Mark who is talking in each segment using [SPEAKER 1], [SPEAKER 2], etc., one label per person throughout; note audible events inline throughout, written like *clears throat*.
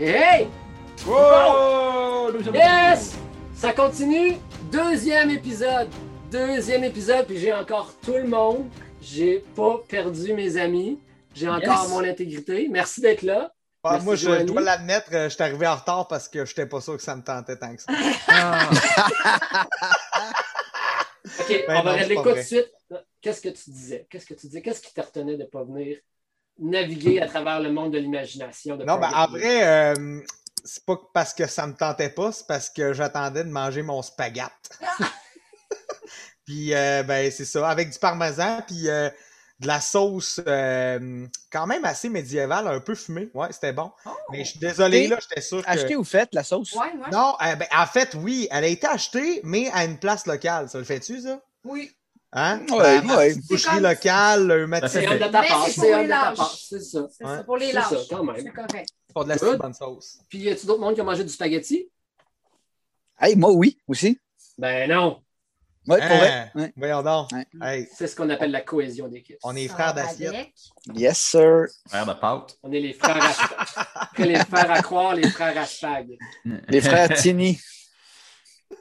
[SPEAKER 1] Hey!
[SPEAKER 2] Oh! Nous avons-
[SPEAKER 1] Yes! Ça continue! Deuxième épisode! Deuxième épisode, puis j'ai encore tout le monde. J'ai pas perdu mes amis. J'ai encore
[SPEAKER 3] Yes.
[SPEAKER 1] mon intégrité. Merci d'être là.
[SPEAKER 2] Ah,
[SPEAKER 1] Merci,
[SPEAKER 2] moi, je,
[SPEAKER 1] Joanie.
[SPEAKER 2] je dois l'admettre, euh, je suis arrivé en retard parce que j'étais pas sûr que ça me tentait tant que ça.
[SPEAKER 1] OK,
[SPEAKER 2] Ben
[SPEAKER 1] on va
[SPEAKER 2] non, c'est
[SPEAKER 1] régler
[SPEAKER 2] pas
[SPEAKER 1] quoi tout
[SPEAKER 2] vrai.
[SPEAKER 1] de suite? Qu'est-ce que tu disais? Qu'est-ce que tu disais? Qu'est-ce qui te retenait de pas venir naviguer à travers le monde de l'imagination? de
[SPEAKER 2] Non, ben,
[SPEAKER 1] Private
[SPEAKER 2] en
[SPEAKER 1] Lee?
[SPEAKER 2] vrai, euh, c'est pas parce que ça me tentait pas, c'est parce que j'attendais de manger mon spaghetti. puis, euh, ben, c'est ça, avec du parmesan, puis euh, de la sauce euh, quand même assez médiévale, un peu fumée. Ouais, c'était bon. Mais je suis désolé,
[SPEAKER 4] Et-
[SPEAKER 2] là, j'étais sûr que...
[SPEAKER 4] Achetée ou faite, la sauce?
[SPEAKER 3] Ouais, moi,
[SPEAKER 2] Non, euh, ben, en fait, oui, elle a été achetée, mais à une place locale. Ça le fait-tu, ça?
[SPEAKER 3] oui.
[SPEAKER 2] Hein?
[SPEAKER 4] Ouais,
[SPEAKER 2] Ben,
[SPEAKER 4] ouais.
[SPEAKER 2] Boucherie
[SPEAKER 3] comme-
[SPEAKER 2] locale, le
[SPEAKER 1] C'est
[SPEAKER 2] matin.
[SPEAKER 1] un de ta
[SPEAKER 3] Mais
[SPEAKER 1] part,
[SPEAKER 3] c'est
[SPEAKER 1] c'est
[SPEAKER 3] pour
[SPEAKER 1] un
[SPEAKER 3] les
[SPEAKER 1] de ta
[SPEAKER 3] lâches.
[SPEAKER 1] part, c'est ça.
[SPEAKER 3] C'est
[SPEAKER 2] Ouais.
[SPEAKER 3] ça pour les
[SPEAKER 1] C'est ça,
[SPEAKER 3] lâches.
[SPEAKER 1] quand même.
[SPEAKER 3] C'est correct.
[SPEAKER 2] Pas de la
[SPEAKER 1] Good.
[SPEAKER 2] bonne sauce.
[SPEAKER 1] Puis y a-tu d'autres monde qui ont mangé du spaghetti?
[SPEAKER 4] Hey, moi, oui, aussi.
[SPEAKER 1] Ben non!
[SPEAKER 4] Ouais, pour
[SPEAKER 2] Hein?
[SPEAKER 4] vrai. Ouais.
[SPEAKER 2] Voyons donc.
[SPEAKER 4] Ouais.
[SPEAKER 2] Hey,
[SPEAKER 1] C'est ce qu'on appelle la cohésion d'équipe.
[SPEAKER 2] on est
[SPEAKER 3] Ça
[SPEAKER 2] frères
[SPEAKER 3] va
[SPEAKER 2] d'assiette.
[SPEAKER 3] avec.
[SPEAKER 4] Yes, sir.
[SPEAKER 5] Frère de pâte.
[SPEAKER 1] On est les frères à
[SPEAKER 2] *laughs*
[SPEAKER 1] Après les frères à croire, les frères à spag.
[SPEAKER 4] Les frères Tini.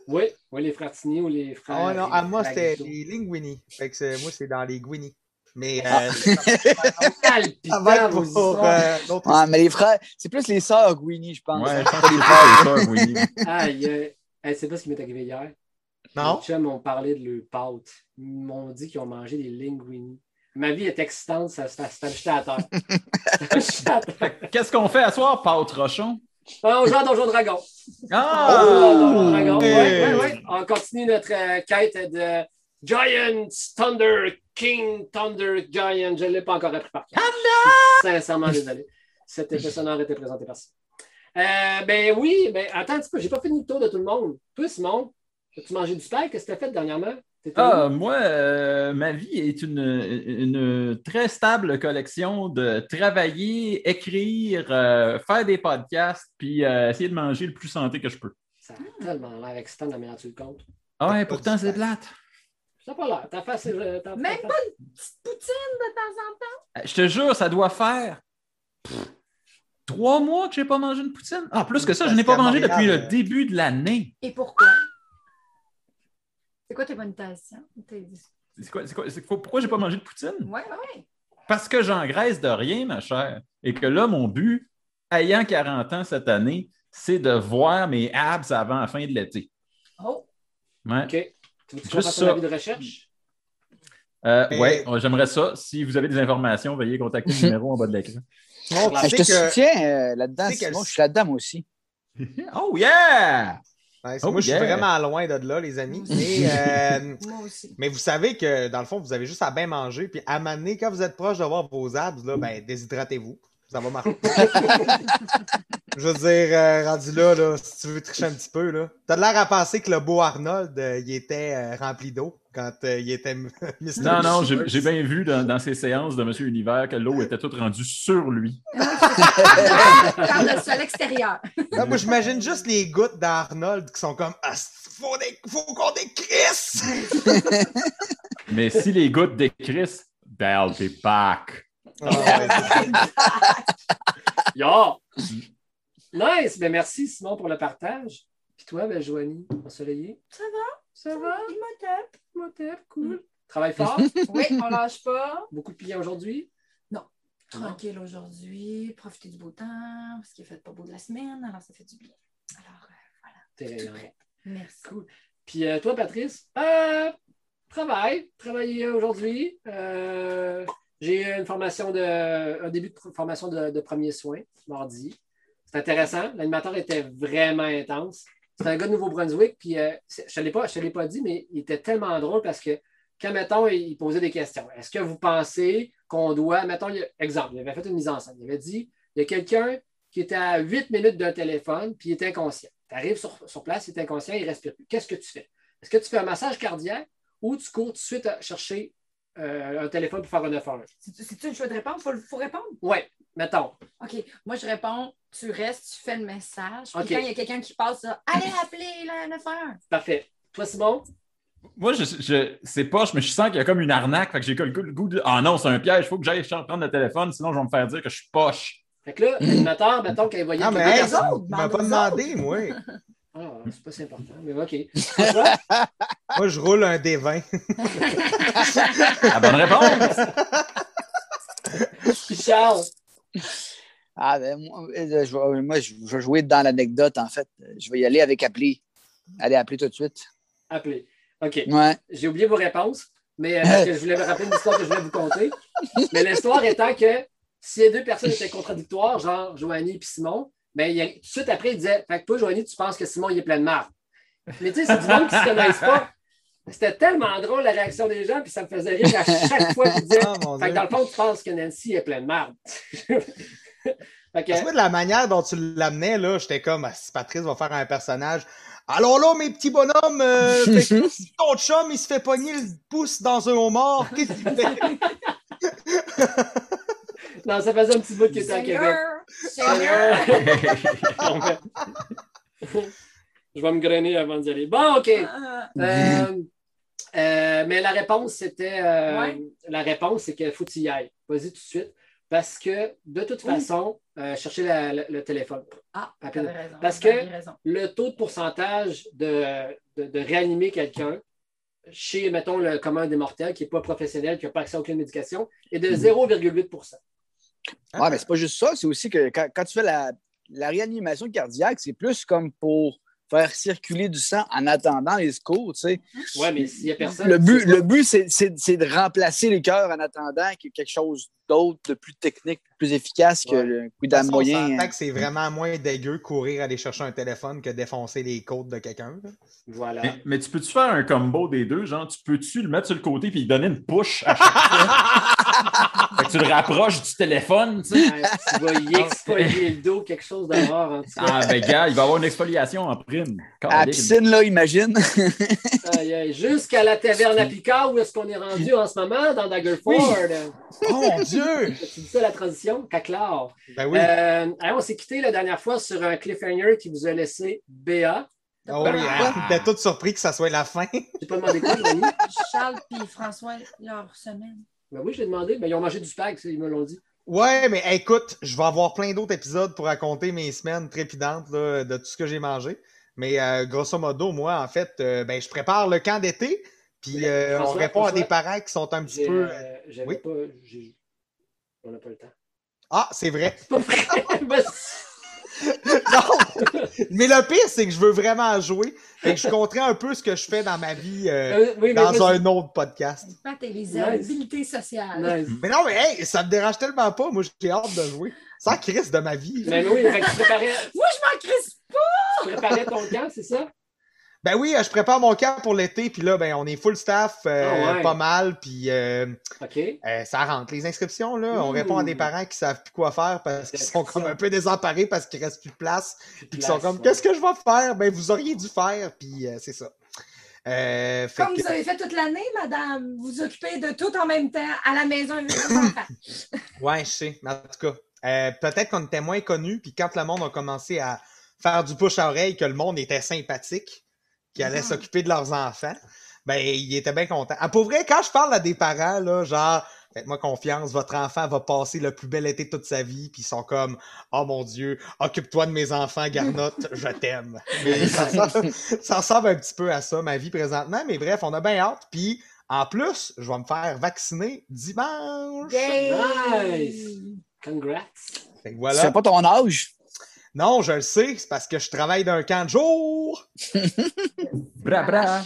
[SPEAKER 1] Oui, oui, les frères Tini ou les frères.
[SPEAKER 2] Oh non, à moi, c'était
[SPEAKER 1] les
[SPEAKER 2] les linguini. Fait que c'est- moi, c'est dans les guini. Mais
[SPEAKER 4] Ah.
[SPEAKER 2] euh, *laughs* ça va
[SPEAKER 1] palpitants,
[SPEAKER 2] être
[SPEAKER 1] vos
[SPEAKER 2] pour
[SPEAKER 1] histoires.
[SPEAKER 2] euh, l'autre.
[SPEAKER 4] Ouais, mais les frères, c'est plus les sœurs Winnie, je pense.
[SPEAKER 5] Ouais, je pense que c'est pas les sœurs, oui.
[SPEAKER 1] Aïe, euh, hey, c'est pas ce qui m'est arrivé hier.
[SPEAKER 2] Non?
[SPEAKER 1] Mes chums m'ont parlé de leur pâte. Ils m'ont dit qu'ils ont mangé des linguini. Ma vie est excitante, ça, ça, ça me jetait à terre.
[SPEAKER 2] *laughs*
[SPEAKER 1] Ça me jetait à terre.
[SPEAKER 5] Fait que Qu'est-ce qu'on fait à soir, pâte rochon?
[SPEAKER 1] Ah, on joue à Donjon Dragon.
[SPEAKER 5] Ah!
[SPEAKER 1] Oh, Dragon. Ouais,
[SPEAKER 2] Hey!
[SPEAKER 1] ouais, ouais. On continue notre euh, quête de Giant Thunder King Thunder Giant. Je ne l'ai pas encore appris par cœur. Je suis Sincèrement désolé. Cet effet sonore était présenté par ça. Euh, ben oui, ben attends un petit peu, j'ai pas fini le tour de tout le monde. Toi, Simon, as-tu mangé du steak? Qu'est-ce que t'as fait dernièrement? T'étais
[SPEAKER 5] Ah,
[SPEAKER 1] où?
[SPEAKER 5] moi, euh, ma vie est une, une très stable collection de travailler, écrire, euh, faire des podcasts, puis euh, essayer de manger le plus santé que je peux.
[SPEAKER 1] Ça a tellement l'air excitant de la manière dont tu le comptes.
[SPEAKER 5] Ah ouais, pourtant, c'est plate.
[SPEAKER 1] Ça n'a pas l'air. Ta face est. euh, ta-
[SPEAKER 3] Même
[SPEAKER 1] ta-
[SPEAKER 3] Petite poutine de temps en temps.
[SPEAKER 5] Euh, Je te jure, ça doit faire pff, trois mois que j'ai pas mangé de poutine. Ah, plus que ça, je n'ai pas
[SPEAKER 2] Parce qu'à
[SPEAKER 5] mangé depuis le
[SPEAKER 2] Montréal, euh,
[SPEAKER 5] début de l'année.
[SPEAKER 3] Et pourquoi? C'est quoi tes bonnes tensions? Tes-
[SPEAKER 5] C'est quoi, c'est quoi- c'est- pourquoi j'ai pas mangé de poutine?
[SPEAKER 3] Ouais, ouais, ouais.
[SPEAKER 5] Parce que j'engraisse de rien, ma chère. Et que là, mon but, ayant 40 ans cette année, c'est de voir mes abs avant la fin de l'été.
[SPEAKER 3] Oh,
[SPEAKER 5] Ouais.
[SPEAKER 1] Ok. Tu veux-tu
[SPEAKER 5] Juste
[SPEAKER 1] qu'on fasse ton
[SPEAKER 5] ça.
[SPEAKER 1] avis de recherche?
[SPEAKER 5] Euh,
[SPEAKER 2] Mais-
[SPEAKER 5] ouais, oh, j'aimerais ça. Si vous avez des informations, veuillez contacter *laughs* le numéro en bas de l'écran.
[SPEAKER 2] Simon,
[SPEAKER 1] Ah,
[SPEAKER 2] tu
[SPEAKER 4] Mais
[SPEAKER 2] sais
[SPEAKER 4] je te
[SPEAKER 2] que-
[SPEAKER 4] soutiens euh, là-dedans,
[SPEAKER 2] tu sais que-
[SPEAKER 4] Simon. Je suis là-dedans, moi aussi.
[SPEAKER 5] Oh yeah!
[SPEAKER 2] Ouais,
[SPEAKER 5] Oh,
[SPEAKER 2] moi, je suis
[SPEAKER 5] yeah.
[SPEAKER 2] vraiment loin de là, les amis. Mais, euh,
[SPEAKER 3] moi
[SPEAKER 1] *laughs*
[SPEAKER 3] aussi.
[SPEAKER 2] mais vous savez que, dans le fond, vous avez juste à bien manger. Puis à maner, quand vous êtes proche d'avoir vos abs, là, ben, déshydratez-vous. Ça
[SPEAKER 1] *laughs*
[SPEAKER 2] va marcher. je veux dire, euh, rendu là, là, si tu veux tricher un petit peu, là. T'as de l'air à penser que le beau Arnold, euh, il était euh, rempli d'eau quand euh, il était *laughs* Mr.
[SPEAKER 5] Non, non, j'ai j'ai bien vu dans, dans ces séances de Monsieur Univers que l'eau était toute rendue sur lui.
[SPEAKER 3] Je parle de sol extérieur.
[SPEAKER 2] Ah, moi, j'imagine juste les gouttes d'Arnold qui sont comme Ah, faut, des- faut qu'on
[SPEAKER 1] *laughs*
[SPEAKER 2] décrisse!
[SPEAKER 5] Mais si les gouttes décrissent, Dale, t'es back.
[SPEAKER 2] Ah,
[SPEAKER 1] Yo! Nice! Ben merci Simon pour le partage. Puis toi, ben Joanie, ensoleillée.
[SPEAKER 3] Ça va? Ça va? Il Mm. m'attaque.
[SPEAKER 1] Moi, t'es cool. Travaille fort.
[SPEAKER 3] Oui, on
[SPEAKER 1] *laughs*
[SPEAKER 3] lâche pas.
[SPEAKER 1] Beaucoup de clients aujourd'hui.
[SPEAKER 3] Tranquille aujourd'hui. Profitez du beau temps parce qu'il fait pas beau de la semaine, alors ça fait du bien. Alors, euh,
[SPEAKER 1] T'es
[SPEAKER 3] Tout
[SPEAKER 1] rayonnant.
[SPEAKER 3] prêt. merci.
[SPEAKER 1] Cool. Puis euh, toi, Patrice, euh, travaille. Travailler aujourd'hui. Euh, j'ai eu une formation de, un début de pr- formation de, de premiers soins mardi. C'est intéressant. L'animateur était vraiment intense. C'est un gars de Nouveau-Brunswick. Puis euh, c'est- je ne te l'ai pas dit, mais il était tellement drôle parce que quand, mettons, il il posait des questions, est-ce que vous pensez qu'on doit, mettons, il y a- exemple, il avait fait une mise en scène. Il avait dit, il y a quelqu'un qui était à 8 minutes d'un téléphone, puis il est inconscient. Tu arrives sur, sur place, il est inconscient, il ne respire plus. Qu'est-ce que tu fais? Est-ce que tu fais un massage cardiaque ou tu cours tout de suite à chercher euh, un téléphone pour faire un 911?
[SPEAKER 6] C'est- C'est-tu une choix de réponse? Faut, faut répondre.
[SPEAKER 1] Oui, mettons.
[SPEAKER 6] OK. Moi, je réponds, tu restes, tu fais le message. Puis
[SPEAKER 1] OK.
[SPEAKER 6] quand il y a quelqu'un qui passe, là, allez appeler là, 9h.
[SPEAKER 1] Parfait. Toi, Simon?
[SPEAKER 7] Moi, je, je, c'est poche, mais je sens qu'il y a comme une arnaque. Fait que j'ai le goût- le goût de. Ah non, c'est un piège, il faut que j'aille prendre le téléphone, sinon je vais me faire dire que je suis poche.
[SPEAKER 1] Fait
[SPEAKER 2] *clears throat*
[SPEAKER 1] que là, l'animateur, mettons qu'il voyait
[SPEAKER 2] Ah,
[SPEAKER 1] que-
[SPEAKER 2] mais hey,
[SPEAKER 6] aux
[SPEAKER 2] ça
[SPEAKER 6] autres,
[SPEAKER 2] m'a
[SPEAKER 6] demande
[SPEAKER 2] pas
[SPEAKER 6] aux
[SPEAKER 2] demandé, moi.
[SPEAKER 1] Ah, c'est pas si important, mais OK.
[SPEAKER 2] Moi, je roule un
[SPEAKER 1] *laughs*
[SPEAKER 2] des 20.
[SPEAKER 7] La bonne réponse!
[SPEAKER 1] Charles,
[SPEAKER 4] Ah, ben, moi, euh, je vais, moi, je je vais jouer dans l'anecdote, en fait. Je vais y aller avec appeler. Allez, appeler tout de suite.
[SPEAKER 1] appelez. OK.
[SPEAKER 4] Ouais.
[SPEAKER 1] J'ai oublié vos réponses, mais euh, parce que je voulais me rappeler une histoire que je voulais vous conter. Mais l'histoire étant que si les deux personnes étaient contradictoires, genre Joanie et Simon, ben, il y a- tout de suite après, il disait Fait que toi, Joanie, tu penses que Simon, il est plein de marre. Mais tu sais, c'est du monde qui se connaissent pas. C'était tellement drôle la réaction des gens, puis ça me faisait rire à chaque fois qu'ils disaient
[SPEAKER 2] Ah, mon
[SPEAKER 1] Fait que
[SPEAKER 2] Dieu.
[SPEAKER 1] dans le fond, tu penses que Nancy est plein de marde. *laughs* fait que,
[SPEAKER 2] Parce que moi, de la manière dont tu l'amenais, là, j'étais comme, Ah, si Patrice va faire un personnage. Alors là, mes petits bonhommes, euh, fait que si ton chum, il se fait pogner le pouce dans un homard, *laughs* qu'est-ce qu'il fait?
[SPEAKER 1] non, ça faisait un petit bout qu'il était à Québec.
[SPEAKER 6] Seigneur, *laughs* Seigneur.
[SPEAKER 1] Seigneur. Je vais me grainer avant d'y aller. Bon, OK.
[SPEAKER 6] Ah,
[SPEAKER 1] Euh, euh, mais la réponse, c'était. euh,
[SPEAKER 6] Ouais.
[SPEAKER 1] La réponse, c'est qu'il faut que tu y ailles. Vas-y tout de suite. Parce que, de toute façon, euh, cherchez la- la- le téléphone.
[SPEAKER 6] ah,
[SPEAKER 1] Appelle-
[SPEAKER 6] t'avais raison.
[SPEAKER 1] Parce
[SPEAKER 6] t'avais
[SPEAKER 1] que-
[SPEAKER 6] raison.
[SPEAKER 1] Le taux de pourcentage de, de, de réanimer quelqu'un chez, mettons, le commun des mortels qui n'est pas professionnel, qui n'a pas accès à aucune éducation, est
[SPEAKER 4] Mm.
[SPEAKER 1] de 0,8
[SPEAKER 4] Ouais, mais c'est pas juste ça. C'est aussi que quand, quand tu fais la, la réanimation cardiaque, c'est plus comme pour faire circuler du sang en attendant les secours, tu sais.
[SPEAKER 1] Oui, mais s'il n'y a personne.
[SPEAKER 4] Le but,
[SPEAKER 1] c'est-
[SPEAKER 4] le but c'est, c'est- c'est de remplacer les cœurs en attendant qu'il y ait quelque chose d'autre, de plus technique, de plus efficace que
[SPEAKER 1] Ouais.
[SPEAKER 4] le coup
[SPEAKER 2] Parce
[SPEAKER 4] d'un
[SPEAKER 2] qu'on
[SPEAKER 4] moyen.
[SPEAKER 2] s'entend que c'est vraiment moins dégueu courir aller chercher un téléphone que défoncer les côtes de quelqu'un. là.
[SPEAKER 1] Voilà.
[SPEAKER 7] Mais, mais tu peux-tu faire un combo des deux, genre, tu peux-tu le mettre sur le côté puis lui donner une push à chaque fois? *laughs* fait que tu le rapproches du téléphone, tu sais.
[SPEAKER 1] Ouais, tu vas
[SPEAKER 4] *laughs* Ah.
[SPEAKER 1] y exfolier le dos, quelque chose de rare. en tout cas.
[SPEAKER 7] Ah, ben, gars, il va y avoir une exfoliation en prime.
[SPEAKER 4] À la
[SPEAKER 7] Calique.
[SPEAKER 4] piscine, là, imagine.
[SPEAKER 1] Aïe, aïe. Jusqu'à la taverne à Picard, où est-ce qu'on est rendu en ce moment, dans Daggerford? Euh,
[SPEAKER 2] Oh mon Dieu!
[SPEAKER 1] Tu dis ça, la transition? Caclar.
[SPEAKER 2] Ben oui.
[SPEAKER 1] Euh, alors, on s'est quitté la dernière fois sur un cliffhanger qui vous a laissé BA.
[SPEAKER 2] Oh, oui,
[SPEAKER 1] *laughs*
[SPEAKER 7] Ah.
[SPEAKER 2] hein. T'es tout surpris que ça soit la fin.
[SPEAKER 1] J'ai pas demandé quoi,
[SPEAKER 2] *laughs*
[SPEAKER 1] Joanie?
[SPEAKER 6] Charles puis François, leur semaine.
[SPEAKER 1] Ben oui, j'ai demandé. Mais ils ont mangé du pack, ça, ils me l'ont dit.
[SPEAKER 2] Ouais, mais écoute, je vais avoir plein d'autres épisodes pour raconter mes semaines trépidantes là, de tout ce que j'ai mangé. Mais euh, grosso modo, moi, en fait, euh, ben, je prépare le camp d'été, puis euh, on
[SPEAKER 1] François,
[SPEAKER 2] répond à des
[SPEAKER 1] François,
[SPEAKER 2] parents qui sont un petit
[SPEAKER 1] J'ai,
[SPEAKER 2] peu...
[SPEAKER 1] euh, j'avais
[SPEAKER 2] oui.
[SPEAKER 1] pas. j'ai- On n'a pas le temps.
[SPEAKER 2] Ah, c'est vrai.
[SPEAKER 1] C'est pas vrai. *laughs* Ben, Vas-y.
[SPEAKER 2] non! mais le pire, c'est que je veux vraiment jouer. Fait que je compterai un peu ce que je fais dans ma vie euh,
[SPEAKER 1] Euh, oui, mais
[SPEAKER 2] dans
[SPEAKER 1] vas-y.
[SPEAKER 2] un autre podcast.
[SPEAKER 6] Pat et les
[SPEAKER 1] Nice.
[SPEAKER 6] habilités sociales.
[SPEAKER 1] Nice.
[SPEAKER 2] Mais non, mais hey, ça me dérange tellement pas. Moi, j'ai hâte de jouer. Sans crise de ma vie. là.
[SPEAKER 1] Mais Ben oui, fait que tu préparais,
[SPEAKER 6] Moi, je m'en crispe.
[SPEAKER 1] tu préparais ton camp, c'est ça?
[SPEAKER 2] Ben oui, euh, je prépare mon camp pour l'été, puis là, ben, on est full staff, euh,
[SPEAKER 1] Ah ouais.
[SPEAKER 2] pas mal, puis euh,
[SPEAKER 1] OK.
[SPEAKER 2] euh, ça rentre. Les inscriptions, là,
[SPEAKER 1] Ouh.
[SPEAKER 2] on répond à des parents qui savent plus quoi faire parce qu'ils sont comme un peu désemparés parce qu'il reste plus de place, puis qu'ils sont comme qu'est-ce que je vais faire? Ben, vous auriez dû faire, puis euh, c'est ça. Euh, fait
[SPEAKER 6] Comme
[SPEAKER 2] que-
[SPEAKER 6] vous avez fait toute l'année, madame, vous vous occupez de tout en même temps, à la maison avec vos enfants.
[SPEAKER 2] Ouais, je sais, mais en tout cas. euh, Peut-être qu'on était moins connus, puis quand le monde a commencé à faire du push à oreille, que le monde était sympathique, qui allait
[SPEAKER 6] Mhm.
[SPEAKER 2] s'occuper de leurs enfants, ben, ils étaient bien contents. Ah, pour vrai, quand je parle à des parents, là, genre, faites-moi confiance, votre enfant va passer le plus bel été de toute sa vie, puis ils sont comme, oh mon Dieu, occupe-toi de mes enfants, Garnotte, je t'aime. Mais ça ressemble, ça ressemble un petit peu à ça, ma vie présentement, mais bref, on a bien hâte, puis. En plus, je vais me faire vacciner dimanche.
[SPEAKER 1] *laughs* Nice. Congrats.
[SPEAKER 2] Fait que
[SPEAKER 4] Tu fais
[SPEAKER 2] voilà.
[SPEAKER 4] pas ton âge.
[SPEAKER 2] Non, je le sais, c'est parce que je travaille d'un camp de jour.
[SPEAKER 7] Bra, bra.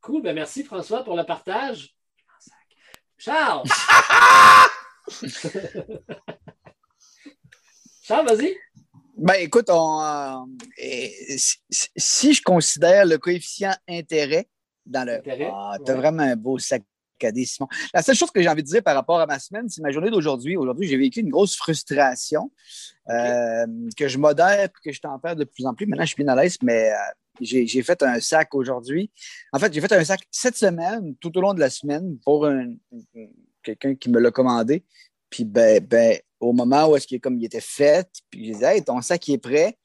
[SPEAKER 1] Cool. Ben merci, François, pour le partage. Charles! Charles, vas-y.
[SPEAKER 4] Ben, écoute, on, euh, et si, si- si je considère le coefficient intérêt dans le.
[SPEAKER 1] Intérêt,
[SPEAKER 4] Ah, t'as
[SPEAKER 1] ouais.
[SPEAKER 4] vraiment un beau sac Cadet Simon. La seule chose que j'ai envie de dire par rapport à ma semaine, c'est ma journée d'aujourd'hui. Aujourd'hui, j'ai vécu une grosse frustration euh, que je modère et que je tempère de plus en plus. Maintenant, je suis bien à l'aise, mais euh, j'ai j'ai fait un sac aujourd'hui. En fait, j'ai fait un sac cette semaine, tout au long de la semaine, pour un- un- quelqu'un qui me l'a commandé. Puis, ben, ben, au moment où est-ce qu'il est comme il était fait, puis je disais, hey, ton sac il est prêt.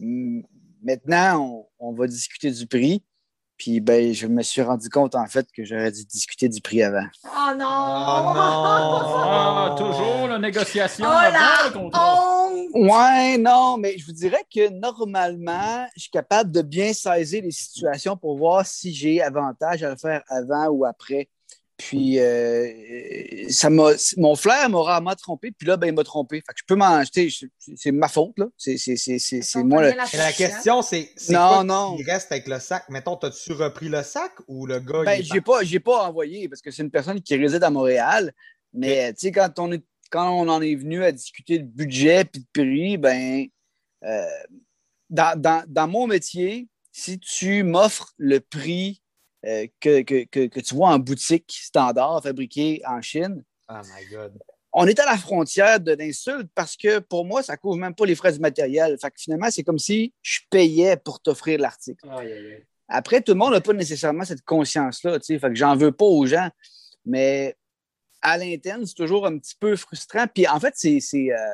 [SPEAKER 4] Hum, Maintenant, on, on va discuter du prix. Puis, ben, je me suis rendu compte, en fait, que j'aurais dû discuter du prix avant.
[SPEAKER 6] Oh non!
[SPEAKER 7] Ah,
[SPEAKER 2] non!
[SPEAKER 7] toujours la négociation
[SPEAKER 6] Oh
[SPEAKER 7] avant
[SPEAKER 6] la
[SPEAKER 7] le
[SPEAKER 3] oh!
[SPEAKER 7] contrat.
[SPEAKER 6] *laughs* honte!
[SPEAKER 4] Ouais, non, mais je vous dirais que normalement, je suis capable de bien saisir les situations pour voir si j'ai avantage à le faire avant ou après. Puis, euh, ça m'a, mon flair m'a rarement trompé, puis là, ben, il m'a trompé. Fait que je peux m'en jeter, je- c'est ma faute, là. C'est, c'est, c'est, c'est, c'est moi, là.
[SPEAKER 2] Mais la question, c'est c'est
[SPEAKER 4] Non,
[SPEAKER 2] quoi
[SPEAKER 4] non.
[SPEAKER 2] qui reste avec le sac? Mettons, t'as-tu repris le sac ou le gars?
[SPEAKER 4] Ben,
[SPEAKER 2] il est
[SPEAKER 4] j'ai pas, j'ai pas envoyé parce que c'est une personne qui réside à Montréal. Mais tu sais, quand on est, quand on en est venu à discuter de budget puis de prix, ben, euh, dans, dans- dans mon métier, si tu m'offres le prix euh, que, que- que- que tu vois en boutique standard fabriqué en Chine,
[SPEAKER 2] parti? Oh my God.
[SPEAKER 4] on est à la frontière de l'insulte parce que pour moi, ça couvre même pas les frais du matériel. Fait que finalement, c'est comme si je payais pour t'offrir l'article.
[SPEAKER 1] Aïe, aïe, aïe.
[SPEAKER 4] Après, tout le monde n'a pas nécessairement cette conscience-là, tu sais. Fait que j'en veux pas aux gens. Mais à l'interne, c'est toujours un petit peu frustrant. Puis en fait, c'est. C'est, euh,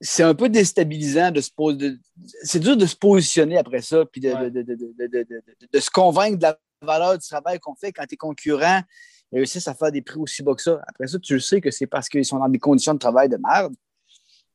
[SPEAKER 4] c'est un peu déstabilisant de se poser. C'est dur de se positionner après ça, puis de,
[SPEAKER 1] Ouais.
[SPEAKER 4] de- de- de- de- de- de- de- de se convaincre de la valeur du travail qu'on fait quand tes concurrents réussissent à faire des prix aussi bas que ça. Après ça, tu le sais que c'est parce qu'ils sont dans des conditions de travail de merde.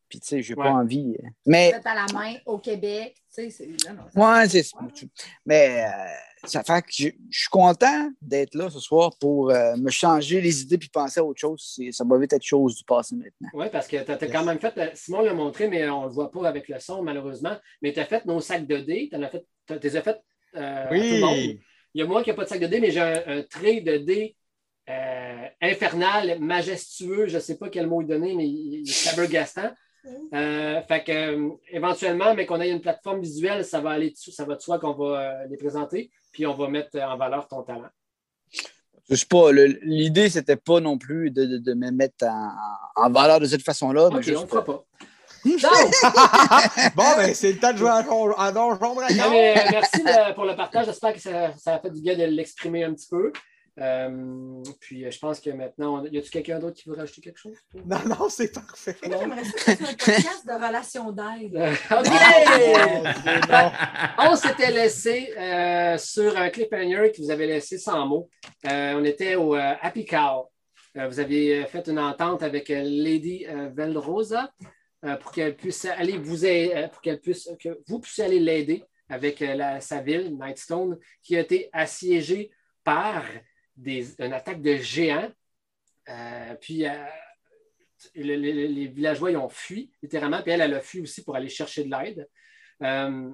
[SPEAKER 4] Puis tu sais, j'ai
[SPEAKER 1] Ouais.
[SPEAKER 4] pas envie. euh, Mais
[SPEAKER 6] hein. Vous êtes à la main au Québec. Tu sais, c'est. non, non, ça-
[SPEAKER 4] Ouais, c'est Mais euh, ça fait que je je suis content d'être là ce soir pour euh, me changer les idées puis penser à autre chose. C'est- Ça va vite être chose du passé maintenant.
[SPEAKER 1] Oui, parce que tu as, quand même fait, euh, Simon l'a montré, mais on ne le voit pas avec le son, malheureusement. Mais tu as fait nos sacs de dés, tu as fait, t'as- t'es as fait euh, à tout le monde.
[SPEAKER 2] Oui!
[SPEAKER 1] Il y a moi qui n'ai pas de sac de dés, mais j'ai un, un trait de dés euh, infernal, majestueux, je ne sais pas quel mot il donner, mais il il est flabbergastant. Euh, fait que, euh, éventuellement, mais qu'on ait une plateforme visuelle, ça va aller dessus, ça va de soi qu'on va euh, les présenter, puis on va mettre euh, en valeur ton talent.
[SPEAKER 4] Je sais pas, le- l'idée, c'était pas non plus de, de- de me mettre en, en valeur de cette façon-là. mais
[SPEAKER 1] OK,
[SPEAKER 4] juste-
[SPEAKER 1] on ne fera pas. Donc,
[SPEAKER 2] bon, ben, c'est le temps de jouer à, con- à
[SPEAKER 1] Non,
[SPEAKER 2] Donjon Dragon!
[SPEAKER 1] mais, euh, merci de- pour le partage. J'espère que ça, ça a fait du bien de l'exprimer un petit peu. Euh, puis euh, je pense que maintenant, on- y a-tu quelqu'un d'autre qui veut rajouter quelque chose?
[SPEAKER 2] Non, non, c'est parfait.
[SPEAKER 6] Moi, J'aimerais ça que ce soit un podcast de relations d'aide.
[SPEAKER 1] Euh,
[SPEAKER 2] Oh,
[SPEAKER 1] OK!
[SPEAKER 2] c'est bon.
[SPEAKER 1] On s'était laissé euh, sur un cliffhanger qui vous avait laissé sans mots. Euh, on était au euh, Happy Cow. Euh, vous aviez euh, fait une entente avec euh, Lady euh, Velrosa euh, pour qu'elle puisse aller vous a- euh, pour qu'elle puisse que vous puissiez aller l'aider avec euh, la- sa ville, Nightstone, qui a été assiégée par des- une attaque de géants. Euh, puis euh, le- le- le- les villageois ils ont fui littéralement, puis elle, elle a fui aussi pour aller chercher de l'aide. Euh,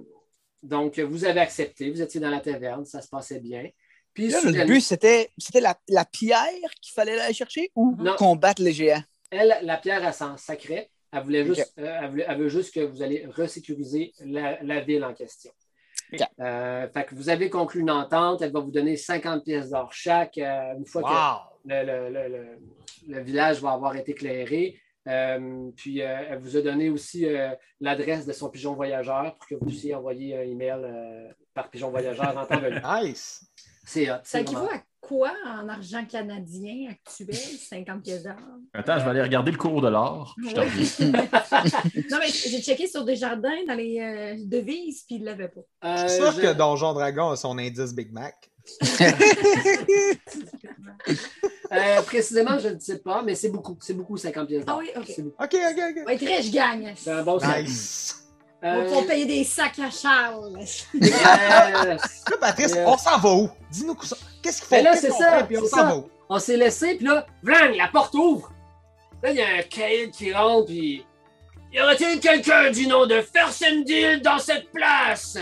[SPEAKER 1] donc, vous avez accepté, vous étiez dans la taverne, ça se passait bien. Puis,
[SPEAKER 4] Là, le
[SPEAKER 1] soudainement-
[SPEAKER 4] but, c'était c'était la, la pierre qu'il fallait aller chercher ou
[SPEAKER 1] Non.
[SPEAKER 4] combattre les géants?
[SPEAKER 1] Elle, la pierre, elle s'en sacrait. Elle voulait
[SPEAKER 4] Ok.
[SPEAKER 1] juste, euh, elle voulait- elle veut juste que vous allez resécuriser la, la ville en question.
[SPEAKER 4] Ok.
[SPEAKER 1] Euh, fait que vous avez conclu une entente. Elle va vous donner 50 pièces d'or chaque euh, une fois que
[SPEAKER 2] Wow!
[SPEAKER 1] le, le- le- le- le village va avoir été éclairé. Euh, puis, euh, elle vous a donné aussi euh, l'adresse de son pigeon voyageur pour que vous puissiez envoyer un email euh, par pigeon voyageur en temps
[SPEAKER 4] *laughs*
[SPEAKER 1] venu.
[SPEAKER 2] Nice!
[SPEAKER 1] C'est hot.
[SPEAKER 6] Ça
[SPEAKER 1] c'est
[SPEAKER 6] équivaut
[SPEAKER 1] vraiment-
[SPEAKER 6] à quoi en argent canadien
[SPEAKER 3] *laughs*
[SPEAKER 6] actuel, 50 pièces d'or?
[SPEAKER 7] Attends, je vais aller regarder le cours de l'art. Je te reviens.
[SPEAKER 6] non, mais j'ai checké sur des jardins dans les euh, devises, puis ils ne l'avaient pas.
[SPEAKER 1] Euh,
[SPEAKER 2] Je suis sûr
[SPEAKER 1] je-
[SPEAKER 2] que Donjon Dragon a son indice Big Mac.
[SPEAKER 1] euh, précisément, je ne sais pas, mais c'est beaucoup. C'est beaucoup 50 pièces d'or.
[SPEAKER 6] Ah oui, ok.
[SPEAKER 1] C'est beaucoup.
[SPEAKER 2] OK, OK, OK.
[SPEAKER 6] Ouais, très, je gagne.
[SPEAKER 1] C'est un Ben, bon signe.
[SPEAKER 2] Nice!
[SPEAKER 6] On va
[SPEAKER 1] Euh,
[SPEAKER 6] pouvoir payer des sacs à Charles.
[SPEAKER 1] euh,
[SPEAKER 2] Là, Patrice,
[SPEAKER 1] Yeah.
[SPEAKER 2] on s'en va où? Dis-nous ça. qu'est-ce qu'il faut?
[SPEAKER 1] Mais Ben là,
[SPEAKER 2] Qu'est-ce
[SPEAKER 1] c'est
[SPEAKER 2] qu'on
[SPEAKER 1] ça,
[SPEAKER 2] fait, puis on
[SPEAKER 1] c'est
[SPEAKER 2] s'en
[SPEAKER 1] ça.
[SPEAKER 2] va où?
[SPEAKER 1] on s'est laissé, puis là, blang, la porte ouvre. Là, il y a un caïd qui rentre, puis. Y aurait-il quelqu'un du nom de Fersendil dans cette place?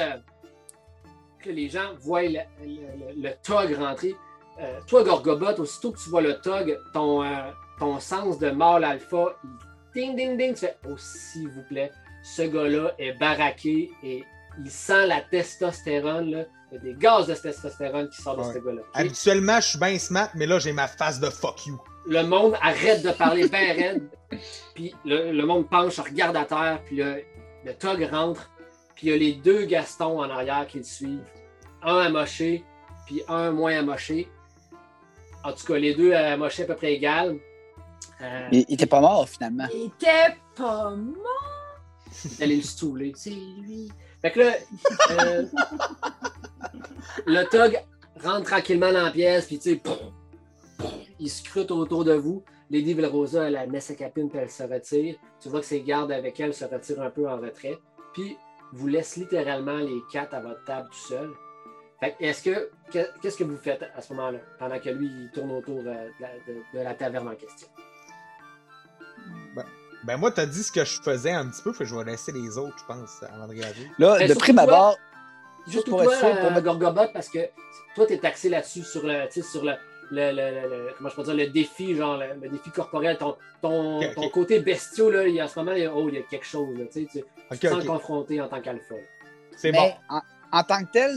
[SPEAKER 1] Puis là, les gens voient le, le- le- le tog rentrer. Euh, toi, Gorgobot, aussitôt que tu vois le tog, ton, euh, ton sens de mâle alpha, il ding, ding, ding, tu fais, oh, s'il vous plaît, ce gars-là est baraqué et il sent la testostérone, là. Il y a des gaz de testostérone qui sortent
[SPEAKER 2] Ouais.
[SPEAKER 1] de ce gars-là. ok?
[SPEAKER 2] Habituellement, je suis bien smart, mais là, j'ai ma face de fuck you.
[SPEAKER 1] Le monde arrête de parler ben raide. Puis le, le monde penche, regarde à terre, puis le, le Tog rentre. Puis il y a les deux Gastons en arrière qui le suivent. Un amoché, puis un moins amoché. En tout cas, les deux euh, amochés à peu près égales. Euh,
[SPEAKER 4] Il il était pas mort, finalement.
[SPEAKER 3] Il était pas mort.
[SPEAKER 1] d'aller le stouler.
[SPEAKER 3] C'est lui.
[SPEAKER 1] Fait que là, euh, le Tog rentre tranquillement dans la pièce, puis tu sais, pouf, pouf, il scrute autour de vous. Lady Velrosa, elle la met sa capine, puis elle se retire. Tu vois que ses gardes avec elle se retirent un peu en retrait. Puis, vous laisse littéralement les quatre à votre table tout seul. Fait que, est-ce que, que- qu'est-ce que vous faites à ce moment-là, pendant que lui, il tourne autour euh, de la, de- de la taverne en question?
[SPEAKER 2] Ben, moi, t'as dit ce que je faisais un petit peu, fait que je vais laisser les autres, je pense, avant de réagir.
[SPEAKER 4] Là,
[SPEAKER 1] Ben,
[SPEAKER 4] de
[SPEAKER 1] surtout
[SPEAKER 4] prime
[SPEAKER 1] toi,
[SPEAKER 4] abord,
[SPEAKER 1] Juste
[SPEAKER 4] Pour
[SPEAKER 1] pour toi,
[SPEAKER 4] être sûr, pour
[SPEAKER 1] euh,
[SPEAKER 4] mettre-
[SPEAKER 1] Gorgobot, parce que toi, t'es taxé là-dessus sur le, tu sais, sur le, le- le- le- le- comment je peux dire, le défi, genre le, le défi corporel, ton, ton,
[SPEAKER 2] Ok, ok.
[SPEAKER 1] ton côté bestiaux, là, il y a, en ce moment, il y a, oh, il y a quelque chose, là, tu sais, tu- tu
[SPEAKER 2] Ok,
[SPEAKER 1] te sens
[SPEAKER 2] ok.
[SPEAKER 1] confronté en tant qu'alpha.
[SPEAKER 2] C'est
[SPEAKER 4] mais
[SPEAKER 2] bon.
[SPEAKER 4] en, ben, en tant que tel,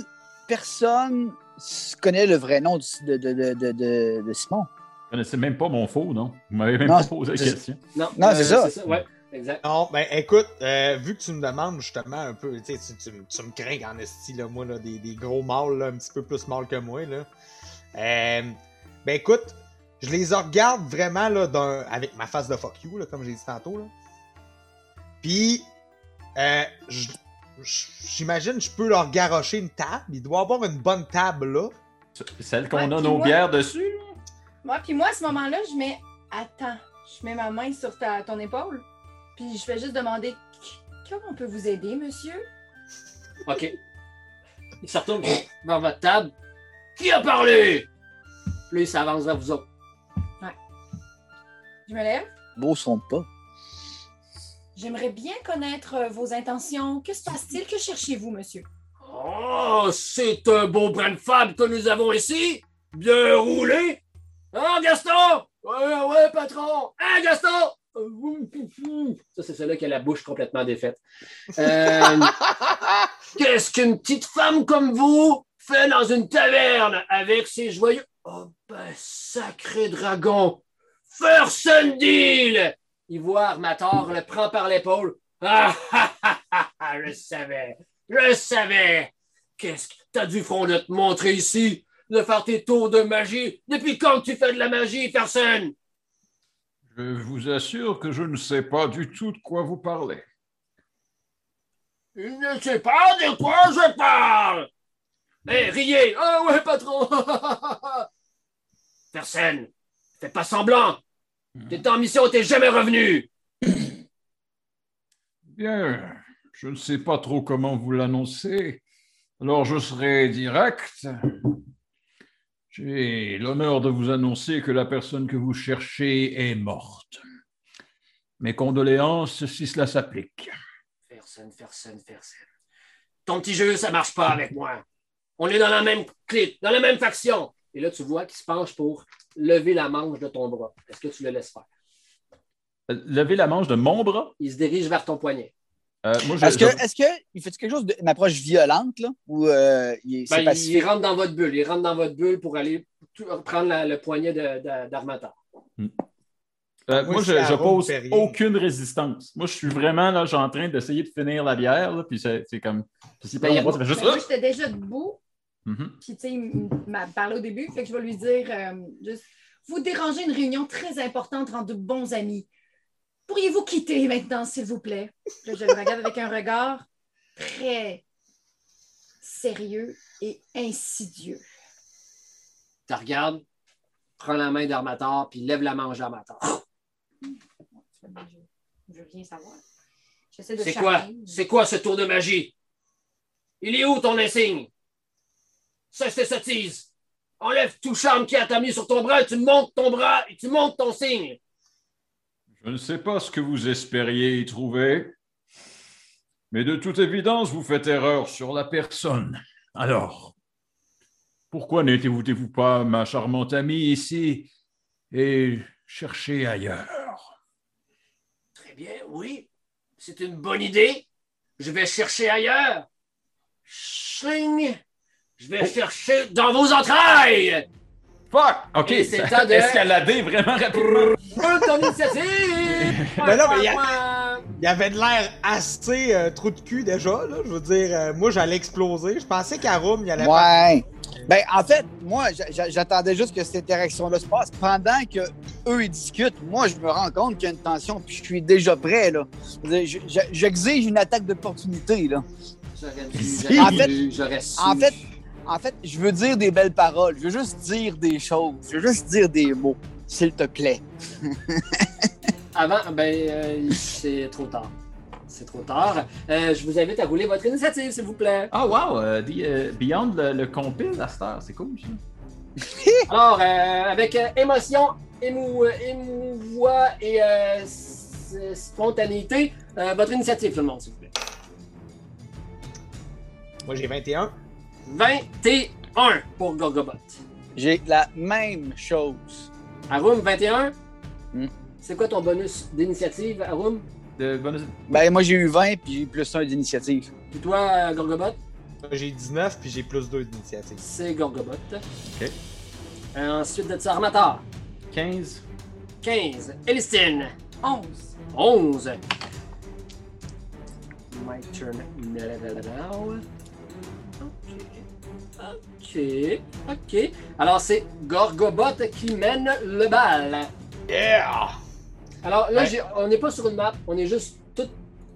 [SPEAKER 4] personne s- connaît le vrai nom du- de, de, de, de, de- de Simon.
[SPEAKER 5] Je connaissais même pas mon faux, non? Vous m'avez même
[SPEAKER 4] Non,
[SPEAKER 5] pas posé la
[SPEAKER 4] c'est-
[SPEAKER 5] question.
[SPEAKER 1] Non, Euh,
[SPEAKER 4] Non, c'est ça.
[SPEAKER 1] Ouais, exact.
[SPEAKER 2] Non, ben écoute, euh, vu que tu me demandes justement un peu, tu sais, tu, tu, me- tu me crains en esti, là, moi, là, des, des gros mâles, là, un petit peu plus mâles que moi, là. Euh, ben écoute, je les regarde vraiment, là, d'un, avec ma face de fuck you, là, comme j'ai dit tantôt, là. Puis, euh, je- je- j'imagine, je peux leur garrocher une table. Il doit avoir une bonne table, là.
[SPEAKER 5] Celle qu'on
[SPEAKER 3] Ouais,
[SPEAKER 5] a
[SPEAKER 3] puis
[SPEAKER 5] nos
[SPEAKER 3] moi-
[SPEAKER 5] bières dessus.
[SPEAKER 3] Moi, puis moi, à ce moment-là, je mets Attends. Je mets ma main sur ta, ton épaule. Puis je vais juste demander Comment on peut vous aider, monsieur
[SPEAKER 1] OK. Il se retourne vers votre table. Qui a parlé? Puis là, il s'avance vers vous autres.
[SPEAKER 3] Je me lève.
[SPEAKER 4] Beau son de pas.
[SPEAKER 3] J'aimerais bien connaître euh, vos intentions. Que se passe-t-il Que cherchez-vous, monsieur
[SPEAKER 1] Oh, c'est un beau brin de fable que nous avons ici. Bien roulé. Hein, Gaston? Ouais, ouais, patron. Hein, Gaston? Euh, ouh, ouh, ouh. Ça, c'est celle-là qui a la bouche complètement défaite. *laughs* Euh, Qu'est-ce qu'une petite femme comme vous fait dans une taverne avec ses joyeux... Oh, ben, sacré dragon! First deal! Il voit Armator, le prend par l'épaule. Ah, *laughs* ah, ah, ah, ah, je savais! Je savais! Qu'est-ce que t'as du front de te montrer ici? De faire tes tours de magie? Depuis quand tu fais de la magie, personne?
[SPEAKER 5] Je vous assure que je ne sais pas du tout de quoi vous parlez.
[SPEAKER 1] Je ne sais pas de quoi je parle! Hé, riez! Ah ouais, patron! *laughs* personne! Fais pas semblant! T'es en mission, t'es jamais revenu!
[SPEAKER 5] Bien, je ne sais pas trop comment vous l'annoncer, alors je serai direct. J'ai l'honneur de vous annoncer que la personne que vous cherchez est morte. Mes condoléances si cela s'applique.
[SPEAKER 1] Personne, personne, personne. Ton petit jeu, ça marche pas avec moi. On est dans la même clique, dans la même faction. Et là, tu vois qu'il se penche pour lever la manche de ton bras. Est-ce que tu le laisses faire?
[SPEAKER 5] Levez la manche de mon bras.
[SPEAKER 1] Il se dirige vers ton poignet.
[SPEAKER 5] moi,
[SPEAKER 4] Est-ce que, est-ce que il fait quelque chose d'une approche violente là ou euh, il est-
[SPEAKER 1] Ben,
[SPEAKER 4] c'est
[SPEAKER 1] il,
[SPEAKER 4] pacifique?
[SPEAKER 1] il rentre dans votre bulle. Il rentre dans votre bulle pour aller tout- prendre la- le poignet de- de- d'Armata.
[SPEAKER 5] Euh,
[SPEAKER 2] Moi,
[SPEAKER 5] moi, je,
[SPEAKER 2] c'est à
[SPEAKER 5] je
[SPEAKER 2] Rome,
[SPEAKER 5] pose
[SPEAKER 2] c'est rien.
[SPEAKER 5] aucune résistance. Moi, je suis vraiment là, j'ai en train d'essayer de finir la bière, là, puis c'est c'est comme. Puis si
[SPEAKER 1] Ben,
[SPEAKER 5] par
[SPEAKER 1] y a-
[SPEAKER 5] endroit, ça fait
[SPEAKER 3] Ben,
[SPEAKER 5] juste.
[SPEAKER 3] Moi, j'étais déjà debout.
[SPEAKER 5] Mhm.
[SPEAKER 3] Puis, tu sais, il m'a parlé au début. Fait que je vais lui dire euh, juste, Vous dérangez une réunion très importante entre de bons amis. Pourriez-vous quitter maintenant, s'il vous plaît Là, je le regarde avec un regard très sérieux et insidieux.
[SPEAKER 1] Tu regardes, prends la main d'Armator, puis lève la manche d'Armator.
[SPEAKER 3] Je je veux rien savoir. J'essaie de
[SPEAKER 1] C'est quoi?
[SPEAKER 3] charmer.
[SPEAKER 1] C'est quoi ce tour de magie? Il est où ton insigne? Cesse tes sottises! Enlève tout charme qui a mis sur ton bras et tu montes ton bras et tu montes ton signe!
[SPEAKER 5] Je ne sais pas ce que vous espériez y trouver, mais de toute évidence, vous faites erreur sur la personne. Alors, pourquoi n'étiez-vous pas ma charmante amie ici et cherchez ailleurs?
[SPEAKER 1] Très bien, oui. C'est une bonne idée. Je vais chercher ailleurs. Ching! Je vais chercher dans vos entrailles!
[SPEAKER 7] Fuck! OK,
[SPEAKER 1] Et c'est
[SPEAKER 7] ça-
[SPEAKER 1] temps de-
[SPEAKER 7] escaladé vraiment rapidement.
[SPEAKER 1] Brûle ton initiative!
[SPEAKER 2] Mais non, mais il y Il y avait de l'air assez euh, trou de cul déjà, là. Je veux dire, euh, moi, j'allais exploser. Je pensais qu'à Rome, il allait faire-
[SPEAKER 4] Ouais. Ben, en fait, moi, j'a- j'a- j'attendais juste que cette interaction-là se passe. Pendant que eux ils discutent, moi, je me rends compte qu'il y a une tension, puis je suis déjà prêt, là. Je veux dire, je- je- J'exige une attaque d'opportunité, là.
[SPEAKER 1] J'aurais
[SPEAKER 7] Si.
[SPEAKER 1] dû,
[SPEAKER 4] En
[SPEAKER 1] j'aurais
[SPEAKER 4] fait-
[SPEAKER 1] dû, j'aurais su.
[SPEAKER 4] en fait- En fait, je veux dire des belles paroles. Je veux juste dire des choses. Je veux juste dire des mots, s'il te plaît.
[SPEAKER 1] Avant, ben, euh, c'est trop tard. C'est trop tard. Euh, je vous invite à rouler votre initiative, s'il vous plaît.
[SPEAKER 5] Ah, wow! euh, The, euh, Beyond le, le compile à cette heure, c'est cool. ça.
[SPEAKER 1] Alors, euh, avec euh, émotion, émou, émouvoix et euh, s- spontanéité, euh, votre initiative, tout le monde, s'il vous plaît.
[SPEAKER 2] Moi, j'ai 21.
[SPEAKER 1] 21 pour Gorgobot.
[SPEAKER 4] J'ai la même chose.
[SPEAKER 1] Arum, 21.
[SPEAKER 4] Hmm.
[SPEAKER 1] C'est quoi ton bonus d'initiative, Arum?
[SPEAKER 5] De bonus-
[SPEAKER 4] Ben, moi, j'ai eu 20, puis j'ai eu plus un d'initiative.
[SPEAKER 1] Puis toi, euh, Gorgobot?
[SPEAKER 2] Moi, J'ai 19, puis j'ai plus 2 d'initiative.
[SPEAKER 1] C'est Gorgobot.
[SPEAKER 5] Ok.
[SPEAKER 1] Euh, ensuite de ça, Armator,
[SPEAKER 5] 15.
[SPEAKER 1] 15. Elistine,
[SPEAKER 6] 11.
[SPEAKER 1] 11. My turn. now. Ok. Ok. Ok. Alors, c'est Gorgobot qui mène le bal.
[SPEAKER 2] Yeah!
[SPEAKER 1] Alors là,
[SPEAKER 2] Ouais.
[SPEAKER 1] j'ai- on n'est pas sur une map, on est juste tout,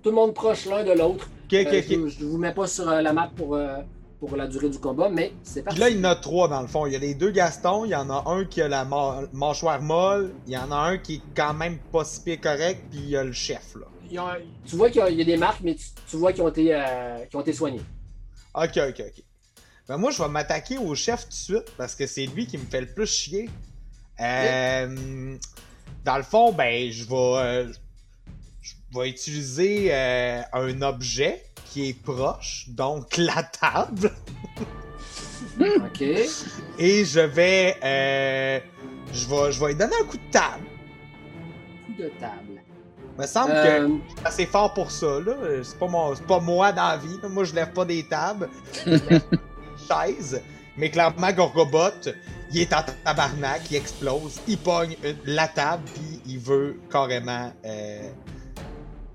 [SPEAKER 1] tout le monde proche l'un de l'autre.
[SPEAKER 2] Ok, ok,
[SPEAKER 1] Euh,
[SPEAKER 2] ok.
[SPEAKER 1] je, vous- je vous mets pas sur euh, la map pour, euh, pour la durée du combat, mais c'est
[SPEAKER 2] Puis
[SPEAKER 1] parti.
[SPEAKER 2] là, il y en a trois dans le fond. Il y a les deux Gaston, il y en a un qui a la mâ- mâchoire molle, il y en a un qui est quand même pas si pire correct, puis il y a le chef, là.
[SPEAKER 1] Il y a- tu vois qu'il y, a- il y a des marques, mais tu, tu vois qu'ils ont, été, euh, qu'ils ont été soignés.
[SPEAKER 2] Ok, ok, ok. Ben moi, je vais m'attaquer au chef tout de suite parce que c'est lui qui me fait le plus chier. Euh, Dans le fond, ben, je vais, euh, je vais utiliser euh, un objet qui est proche, donc *laughs* la table, Hmm.
[SPEAKER 1] Ok.
[SPEAKER 2] et je vais, euh, je vais, je vais lui donner un coup de table.
[SPEAKER 1] Coup de table.
[SPEAKER 2] me semble que
[SPEAKER 1] Euh,
[SPEAKER 2] assez fort pour ça, là. Euh, C'est pas, mon- c'est pas moi dans la vie. là. Moi, je lève pas des tables. chaise. Mais clairement, Gorgobot, il est en tabarnak, il explose, il pogne une- la table, puis il veut carrément euh,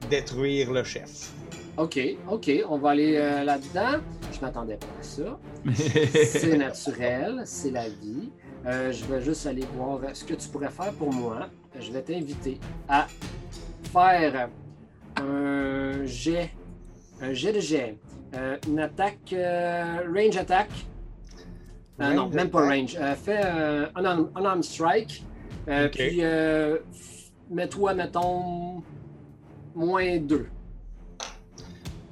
[SPEAKER 2] détruire le chef.
[SPEAKER 1] ok, ok, on va aller euh, là-dedans. Je m'attendais pas à ça.
[SPEAKER 2] *laughs*
[SPEAKER 1] C'est naturel, c'est la vie. Euh, je vais juste aller voir ce que tu pourrais faire pour moi. Je vais t'inviter à faire un jet, un jet de jet, Euh, une attaque, euh, range attack. Euh, non,
[SPEAKER 2] Range
[SPEAKER 1] même pas
[SPEAKER 2] attack.
[SPEAKER 1] range. Euh, fais euh, un arm, un arm strike. Euh,
[SPEAKER 2] Ok.
[SPEAKER 1] Puis euh, f- mets-toi, mettons, moins 2.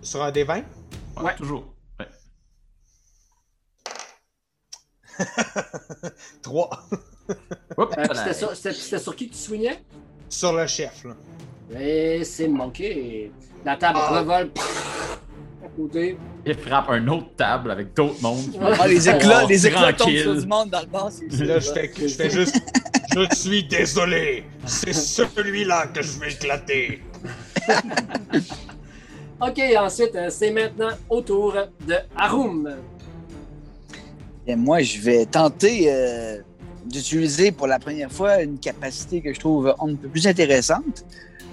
[SPEAKER 2] Sur un des 20?
[SPEAKER 5] *laughs* Ouais,
[SPEAKER 1] Ouais.
[SPEAKER 5] Toujours. Ouais.
[SPEAKER 2] 3.
[SPEAKER 5] Hop,
[SPEAKER 1] Euh, puis
[SPEAKER 5] voilà.
[SPEAKER 1] c'était sur- C'était c'était sur qui que tu soignais?
[SPEAKER 2] *laughs* Sur le chef, là.
[SPEAKER 1] Et c'est manqué. La table
[SPEAKER 2] Ah.
[SPEAKER 1] revole pff, à côté.
[SPEAKER 5] Il frappe un autre table avec d'autres mondes.
[SPEAKER 4] Ah, les éclats,
[SPEAKER 5] Oh,
[SPEAKER 4] les éclats tombent
[SPEAKER 5] tranquille.
[SPEAKER 4] sur du monde dans le bas. c'est sûr,
[SPEAKER 2] Là, je fais, je fais juste... Je suis désolé, c'est celui-là que je vais éclater.
[SPEAKER 1] Ok, ensuite, euh, c'est maintenant au tour de Harum.
[SPEAKER 4] Et moi, je vais tenter euh, d'utiliser pour la première fois une capacité que je trouve un peu plus intéressante.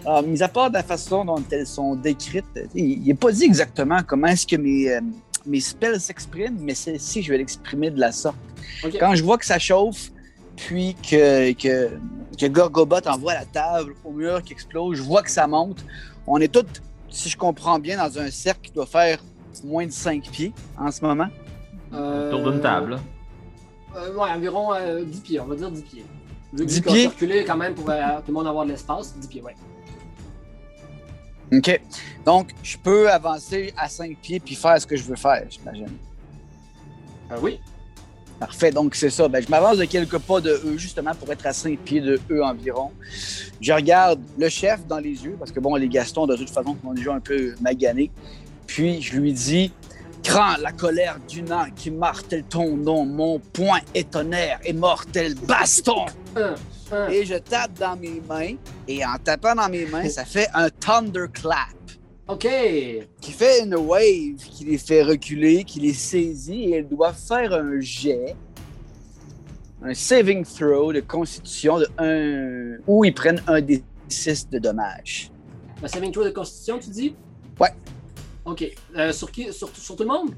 [SPEAKER 4] Alors, mis à part de la façon dont elles sont décrites, tu sais, il n'est pas dit exactement comment est-ce que mes, euh, mes spells s'expriment, mais celle-ci, je vais l'exprimer de la sorte.
[SPEAKER 1] Ok.
[SPEAKER 4] Quand je vois que ça chauffe, puis que, que, que Gorgobot envoie la table au mur qui explose, je vois que ça monte. On est tous, si je comprends bien, dans un cercle qui doit faire moins de 5 pieds en ce moment.
[SPEAKER 1] Euh,
[SPEAKER 5] Autour d'une table. là.
[SPEAKER 1] euh, ouais, environ euh, 10 pieds, on va dire 10 pieds. Vu
[SPEAKER 4] 10
[SPEAKER 1] 10 pieds?
[SPEAKER 4] pieds?
[SPEAKER 1] circuler quand même pour euh, tout le monde avoir de l'espace, 10 pieds, ouais.
[SPEAKER 4] OK. Donc, je peux avancer à cinq pieds puis faire ce que je veux faire, j'imagine.
[SPEAKER 1] Euh,
[SPEAKER 4] Ah
[SPEAKER 1] oui.
[SPEAKER 4] Parfait. Donc, c'est ça. Ben, je m'avance de quelques pas de eux, justement, pour être à cinq pieds de eux environ. Je regarde le chef dans les yeux, parce que, bon, les Gastons, de toute façon, sont déjà un peu maganés. Puis, je lui dis Cran, la colère du nain qui martèle ton nom, mon poing est tonnerre et mortel baston.
[SPEAKER 1] Un, un.
[SPEAKER 4] Et je tape dans mes mains, et en tapant dans mes mains, ça fait un thunderclap.
[SPEAKER 1] OK. Ben,
[SPEAKER 4] qui fait une wave, qui les fait reculer, qui les saisit et elles doivent faire un jet, un saving throw de constitution de un, où ils prennent un des six de dommages.
[SPEAKER 1] La saving throw de constitution, tu dis?
[SPEAKER 4] Ouais.
[SPEAKER 1] OK. Euh, sur qui? Sur, sur tout le monde?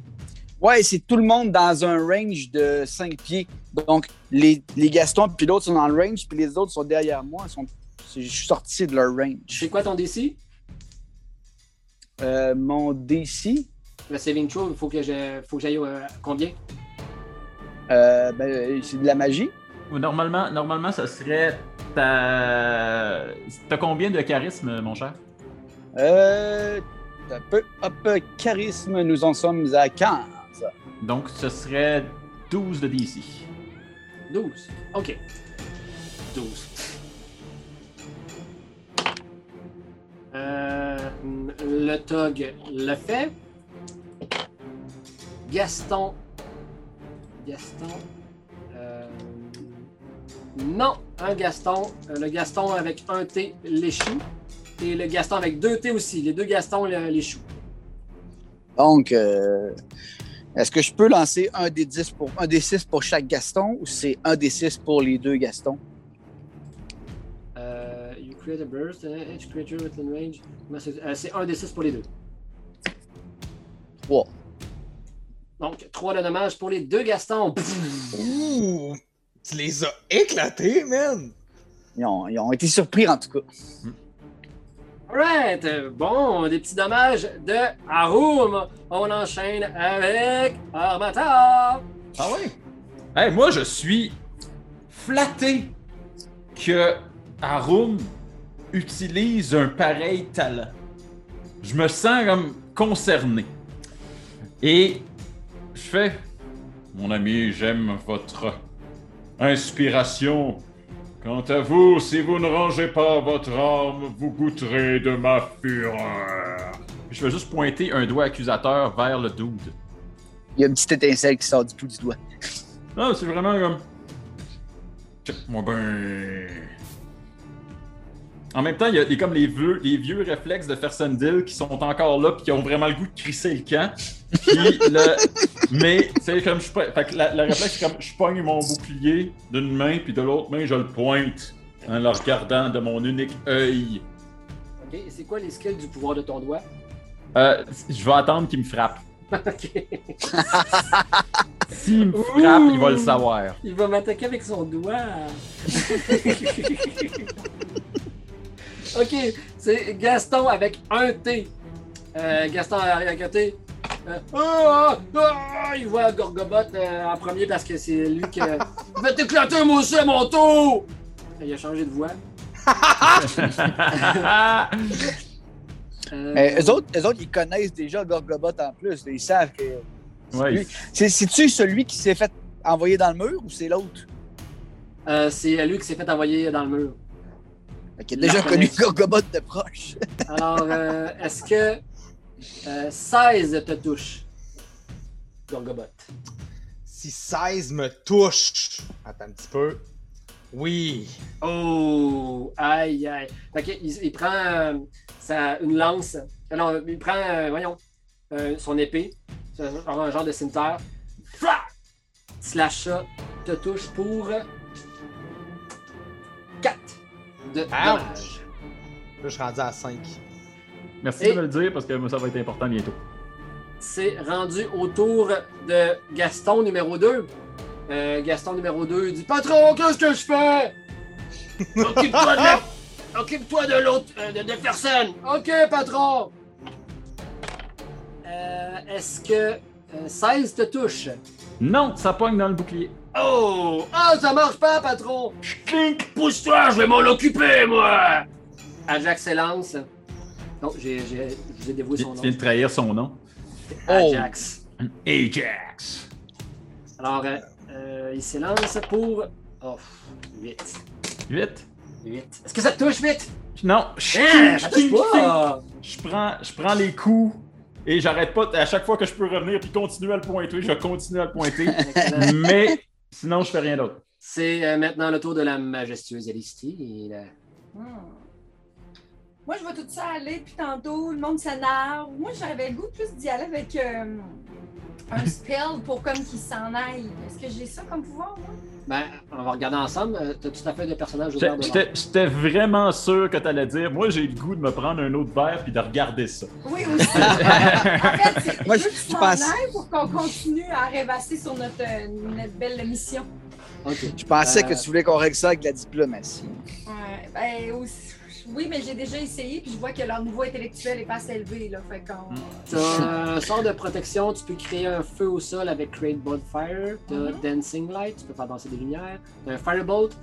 [SPEAKER 4] Ouais, c'est tout le monde dans un range de 5 pieds. Donc, les, les Gastons puis l'autre sont dans le range, puis les autres sont derrière moi. Ils Sont, je suis sorti de leur range.
[SPEAKER 1] C'est quoi ton DC?
[SPEAKER 4] Euh, mon DC,
[SPEAKER 1] La Ben, saving throw, il faut que je- faut que j'aille euh, combien?
[SPEAKER 4] euh, ben, c'est de la magie.
[SPEAKER 5] Normalement, normalement, ça serait ta. T'as combien de charisme, mon cher?
[SPEAKER 4] Euh, un peu, hop, charisme, nous en sommes à 15.
[SPEAKER 5] Donc, ce serait 12 de DC.
[SPEAKER 1] 12. OK. 12. Euh, le Tog le fait. Gaston. Gaston. euh, non, un Gaston. Euh, Le Gaston avec un T l'échoue. Et le Gaston avec deux T aussi. Les deux Gastons le- l'échouent.
[SPEAKER 4] Donc, euh, est-ce que je peux lancer un des 10 pour un des 6 pour chaque Gaston ou c'est un des 6 pour les deux Gastons?
[SPEAKER 1] Euh, you create a burst, uh, each creature within range. Euh, C'est un des six pour les deux.
[SPEAKER 4] 3.
[SPEAKER 1] Donc, trois de dommages pour les deux Gastons.
[SPEAKER 2] Ouh! Tu les as éclatés, man!
[SPEAKER 4] Ils ont, ils ont été surpris en tout cas.
[SPEAKER 1] Alright, euh, bon, des petits dommages de Haroum. On enchaîne avec Armata.
[SPEAKER 7] Ah ouais? Hey, moi, je suis flatté que Arum utilise un pareil talent. Je me sens comme concerné. Et je fais Mon ami, j'aime votre inspiration. Quant à vous, si vous ne rangez pas votre arme, vous goûterez de ma fureur.
[SPEAKER 5] Je vais juste pointer un doigt accusateur vers le dude.
[SPEAKER 4] Il y a une petite étincelle qui sort du bout du doigt.
[SPEAKER 7] Non, c'est vraiment comme. Check-moi ben. En même temps, il y a il y a comme les vieux, les vieux réflexes de Fersendil qui sont encore là puis qui ont vraiment le goût de crisser le camp. Puis *laughs* le- Mais, c'est comme je. po- Fait que la, la réflexe, c'est comme je pogne mon bouclier d'une main puis de l'autre main, je le pointe en le regardant de mon unique œil.
[SPEAKER 1] Ok, c'est quoi les skills du pouvoir de ton doigt?
[SPEAKER 5] Euh, je vais attendre qu'il
[SPEAKER 7] *laughs*
[SPEAKER 5] me frappe.
[SPEAKER 1] Ok,
[SPEAKER 5] S'il me frappe,
[SPEAKER 1] Ouh.
[SPEAKER 5] il va le savoir.
[SPEAKER 1] il va m'attaquer avec son doigt. ok, c'est Gaston avec un T. Euh, Gaston avec un T. Euh, ah, ah, ah, il voit Gorgobot euh, en premier parce que c'est lui qui. euh, Je vais t'éclater, moi aussi, à mon tour! Il a changé de voix. Euh,
[SPEAKER 4] Mais eux autres, eux autres, ils connaissent déjà Gorgobot en plus. Ils savent que.
[SPEAKER 5] Ouais.
[SPEAKER 4] C'est- C'est-tu celui qui s'est fait envoyer dans le mur ou c'est l'autre?
[SPEAKER 1] Euh, c'est lui qui s'est fait envoyer dans le mur.
[SPEAKER 4] Qui a déjà
[SPEAKER 1] Je
[SPEAKER 4] connu
[SPEAKER 1] connais.
[SPEAKER 4] Gorgobot de proche. *laughs*
[SPEAKER 1] Alors, euh, est-ce que euh, 16 te touche, Gorgobot?
[SPEAKER 2] Si 16 me touche, attends un petit peu. Oui.
[SPEAKER 1] Oh, aïe, aïe. Fait que il, il prend euh, sa- une lance. Euh, non, il prend, euh, voyons, euh, son épée, C'est un un genre de cimetière. Fra! Slash ça, te touche pour 4 de dommages.
[SPEAKER 2] Là, je suis rendu à 5.
[SPEAKER 5] Merci
[SPEAKER 1] Et-
[SPEAKER 5] de me le dire parce que moi, ça va être important bientôt.
[SPEAKER 1] C'est rendu au tour de Gaston numéro 2. Euh, Gaston numéro 2 dit Patron, qu'est-ce que je fais *laughs* Occupe-toi de la- Occupe-toi de l'autre. euh, de, de personne. Ok, patron. Euh, Est-ce que euh, 16 te touche
[SPEAKER 5] Non, ça pogne dans le bouclier.
[SPEAKER 1] Oh Ah, ça marche pas, patron Clink Pousse-toi, je vais m'en occuper, moi Ajax s'élance. Non, j'ai, j'ai, je vous ai dévoué
[SPEAKER 5] Tu
[SPEAKER 1] son
[SPEAKER 5] tu
[SPEAKER 1] nom.
[SPEAKER 5] viens de trahir son nom.
[SPEAKER 1] Ajax.
[SPEAKER 7] Ajax!
[SPEAKER 1] Alors, euh, euh, il s'élance pour. Oh, 8.
[SPEAKER 5] Vite.
[SPEAKER 1] 8. Est-ce que ça te touche vite?
[SPEAKER 5] Non, je
[SPEAKER 1] Hein, ça touche
[SPEAKER 5] je-
[SPEAKER 1] pas!
[SPEAKER 5] je prends, je prends les coups et j'arrête pas. À chaque fois que je peux revenir puis continuer à le pointer, je continue à
[SPEAKER 1] *laughs*
[SPEAKER 5] le pointer.
[SPEAKER 1] Excellent.
[SPEAKER 5] mais sinon, je fais rien d'autre.
[SPEAKER 1] euh, C'est euh, maintenant le tour de la majestueuse Elistine.
[SPEAKER 6] Moi,
[SPEAKER 3] Hmm. Moi, je vois tout ça aller, puis tantôt, le monde s'énerve. Moi, j'avais le goût plus d'y aller avec euh, un spell pour comme qu'il s'en aille. Est-ce que j'ai ça comme pouvoir, moi?
[SPEAKER 1] Ben, on va regarder ensemble. Euh, T'as tout à fait de personnages ouverts
[SPEAKER 5] J'étais-
[SPEAKER 1] devant.
[SPEAKER 5] J'étais j'étais vraiment sûr que t'allais dire. Moi, j'ai le goût de me prendre un autre verre puis de regarder ça.
[SPEAKER 3] Oui,
[SPEAKER 4] *laughs*
[SPEAKER 3] aussi. en fait, c'est
[SPEAKER 4] Moi,
[SPEAKER 3] je veux
[SPEAKER 4] je-
[SPEAKER 3] que
[SPEAKER 4] je
[SPEAKER 3] tu m'en
[SPEAKER 4] pense-
[SPEAKER 3] ailles pour qu'on continue à rêvasser sur notre, euh, notre belle mission.
[SPEAKER 1] Ok.
[SPEAKER 4] Je pensais
[SPEAKER 1] Euh,
[SPEAKER 4] que tu voulais qu'on règle ça avec la diplomatie.
[SPEAKER 3] Ouais, ben, aussi- Oui, mais j'ai déjà essayé, puis je vois que leur niveau intellectuel est pas assez élevé, là. Fait qu'on...
[SPEAKER 1] T'as un sort de protection, tu peux créer un feu au sol avec Create Bonfire. T'as
[SPEAKER 3] Mhm.
[SPEAKER 1] Dancing Light, tu peux faire danser des lumières. T'as un Firebolt.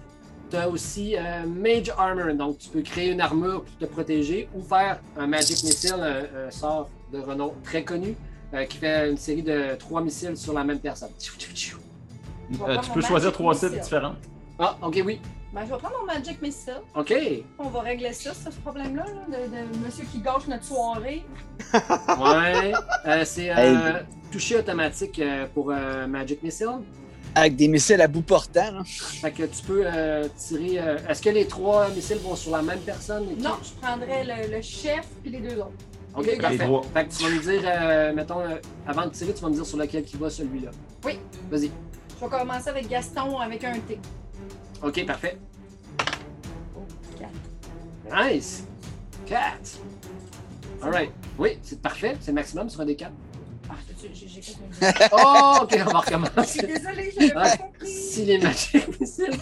[SPEAKER 1] T'as aussi euh, Mage Armor, donc tu peux créer une armure pour te protéger ou faire un Magic Missile, un, un sort de renom très connu euh, qui fait une série de trois missiles sur la même personne. Tchou, tchou, tchou.
[SPEAKER 3] Je vais
[SPEAKER 5] Euh,
[SPEAKER 3] prendre
[SPEAKER 5] tu
[SPEAKER 3] mon
[SPEAKER 5] peux choisir
[SPEAKER 3] Magic
[SPEAKER 5] trois cibles
[SPEAKER 3] Missile.
[SPEAKER 5] différentes.
[SPEAKER 1] Ah, ok, oui.
[SPEAKER 3] Ben, je vais prendre mon Magic Missile.
[SPEAKER 1] Ok.
[SPEAKER 3] On va régler ça, ce problème-là, là, de, de monsieur qui gâche notre soirée.
[SPEAKER 1] Ouais. Euh, C'est
[SPEAKER 4] Hey.
[SPEAKER 1] euh, toucher automatique euh, pour euh, Magic Missile.
[SPEAKER 4] Avec des missiles à bout portant. là.
[SPEAKER 1] Fait que tu peux euh, tirer. euh, Est-ce que les trois missiles vont sur la même personne? et tout?
[SPEAKER 3] Non, je prendrais le, le chef puis les deux autres. Les
[SPEAKER 1] Ok,
[SPEAKER 3] deux
[SPEAKER 1] parfait.
[SPEAKER 5] Les trois.
[SPEAKER 1] Fait que tu vas me dire, euh, mettons, euh, avant de tirer, tu vas me dire sur lequel qui va celui-là.
[SPEAKER 3] Oui.
[SPEAKER 1] Vas-y.
[SPEAKER 3] Je vais commencer avec Gaston avec un T.
[SPEAKER 1] Ok, parfait.
[SPEAKER 3] Oh, quatre.
[SPEAKER 1] Nice. 4. Alright. Oui, c'est parfait. C'est maximum sur un des
[SPEAKER 3] *laughs*
[SPEAKER 1] 4.
[SPEAKER 3] Ah, j'ai- j'ai j'ai
[SPEAKER 1] *laughs*
[SPEAKER 3] compris.
[SPEAKER 1] Oh, ok, on va
[SPEAKER 3] Je suis
[SPEAKER 1] recommencer.
[SPEAKER 3] désolée, j'avais pas
[SPEAKER 1] Ouais.
[SPEAKER 3] compris.
[SPEAKER 1] Si les *laughs* magiques missiles.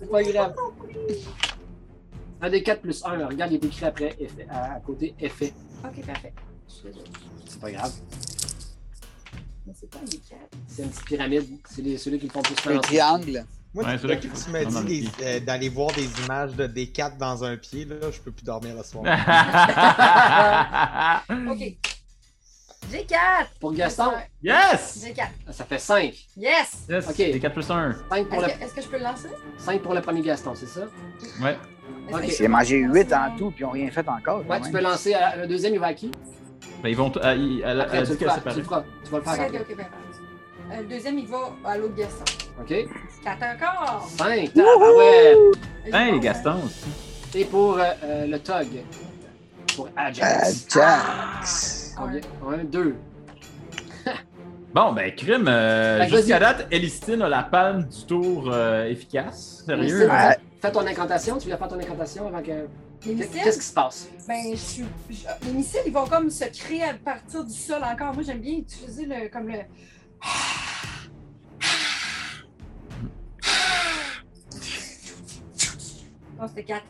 [SPEAKER 1] C'est pas grave. Un des 4 plus 1. Regarde, il est écrit après effet, à, à côté effet.
[SPEAKER 3] Ok, parfait. Je suis désolée.
[SPEAKER 1] C'est pas grave.
[SPEAKER 3] Mais c'est pas les quatre.
[SPEAKER 1] C'est une petite pyramide. C'est les- ceux-là qui le font plus
[SPEAKER 4] Un
[SPEAKER 1] peur.
[SPEAKER 4] triangle.
[SPEAKER 2] Moi,
[SPEAKER 5] Ouais,
[SPEAKER 2] tu-
[SPEAKER 5] c'est vrai
[SPEAKER 2] depuis
[SPEAKER 5] qu'il
[SPEAKER 2] que
[SPEAKER 5] faut
[SPEAKER 2] tu m'as
[SPEAKER 5] prendre
[SPEAKER 2] dit
[SPEAKER 5] dans
[SPEAKER 2] les- euh, d'aller voir des images de D4 dans un pied, là, je peux plus dormir le soir.
[SPEAKER 5] Ah.
[SPEAKER 3] Ok. J'ai quatre.
[SPEAKER 1] Pour Gaston,
[SPEAKER 5] *laughs* yes!
[SPEAKER 3] J'ai quatre.
[SPEAKER 1] ça fait 5.
[SPEAKER 3] Yes!
[SPEAKER 5] Yes!
[SPEAKER 1] Ok.
[SPEAKER 5] Des 4 plus 1.
[SPEAKER 1] 5 pour,
[SPEAKER 3] Est-ce
[SPEAKER 1] le,
[SPEAKER 3] que, est-ce que je peux le lancer?
[SPEAKER 1] 5 pour le premier Gaston, c'est ça?
[SPEAKER 5] Ouais.
[SPEAKER 3] Est-ce
[SPEAKER 1] Ok.
[SPEAKER 3] que je
[SPEAKER 4] J'ai
[SPEAKER 3] peux
[SPEAKER 4] mangé
[SPEAKER 3] lancer
[SPEAKER 4] 8 en
[SPEAKER 3] mon-
[SPEAKER 4] tout, puis ils n'ont rien fait encore.
[SPEAKER 1] Euh.
[SPEAKER 4] quand
[SPEAKER 1] Ouais, tu
[SPEAKER 4] même.
[SPEAKER 1] peux lancer à- le deuxième, il va à qui?
[SPEAKER 5] Ben, ils vont. t- ah, il- Elle elle
[SPEAKER 1] Après,
[SPEAKER 5] a
[SPEAKER 1] tu,
[SPEAKER 5] dit
[SPEAKER 1] le
[SPEAKER 5] qu'elle
[SPEAKER 1] feras- tu le feras.
[SPEAKER 5] séparait.
[SPEAKER 1] Tu vas le faire
[SPEAKER 3] Ok, ok,
[SPEAKER 1] après.
[SPEAKER 3] ok, parfait. Euh, Le deuxième, il va à l'autre Gaston.
[SPEAKER 1] OK?
[SPEAKER 3] Quatre encore!
[SPEAKER 1] 5. ouais.
[SPEAKER 5] Hey, Gaston!
[SPEAKER 1] Et pour euh, euh, le Tog. Pour
[SPEAKER 4] Ah,
[SPEAKER 1] Ajax.
[SPEAKER 4] Jax.
[SPEAKER 1] Combien? 1, 2.
[SPEAKER 5] Bon, ben, crime,
[SPEAKER 1] Fait
[SPEAKER 5] euh,
[SPEAKER 1] que
[SPEAKER 5] jusqu'à
[SPEAKER 1] vas-y.
[SPEAKER 5] date, Elistine a la palme du tour euh, efficace. Sérieux?
[SPEAKER 1] Elistine.
[SPEAKER 5] hein?
[SPEAKER 4] Ouais.
[SPEAKER 1] Fais ton incantation. Tu viens faire ton incantation avant que.
[SPEAKER 3] Les missiles,
[SPEAKER 1] Qu'est-ce qui se passe?
[SPEAKER 3] ben, je suis- je- les missiles, ils vont comme se créer à partir du sol encore. Moi, j'aime bien utiliser le, comme le. Ah, Non, c'était
[SPEAKER 1] *laughs*
[SPEAKER 3] quatre.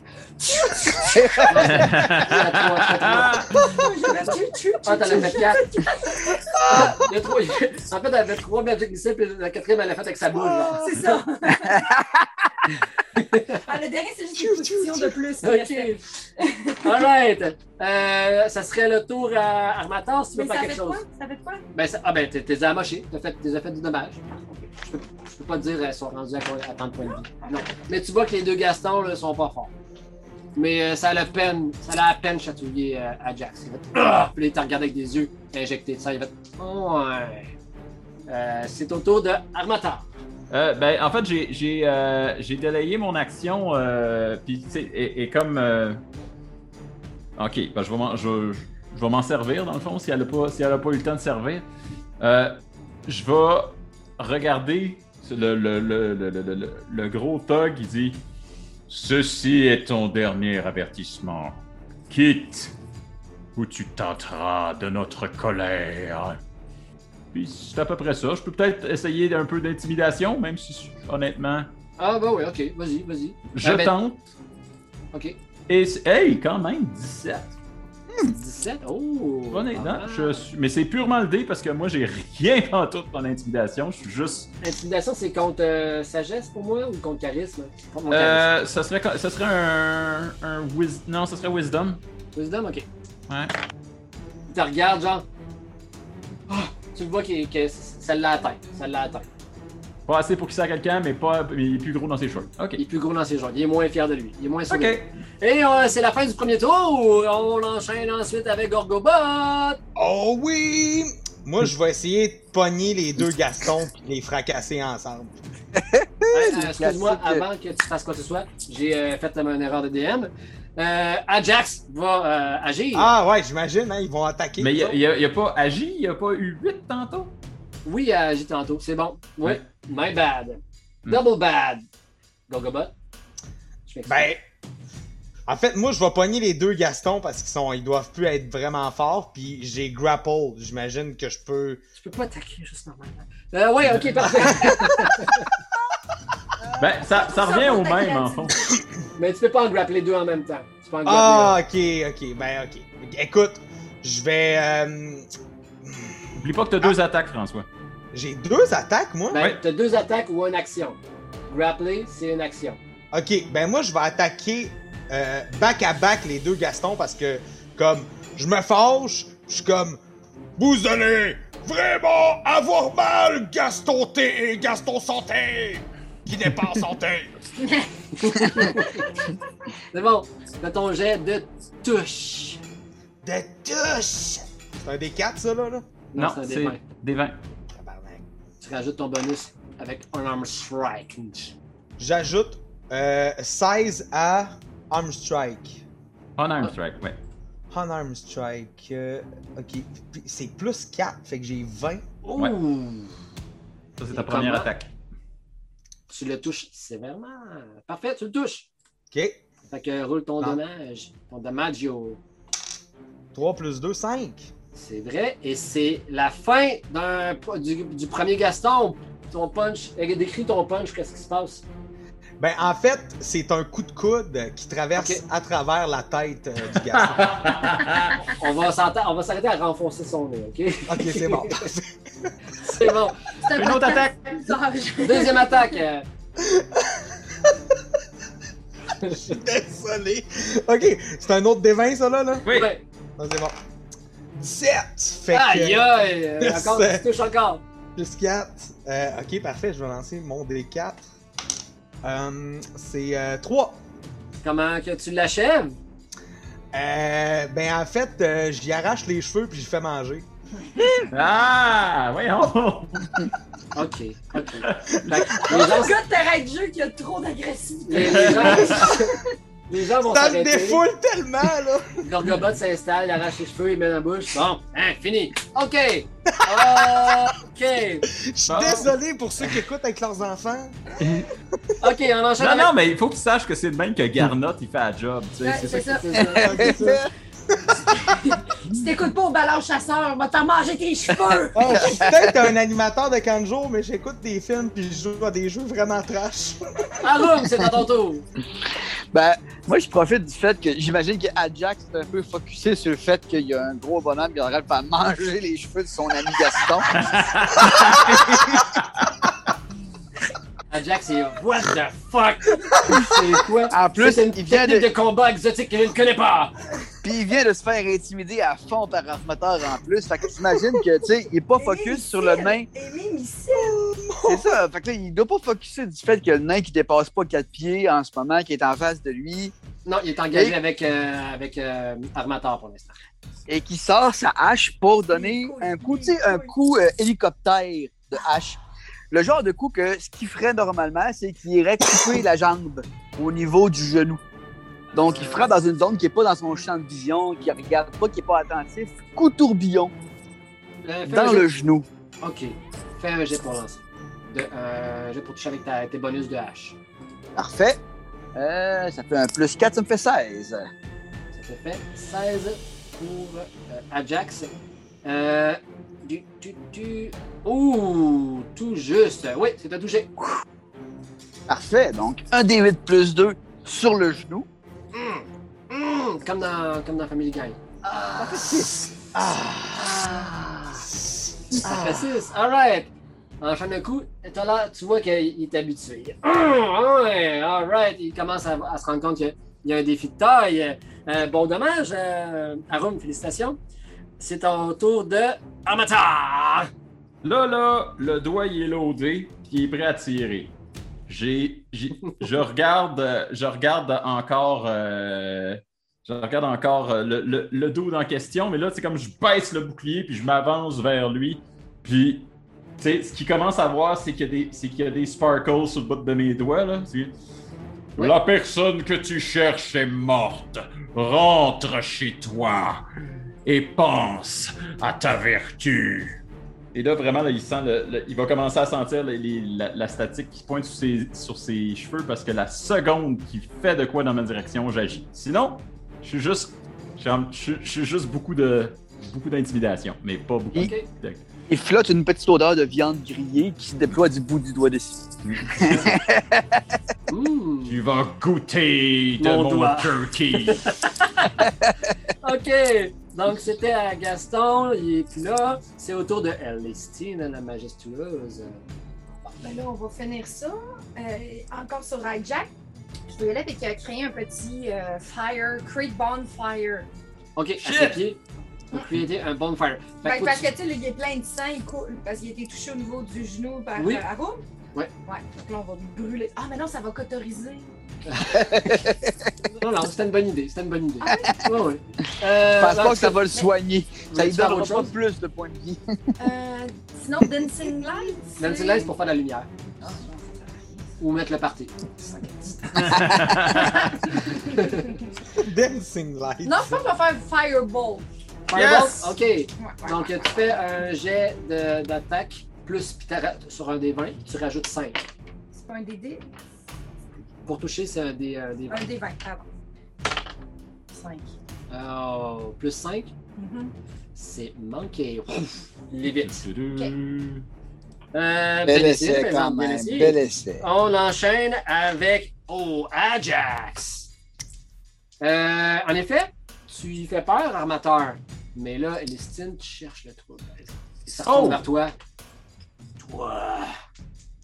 [SPEAKER 1] Ah, trois, fais trois.
[SPEAKER 3] *laughs* J'ai fait tchou, tchou,
[SPEAKER 1] Ah, t'en as
[SPEAKER 3] tchou,
[SPEAKER 1] fait
[SPEAKER 3] tchou.
[SPEAKER 1] 4. Ah, il y a trois. *laughs* En fait, elle avait 3 Magic Missiles, puis la quatrième, elle l'a fait avec sa boule. genre.
[SPEAKER 3] C'est
[SPEAKER 1] *laughs*
[SPEAKER 3] ça. ah, le dernier, c'est juste une position de plus.
[SPEAKER 1] Ok.
[SPEAKER 3] Ah.
[SPEAKER 1] Alright. Euh, ça serait le tour à Armator si tu veux
[SPEAKER 3] Mais
[SPEAKER 1] faire
[SPEAKER 3] ça
[SPEAKER 1] quelque
[SPEAKER 3] fait
[SPEAKER 1] chose.
[SPEAKER 3] quoi? Ça fait quoi?
[SPEAKER 1] Ben, ça- ah ben, t'es- t'es amoché, t'as fait, t'es fait du dommage. Je peux, je peux pas te dire elles sont rendues à, quoi- à tant de points de vie. Non. Mais tu vois que les deux Gastons là, sont pas forts. Mais euh, ça l'a peine, ça l'a à peine chatouillé euh, Ajax. Il fait Ah! Puis là, il t'a regardé avec des yeux injectés de sang. Il fait oh, ouais. Euh, c'est au tour de Armator.
[SPEAKER 5] Euh, ben, en fait, j'ai- j'ai euh, j'ai délayé mon action, euh, puis tu sais, et, et comme. euh, Ok, ben, je vais m'en- je- je- je vais m'en servir dans le fond si elle n'a pas, si elle a pas eu le temps de servir. Euh, je vais regarder le, le, le, le, le, le- le- le gros Tog qui dit Ceci est ton dernier avertissement. Quitte ou tu tenteras de notre colère. Puis c'est à peu près ça. Je peux peut-être essayer d'un peu d'intimidation, même si honnêtement,
[SPEAKER 1] Ah bah oui, ok, vas-y, vas-y.
[SPEAKER 5] je
[SPEAKER 1] Ah, ben-
[SPEAKER 5] tente.
[SPEAKER 1] Ok.
[SPEAKER 5] Et c- hey, quand même 17.
[SPEAKER 1] 17. Oh!
[SPEAKER 5] Honnêtement,
[SPEAKER 1] Ah.
[SPEAKER 5] je suis- mais c'est purement le dé parce que moi j'ai rien *laughs* en tout en intimidation. Je suis juste.
[SPEAKER 1] Intimidation, c'est contre euh, sagesse pour moi ou contre charisme? Contre mon charisme.
[SPEAKER 5] Euh, ça serait co- ça serait un, un wis- non, ça serait wisdom.
[SPEAKER 1] Wisdom, ok.
[SPEAKER 5] Ouais.
[SPEAKER 1] Il te regarde, genre. Ah! tu le vois qu'il- que ça l'a atteint. Ça l'a atteint.
[SPEAKER 5] Pas assez pour qu'il sert quelqu'un, mais pas mais il est plus gros dans ses cheveux. Ok.
[SPEAKER 1] Il est plus gros dans ses jambes. Il est moins fier de lui. Il est moins sûr. de
[SPEAKER 5] Ok.
[SPEAKER 1] lui. Et euh, c'est la fin du premier tour. On enchaîne ensuite avec Gorgobot.
[SPEAKER 2] Oh oui! Moi, je vais essayer de pogner les deux Gastons et les fracasser ensemble.
[SPEAKER 1] Euh,
[SPEAKER 4] le
[SPEAKER 1] Excuse-moi,
[SPEAKER 4] classique.
[SPEAKER 1] avant que tu fasses quoi que ce soit, j'ai euh, fait euh, une erreur de DM. Euh, Ajax va euh, agir.
[SPEAKER 2] Ah ouais, j'imagine, hein, ils vont attaquer.
[SPEAKER 5] Mais il
[SPEAKER 2] nous
[SPEAKER 5] n'y a,
[SPEAKER 2] autres.
[SPEAKER 5] y a- y a pas agi, il n'y a pas eu 8 tantôt.
[SPEAKER 1] Oui, il a agi tantôt, c'est bon. Oui,
[SPEAKER 5] Ouais.
[SPEAKER 1] my bad.
[SPEAKER 5] Hmm.
[SPEAKER 1] Double bad. Gogobot. Je m'excuse.
[SPEAKER 2] Ben. En fait, moi, je vais pogner les deux Gaston parce qu'ils sont, ils doivent plus être vraiment forts. Puis j'ai grapple. J'imagine que je peux.
[SPEAKER 1] Tu peux pas attaquer juste normalement. Euh, oui, ok, parfait.
[SPEAKER 5] Ben, ça, ça
[SPEAKER 3] Ça
[SPEAKER 5] revient
[SPEAKER 3] vaut
[SPEAKER 5] au
[SPEAKER 3] ta
[SPEAKER 5] même, en fond.
[SPEAKER 1] Mais tu peux pas en grappler deux en même temps. Tu peux en grappler un.
[SPEAKER 2] Ah, ok, ok. Ben, ok. Écoute, je vais. euh,
[SPEAKER 5] Oublie pas que tu as deux attaques, François.
[SPEAKER 2] J'ai deux attaques, moi.
[SPEAKER 1] Ben,
[SPEAKER 5] Ouais.
[SPEAKER 1] t'as deux attaques ou une action. Grappler, c'est une action.
[SPEAKER 2] Ok, ben moi je vais attaquer euh, back à back les deux Gaston parce que comme je me fâche, je suis comme vous allez vraiment avoir mal Gaston T et Gaston Santé qui n'est pas en santé.
[SPEAKER 1] C'est bon, t'as ton jet de touche.
[SPEAKER 2] De touche. C'est un des quatre ça là là.
[SPEAKER 1] Non,
[SPEAKER 5] Non,
[SPEAKER 1] c'est un
[SPEAKER 5] c'est
[SPEAKER 1] des vingt.
[SPEAKER 5] des 20.
[SPEAKER 2] Tabarnak.
[SPEAKER 1] Tu rajoutes ton bonus avec un arm strike.
[SPEAKER 2] J'ajoute euh, 16 à Arm Strike.
[SPEAKER 5] On arm strike, ouais.
[SPEAKER 2] On Arm Strike. euh, ok, Puis c'est plus 4, fait que j'ai 20.
[SPEAKER 1] Ouh!
[SPEAKER 5] Ouais. Ça, c'est ta
[SPEAKER 1] Et
[SPEAKER 5] première
[SPEAKER 1] comment?
[SPEAKER 5] attaque.
[SPEAKER 1] Tu le touches sévèrement. Parfait, tu le touches.
[SPEAKER 2] Ok,
[SPEAKER 1] Fait que roule ton
[SPEAKER 2] Ah.
[SPEAKER 1] dommage. Ton dommage, yo.
[SPEAKER 2] 3 plus 2, 5.
[SPEAKER 1] C'est vrai. Et c'est la fin d'un- du, du premier Gaston. Ton punch. Eh, Décris ton punch, qu'est-ce qui se passe?
[SPEAKER 2] Ben, en fait, c'est un coup de coude qui traverse
[SPEAKER 1] Ok.
[SPEAKER 2] à travers la tête euh, du garçon. *laughs*
[SPEAKER 1] On va s'atta- on va s'arrêter à renfoncer son nez, OK?
[SPEAKER 2] ok, c'est *laughs* bon.
[SPEAKER 1] C'est bon.
[SPEAKER 6] C'est un
[SPEAKER 5] Une autre
[SPEAKER 6] podcast
[SPEAKER 5] attaque!
[SPEAKER 6] bizarre.
[SPEAKER 1] Deuxième attaque. euh,
[SPEAKER 2] Je suis désolé. Ok, c'est un autre dévin, ça, là? là?
[SPEAKER 5] Oui.
[SPEAKER 1] ouais.
[SPEAKER 2] Non, c'est bon. 17! Fait
[SPEAKER 1] Aïe,
[SPEAKER 2] que
[SPEAKER 1] aïe. euh, Encore, tu
[SPEAKER 2] C'est-
[SPEAKER 1] touches encore.
[SPEAKER 2] plus 4. Euh, ok, parfait, je vais lancer mon D4. Euh, c'est 3.
[SPEAKER 1] Comment que tu l'achèves?
[SPEAKER 2] Euh, ben, en fait, euh, j'y arrache les cheveux puis j'y fais manger.
[SPEAKER 5] Ah, *laughs* voyons!
[SPEAKER 1] OK. OK. Fait que les gens
[SPEAKER 3] Le gars de terrain de jeu qui a trop d'agressivité.
[SPEAKER 1] Les, les gens, les gens vont
[SPEAKER 2] Ça me
[SPEAKER 1] s'arrêter.
[SPEAKER 2] défoule tellement, là!
[SPEAKER 1] Gorgobot s'installe, il arrache les cheveux, il met dans la bouche. Bon, hein, fini. OK. OK.
[SPEAKER 2] Je suis
[SPEAKER 5] Bon.
[SPEAKER 2] désolé pour ceux qui écoutent avec leurs enfants.
[SPEAKER 1] OK, on enchaîne
[SPEAKER 5] Non,
[SPEAKER 1] avec...
[SPEAKER 5] non, mais il faut que tu saches que c'est le même que Garnotte, il fait la job, tu sais.
[SPEAKER 6] Ouais,
[SPEAKER 5] c'est
[SPEAKER 6] c'est
[SPEAKER 5] ça.
[SPEAKER 6] ça.
[SPEAKER 1] C'est ça.
[SPEAKER 2] Ok, ça.
[SPEAKER 6] Si t'écoutes pas au ballon chasseur, va t'en manger tes cheveux.
[SPEAKER 2] Ah, je suis peut-être un animateur de Kanjo, mais j'écoute des films puis je joue à des jeux vraiment trash. *laughs*
[SPEAKER 1] Arum, c'est à ton tour.
[SPEAKER 4] Ben, moi, je profite du fait que j'imagine qu'Ajax est un peu focusé sur le fait qu'il y a un gros bonhomme qui est en train de faire manger les cheveux de son ami Gaston.
[SPEAKER 1] Ajax, Ah, c'est What the fuck? C'est quoi?
[SPEAKER 4] En plus,
[SPEAKER 1] c'est une
[SPEAKER 4] il vient
[SPEAKER 1] technique de...
[SPEAKER 4] de-
[SPEAKER 1] combat exotique que je ne connais pas.
[SPEAKER 4] Puis il vient de se faire intimider à fond par Armateur en plus. Fait que t'imagines que, tu sais, il est pas
[SPEAKER 3] Émile
[SPEAKER 4] focus sur le
[SPEAKER 3] Missile.
[SPEAKER 4] nain.
[SPEAKER 3] Émile Missile.
[SPEAKER 4] C'est ça. Fait que là, il doit pas focuser du fait que le nain qui dépasse pas quatre pieds en ce moment, qui est en face de lui,
[SPEAKER 1] Non, il est engagé
[SPEAKER 4] Et-
[SPEAKER 1] avec, euh, avec euh, Armator pour l'instant.
[SPEAKER 4] et qui sort sa hache pour donner
[SPEAKER 3] couille,
[SPEAKER 4] un coup,
[SPEAKER 3] une
[SPEAKER 4] tu sais, un
[SPEAKER 3] couille.
[SPEAKER 4] coup euh, hélicoptère de hache. Le genre de coup que ce qu'il ferait normalement, c'est qu'il irait couper la jambe au niveau du genou. Donc, il frappe dans une zone qui est pas dans son champ de vision, qui regarde pas, qui est pas attentif. Coup tourbillon
[SPEAKER 1] Euh, fais
[SPEAKER 4] dans
[SPEAKER 1] un
[SPEAKER 4] le
[SPEAKER 1] jet-
[SPEAKER 4] genou.
[SPEAKER 1] OK. Fais un jet pour lancer. De, euh, un jet pour toucher avec ta- tes bonus de hache.
[SPEAKER 4] Parfait. Euh, ça fait un plus 4, ça me fait 16.
[SPEAKER 1] Ça te fait 16 pour euh, Ajax. Euh, tu, tu, tu... Ouh, tout juste. Oui, c'est un touché.
[SPEAKER 4] Parfait. Donc, un D8 plus 2 sur le genou.
[SPEAKER 1] Hum, comme, dans, comme dans Family Guy.
[SPEAKER 4] Ça fait 6.
[SPEAKER 1] Ah. Ça fait 6. All right. Enchaîne le coup. Et t'as l'air- tu vois qu'il est habitué. Hum, ouais, all right. Il commence à, à se rendre compte qu'il y a un défi de taille. Euh, bon dommage, euh, Arum, félicitations. C'est ton tour de Amateur.
[SPEAKER 5] Là, là, le doigt il est loadé, puis il est prêt à tirer. J'ai, j'ai- je regarde, euh, je regarde encore, euh, je regarde encore euh, le, le, le dude en question, mais là, c'est comme je baisse le bouclier, puis je m'avance vers lui, puis Tu sais, ce qu'il commence à voir, c'est qu'il y, a des- c'est qu'il y a des sparkles sur le bout de mes doigts, là. C'est- La personne que tu cherches est morte. Rentre chez toi et pense à ta vertu. Et là, vraiment, là, il, sent le- le- il va commencer à sentir les- les- la, la statique qui pointe sur ses, sur ses cheveux parce que la seconde qu'il fait de quoi dans ma direction, j'agis. Sinon, je suis juste, je suis en- je suis- je suis juste beaucoup de beaucoup d'intimidation, mais pas beaucoup.
[SPEAKER 4] Il- Il flotte une petite odeur de viande grillée qui se déploie du bout du doigt de scie.
[SPEAKER 1] Hmm.
[SPEAKER 7] Tu vas goûter de
[SPEAKER 1] Mon
[SPEAKER 7] mon,
[SPEAKER 1] doigt.
[SPEAKER 7] turkey.
[SPEAKER 1] *laughs* OK. Donc, c'était à Gaston, il est plus là. C'est au tour de Elistine, la majestueuse.
[SPEAKER 3] Bon, ben là, on va finir ça. Euh, encore sur Hijack. Je vais y aller avec euh, créer un petit euh, fire, create bonfire.
[SPEAKER 1] OK, à
[SPEAKER 5] Shit!
[SPEAKER 1] ses pieds. Pour créer un bonfire. Fait que
[SPEAKER 3] Ben,
[SPEAKER 1] faut
[SPEAKER 3] parce que
[SPEAKER 1] que
[SPEAKER 3] tu sais, là, il est plein de sang, il coule parce qu'il a été touché au niveau du genou par
[SPEAKER 1] Oui.
[SPEAKER 3] euh, Haroun.
[SPEAKER 1] Ouais.
[SPEAKER 3] Ouais. Donc là, on va brûler. Ah, mais non, ça va cotoriser.
[SPEAKER 1] tu- Non, non, c'était une bonne idée. C'était une bonne idée. Ouais, ouais.
[SPEAKER 4] Je
[SPEAKER 1] Euh,
[SPEAKER 4] pense
[SPEAKER 1] donc,
[SPEAKER 4] pas que ça va le soigner. Ça lui
[SPEAKER 1] veux-tu faire
[SPEAKER 4] donnera
[SPEAKER 1] autre
[SPEAKER 4] pas
[SPEAKER 1] chose?
[SPEAKER 4] plus de points de vie.
[SPEAKER 3] Euh, sinon, Dancing Lights. Ah,
[SPEAKER 1] Nancy Lace pour faire la lumière. Ou mettre le party.
[SPEAKER 2] Dancing Light.
[SPEAKER 3] *laughs* Non, je pense qu'on va faire Fireball.
[SPEAKER 1] Fireball?
[SPEAKER 2] Yes!
[SPEAKER 1] OK.
[SPEAKER 3] Ouais, ouais,
[SPEAKER 1] Donc, tu fais un jet de- d'attaque plus puis t'arrêtes sur un des 20, tu rajoutes 5.
[SPEAKER 3] C'est pas un DD,
[SPEAKER 1] Pour toucher, c'est un des, euh, des 20.
[SPEAKER 3] un des 20, pardon. 5.
[SPEAKER 1] Oh, plus 5,
[SPEAKER 3] Mm-hmm.
[SPEAKER 1] c'est manqué. Ouf, Il évite. Euh,
[SPEAKER 4] Bel
[SPEAKER 1] bel essai,
[SPEAKER 4] essai
[SPEAKER 1] mais
[SPEAKER 4] quand
[SPEAKER 1] non, bel
[SPEAKER 4] même.
[SPEAKER 1] essai.
[SPEAKER 4] Bel essai.
[SPEAKER 1] On enchaîne avec oh, Ajax. Euh, en effet, tu y fais peur, armateur. Mais là, Elistine cherche le trouble. Il se retourne
[SPEAKER 5] Oh!
[SPEAKER 1] vers toi. Toi.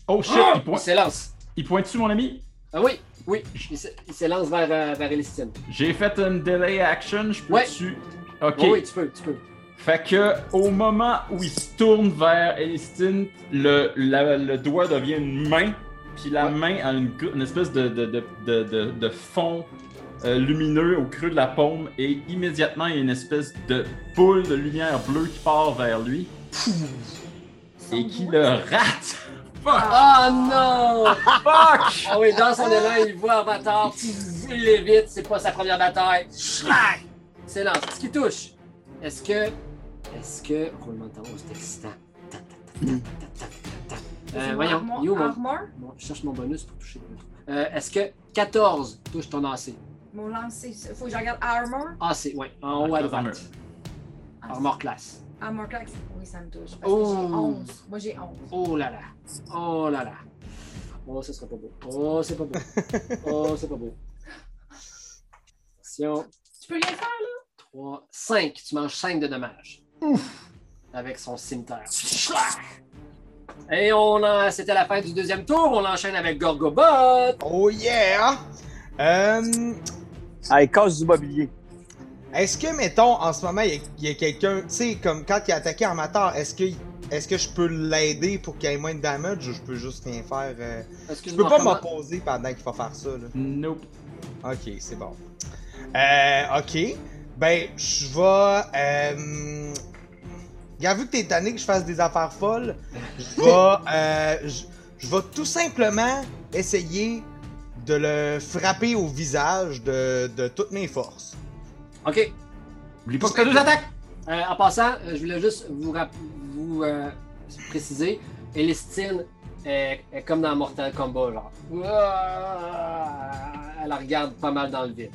[SPEAKER 5] Oh shit,
[SPEAKER 1] Ah!
[SPEAKER 5] il,
[SPEAKER 1] Il
[SPEAKER 5] pointe,
[SPEAKER 1] s'élance.
[SPEAKER 5] il pointe dessus, mon ami?
[SPEAKER 1] Ah oui, oui, il se- il s'élance vers, euh, vers Elistine.
[SPEAKER 5] J'ai fait une delay action, je peux
[SPEAKER 1] Ouais.
[SPEAKER 5] dessus. Ok.
[SPEAKER 1] Oh oui, tu peux, tu peux.
[SPEAKER 5] Fait que au moment où il se tourne vers Elistine, le, la- le doigt devient une main, puis la
[SPEAKER 1] Ouais.
[SPEAKER 5] main a une, gr- une espèce de, de, de, de, de- de fond euh, lumineux au creux de la paume, et immédiatement il y a une espèce de boule de lumière bleue qui part vers lui et qui
[SPEAKER 3] Euh,
[SPEAKER 5] le rate. Fuck!
[SPEAKER 1] Oh non!
[SPEAKER 5] Fuck!
[SPEAKER 1] Ah oui, dans son élan, il voit Avatar, il évite, c'est pas sa première bataille. Schlag! C'est lent. Ce qui touche. Est-ce que. Est-ce que. Roulement de tambour, c'est excitant. Ta, ta, ta, ta, ta, ta, ta. Euh, voyons,
[SPEAKER 3] Armor.
[SPEAKER 1] il est où mon-
[SPEAKER 3] Armor.
[SPEAKER 1] mon- Je cherche mon bonus pour toucher. Euh, Est-ce que 14 touche ton AC?
[SPEAKER 3] Mon lancer, faut que je regarde Armor.
[SPEAKER 1] AC, oui, en haut à droite.
[SPEAKER 3] Ah,
[SPEAKER 1] Armor class.
[SPEAKER 3] Armor Clax. Oui, ça me touche. Parce que
[SPEAKER 1] Oh.
[SPEAKER 3] j'ai 11. Moi, j'ai 11.
[SPEAKER 1] Oh là là. Oh là là. Oh, ce sera pas beau. Oh, c'est pas beau. Oh, c'est pas beau. Attention.
[SPEAKER 3] Tu peux rien faire, là?
[SPEAKER 1] 3, 5. Tu manges 5 de dommages. Avec son cimetière. Et on en... c'était la fin du deuxième tour. On enchaîne avec Gorgobot.
[SPEAKER 2] Oh yeah! Euh,
[SPEAKER 4] Ah, il casse du mobilier.
[SPEAKER 2] est-ce que, mettons, en ce moment, il y a- il y a, quelqu'un, tu sais, comme quand il a attaqué Armator, est-ce que, est-ce que je peux l'aider pour qu'il ait moins de damage ou je peux juste rien faire? euh? Je peux pas m'opposer pendant qu'il va faire ça, là.
[SPEAKER 5] Nope.
[SPEAKER 2] Ok, c'est bon. Euh, ok. Ben, je vais. Euh... regarde, vu que t'es tanné que je fasse des affaires folles, je vais. euh, je- je vais tout simplement essayer de le frapper au visage de, de toutes mes forces.
[SPEAKER 1] OK.
[SPEAKER 5] Oublie pas que t'as deux attaques!
[SPEAKER 1] Euh, en passant, euh, je voulais juste vous, rap- vous euh, préciser. Elistine est, est comme dans Mortal Kombat, genre. Ouah! Elle regarde pas mal dans le vide.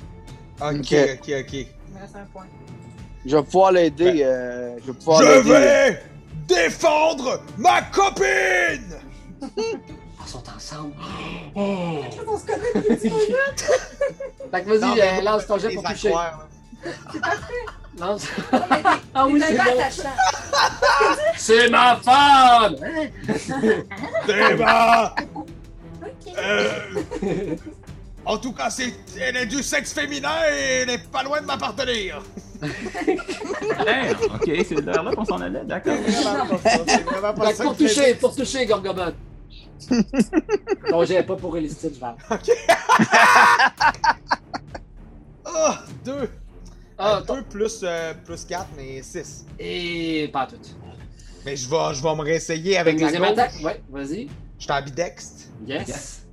[SPEAKER 2] Ok, ok,
[SPEAKER 4] Ok.
[SPEAKER 2] ok.
[SPEAKER 3] Il me reste un point.
[SPEAKER 4] Je vais pouvoir
[SPEAKER 1] Ben.
[SPEAKER 4] l'aider. euh, je vais pouvoir
[SPEAKER 2] Je
[SPEAKER 4] l'aider. euh,
[SPEAKER 2] vais défendre ma copine!
[SPEAKER 1] Ils sont ensemble.
[SPEAKER 3] On *laughs* se connaît depuis 10 minutes.
[SPEAKER 1] Fait que
[SPEAKER 2] Non,
[SPEAKER 1] vas-y,
[SPEAKER 2] mais
[SPEAKER 1] euh, lance ton jet
[SPEAKER 2] les
[SPEAKER 1] pour toucher.
[SPEAKER 2] accroires, là.
[SPEAKER 1] Lance. *laughs*
[SPEAKER 3] Mais t'es-
[SPEAKER 1] Ah oui,
[SPEAKER 3] t'es
[SPEAKER 1] c'est
[SPEAKER 3] un peu
[SPEAKER 1] bon.
[SPEAKER 3] attachant.
[SPEAKER 1] C'est ma femme! Hein?
[SPEAKER 2] Eh Débat!
[SPEAKER 3] Ok.
[SPEAKER 2] Euh, En tout cas, c'est... elle est du sexe féminin et elle est pas loin de m'appartenir.
[SPEAKER 5] Claire. Ok, c'est vers là qu'on s'en allait, d'accord.
[SPEAKER 2] C'est vraiment
[SPEAKER 1] Fait que pour toucher, pour toucher, Gorgobot. non, j'avais pas pour Elistine, je parle.
[SPEAKER 2] Oh, deux.
[SPEAKER 1] Ah,
[SPEAKER 2] euh, deux plus, euh, plus quatre, mais six.
[SPEAKER 1] Et pas toutes.
[SPEAKER 2] Mais je vais, je vais me réessayer
[SPEAKER 1] Avec
[SPEAKER 2] avec la
[SPEAKER 1] deuxième
[SPEAKER 2] gauche.
[SPEAKER 1] attaque, ouais, vas-y.
[SPEAKER 2] Je suis ambidextre.
[SPEAKER 1] Yes.
[SPEAKER 5] Yes.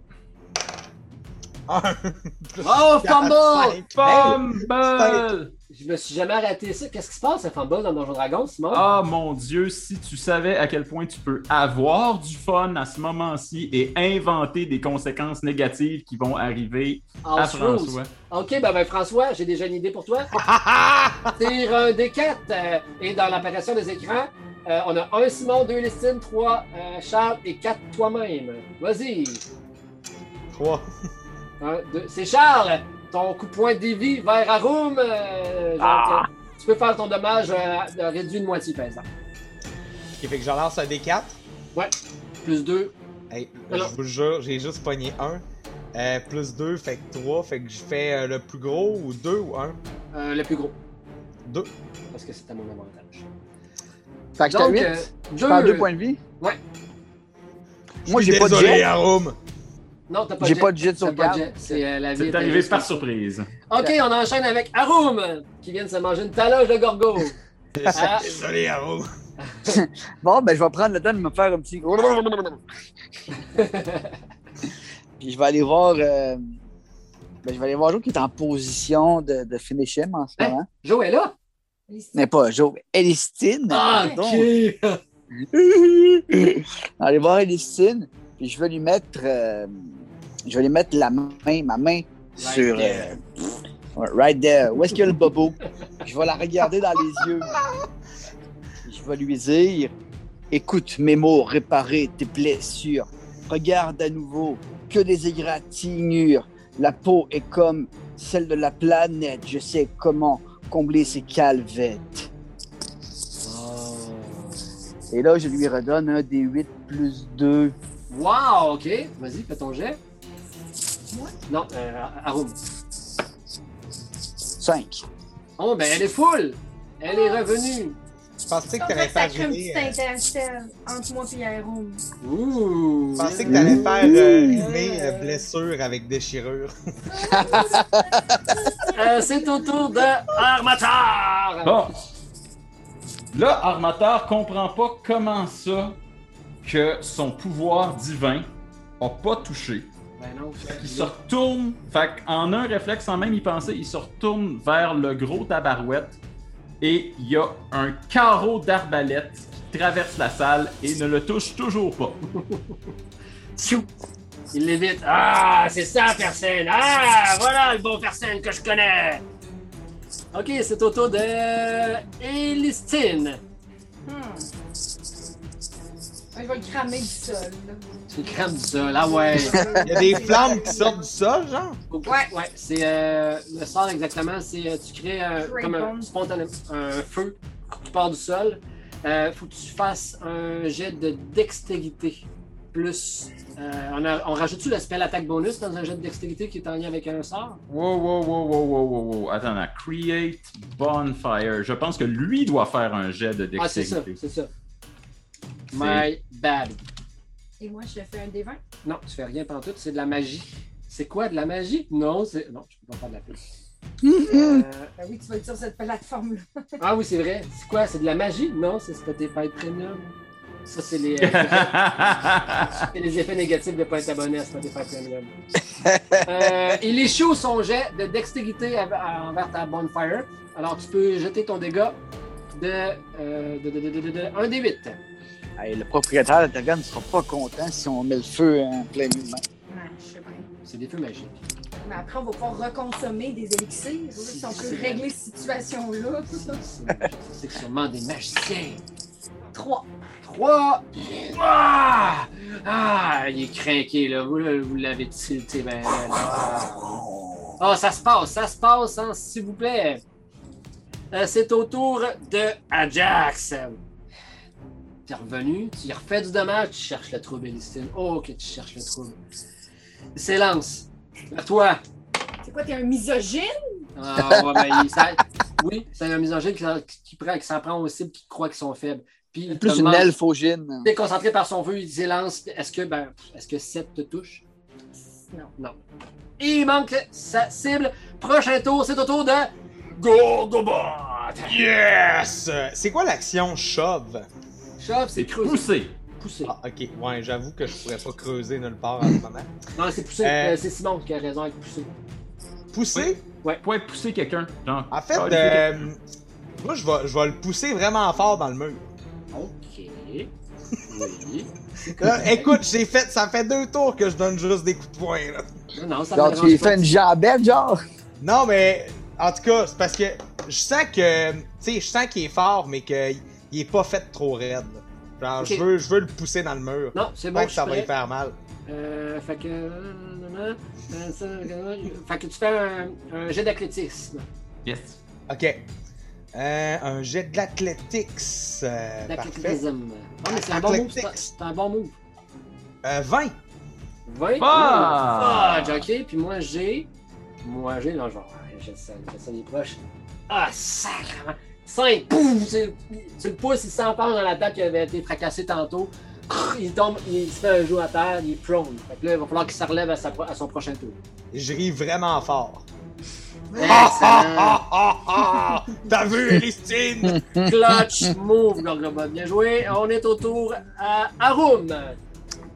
[SPEAKER 2] Un, *laughs*
[SPEAKER 1] Oh,
[SPEAKER 2] quatre,
[SPEAKER 1] fumble!
[SPEAKER 2] cinq.
[SPEAKER 5] Fumble!
[SPEAKER 1] Je me suis jamais arrêté ça. Qu'est-ce qui se passe, un fumble dans Donjon Dragon, Simon?
[SPEAKER 5] Ah mon Dieu, si tu savais à quel point tu peux avoir du fun à ce moment-ci et inventer des conséquences négatives qui vont arriver à
[SPEAKER 1] House rules.
[SPEAKER 5] Ah, François.
[SPEAKER 1] Ah, Ok, ben, ben, François, j'ai déjà une idée pour toi.
[SPEAKER 2] Hey.
[SPEAKER 1] Tire un D4 euh, et dans l'apparition des écrans, euh, on a un Simon, deux Listine, trois euh, Charles et quatre toi-même. Vas-y.
[SPEAKER 2] *laughs* Trois.
[SPEAKER 1] Un, deux. C'est Charles! Ton coup de poing dévie vers Arum. euh, genre,
[SPEAKER 5] Ah!
[SPEAKER 1] Tu peux faire ton dommage euh, euh, réduit de moitié, par exemple.
[SPEAKER 2] Ok, fait que je lance un D4.
[SPEAKER 1] Plus deux.
[SPEAKER 2] Hey,
[SPEAKER 1] Alors.
[SPEAKER 2] je vous le jure, j'ai juste pogné un. Euh, plus deux, fait que trois. Fait que je fais euh, le plus gros ou deux ou un.
[SPEAKER 1] euh, le plus gros.
[SPEAKER 2] Deux.
[SPEAKER 1] Parce que c'était mon avantage.
[SPEAKER 4] Fait que t'as 8,
[SPEAKER 1] euh,
[SPEAKER 4] tu perds
[SPEAKER 1] deux-
[SPEAKER 4] 2 points de vie.
[SPEAKER 1] Ouais.
[SPEAKER 4] Moi,
[SPEAKER 2] Je suis
[SPEAKER 4] j'ai pas de
[SPEAKER 2] Désolé,
[SPEAKER 4] jet.
[SPEAKER 2] Arum.
[SPEAKER 1] Non, t'as pas
[SPEAKER 4] J'ai
[SPEAKER 1] de
[SPEAKER 4] pas de jet de
[SPEAKER 1] C'est pas
[SPEAKER 4] sauvegarde.
[SPEAKER 1] Jet, c'est euh, la vie.
[SPEAKER 5] C'est
[SPEAKER 1] était
[SPEAKER 5] arrivé
[SPEAKER 1] juste
[SPEAKER 5] par
[SPEAKER 1] comme
[SPEAKER 5] surprise.
[SPEAKER 1] ça. Ok, on enchaîne avec Arum, qui vient de se manger une taloche de gorgo. Ah,
[SPEAKER 2] Désolé, Arum.
[SPEAKER 4] Bon, ben, je vais prendre le temps de me faire un petit.
[SPEAKER 1] *laughs*
[SPEAKER 4] Puis je vais aller voir. euh, Ben, je vais aller voir Joe qui est en position de, de finish him en ce
[SPEAKER 1] Hein?
[SPEAKER 4] moment.
[SPEAKER 1] Joe est là?
[SPEAKER 4] Mais pas Joe, Elistine.
[SPEAKER 1] Ah,
[SPEAKER 4] donc.
[SPEAKER 1] ok.
[SPEAKER 4] Allez voir Elistine. Puis je vais lui mettre. euh, Je vais lui mettre la main, ma main sur.
[SPEAKER 1] there.
[SPEAKER 4] euh, ouais, Right there. Où est-ce qu'il y a le bobo? Je vais la regarder dans les yeux. Je vais lui dire Écoute mes mots, réparer tes blessures. Regarde à nouveau que des égratignures. La peau est comme celle de la planète. Je sais comment combler ces calvettes. Et là, je lui redonne un des 8 plus 2.
[SPEAKER 1] Wow, ok. Vas-y, fais ton jet. Non, euh, Arum.
[SPEAKER 4] 5.
[SPEAKER 1] Oh, ben elle est full. Elle est revenue.
[SPEAKER 2] Je pensais que
[SPEAKER 3] On
[SPEAKER 2] t'allais
[SPEAKER 3] dirait que ça
[SPEAKER 2] faire
[SPEAKER 3] crée une
[SPEAKER 2] gêner.
[SPEAKER 3] petite
[SPEAKER 2] euh,
[SPEAKER 3] interstelle entre moi et Arum.
[SPEAKER 1] Ouh.
[SPEAKER 2] Je pensais que t'allais faire euh, rimer euh, blessure avec déchirure.
[SPEAKER 1] Euh, c'est au tour de Armatar.
[SPEAKER 5] Bon. Là, Armatar comprend pas comment ça que son pouvoir divin a pas touché.
[SPEAKER 1] Ben non,
[SPEAKER 5] Il se retourne, fait en un réflexe, sans même y penser, il se retourne vers le gros tabarouette et il y a un carreau d'arbalète qui traverse la salle et ne le touche toujours pas.
[SPEAKER 1] Tchou! Il l'évite. Ah, c'est ça, personne. Ah, voilà le bon personne que je connais. Ok, c'est au tour de Elistine.
[SPEAKER 3] Hmm. Ouais, Je vais le cramer du sol. là.
[SPEAKER 1] Tu le crames du sol, ah
[SPEAKER 3] *laughs*
[SPEAKER 1] ouais.
[SPEAKER 2] Il y a des flammes qui sortent du sol, genre.
[SPEAKER 1] ouais, ouais. C'est euh, le sort exactement. C'est euh, tu crées un,
[SPEAKER 3] Great
[SPEAKER 1] comme un
[SPEAKER 3] Bone.
[SPEAKER 1] spontané, un feu qui part du sol. Euh, faut que tu fasses un jet de dextérité plus. euh, on, a- on rajoute-tu le spell attaque bonus dans un jet de dextérité qui est en lien avec un sort?
[SPEAKER 5] Wow, wow, wow, wow, wow, wow, wow. Attends, là. create bonfire. Je pense que lui doit faire un jet de
[SPEAKER 1] Ah, c'est ça,
[SPEAKER 5] dextérité.
[SPEAKER 1] c'est ça.
[SPEAKER 5] C'est-
[SPEAKER 1] My bad.
[SPEAKER 3] Et moi, je fais un dévin.
[SPEAKER 1] Non, tu fais rien pendant tout, c'est de la magie. C'est quoi de la magie? Non, c'est. Non, je peux pas faire de la pub. Euh,
[SPEAKER 3] Ben oui, tu vas être sur cette plateforme-là.
[SPEAKER 1] Ah oui, c'est vrai. C'est quoi? C'est de la magie? Non, c'est Spotify Premium. Ça, c'est les, euh,
[SPEAKER 5] *laughs*
[SPEAKER 1] c'est les effets négatifs de ne pas être abonné à Spotify Premium. Euh, il échoue son jet de dextérité av- à- envers ta bonfire. Alors, tu peux jeter ton dégât de, euh, de, de, de, de, de, de 1 des 8.
[SPEAKER 4] Hey, le propriétaire de Tagan ne sera pas content si on met le feu en plein milieu.
[SPEAKER 3] Ouais, je sais bien.
[SPEAKER 1] C'est des feux magiques.
[SPEAKER 3] Mais après, on va pouvoir reconsommer des élixirs. Si on peut régler cette situation-là. *laughs*
[SPEAKER 1] C'est- C'est sûrement des magiciens.
[SPEAKER 3] Trois.
[SPEAKER 1] 3. Ah! Ah, il est craqué, là. Vous, là, vous l'avez tilté, ben. là, là. Ah, ça se passe, ça se passe, hein, s'il vous plaît. Euh, c'est au tour de Ajax. T'es revenu, tu y refais du dommage, tu cherches le trouble, Elistine. Oh, que tu cherches le trouble. Il s'élance. À toi.
[SPEAKER 3] C'est quoi, t'es un misogyne?
[SPEAKER 1] Ah, ouais, ben, il- ça- oui, c'est un misogyne qui, s'en- qui prend, qui s'en prend aux cibles qui croient qu'ils sont faibles. Puis, il te
[SPEAKER 4] Plus une
[SPEAKER 1] demande-
[SPEAKER 4] elfe au gin.
[SPEAKER 1] il est concentré par son feu, il s'élance. Est-ce que, ben, est-ce que 7 te touche?
[SPEAKER 3] Non.
[SPEAKER 1] Non. Et il manque sa cible. Prochain tour, c'est au tour de Gorgobot.
[SPEAKER 2] Ah, Yes! C'est quoi l'action shove?
[SPEAKER 1] Shove, c'est
[SPEAKER 5] C'est
[SPEAKER 1] creuser.
[SPEAKER 5] poussé.
[SPEAKER 1] Pousser.
[SPEAKER 2] Ah, ok. Ouais, j'avoue que je pourrais pas creuser nulle part en ce moment.
[SPEAKER 1] Non, c'est pousser.
[SPEAKER 2] Euh,
[SPEAKER 1] Euh, c'est Simon qui a raison avec pousser.
[SPEAKER 2] Pousser?
[SPEAKER 5] Point pousser quelqu'un. Genre,
[SPEAKER 2] En fait,
[SPEAKER 5] Ah,
[SPEAKER 2] euh, moi, je vais, je vais le pousser vraiment fort dans le mur.
[SPEAKER 1] Ok.
[SPEAKER 4] Euh,
[SPEAKER 1] Oui.
[SPEAKER 2] Là, écoute, j'ai fait, ça fait deux tours que je donne juste des coups de poing. là.
[SPEAKER 1] Non, non, ça me
[SPEAKER 4] Genre, tu lui
[SPEAKER 1] dérange pas.
[SPEAKER 4] fais une jabette, genre.
[SPEAKER 2] Non, mais en tout cas, c'est parce que je sens que, tu sais, je sens qu'il est fort, mais qu'il il est pas fait trop raide. là. Genre,
[SPEAKER 1] Ok.
[SPEAKER 2] je veux, je veux le pousser dans le mur.
[SPEAKER 1] Non, c'est bon,
[SPEAKER 2] Peut-être
[SPEAKER 1] je
[SPEAKER 2] que
[SPEAKER 1] suis
[SPEAKER 2] ça va
[SPEAKER 1] prêt.
[SPEAKER 2] lui faire mal.
[SPEAKER 1] Euh, fait que... euh, euh, ça, euh, Fait que tu fais un, un jet d'athlétisme.
[SPEAKER 5] yes.
[SPEAKER 2] Ok. Euh, un jet de l'athlétics. Euh, parfait.
[SPEAKER 1] D'athlétisme. Non, Ben, Ah, mais c'est un bon move. C'est un-
[SPEAKER 2] Athletics.
[SPEAKER 1] c'est un bon move.
[SPEAKER 2] Euh, 20.
[SPEAKER 1] 20.
[SPEAKER 5] Ah!
[SPEAKER 1] Fudge, ok. Puis moi, j'ai. Moi, j'ai. Non, genre, j'ai ça, j'ai ça des proches. Ah, sacrément. 5. Boum! Tu, tu le pousses, il s'empare dans la table qui avait été fracassée tantôt. Crrr, Il tombe, il se fait un jour à terre, il est prone. Fait que là, il va falloir qu'il se relève à, sa pro- à son prochain tour.
[SPEAKER 2] Je ris vraiment fort.
[SPEAKER 1] Excellent.
[SPEAKER 2] *laughs* T'as vu, Elistine?
[SPEAKER 1] Clutch move, Gorgobot. Bien joué. On est au tour à Arum.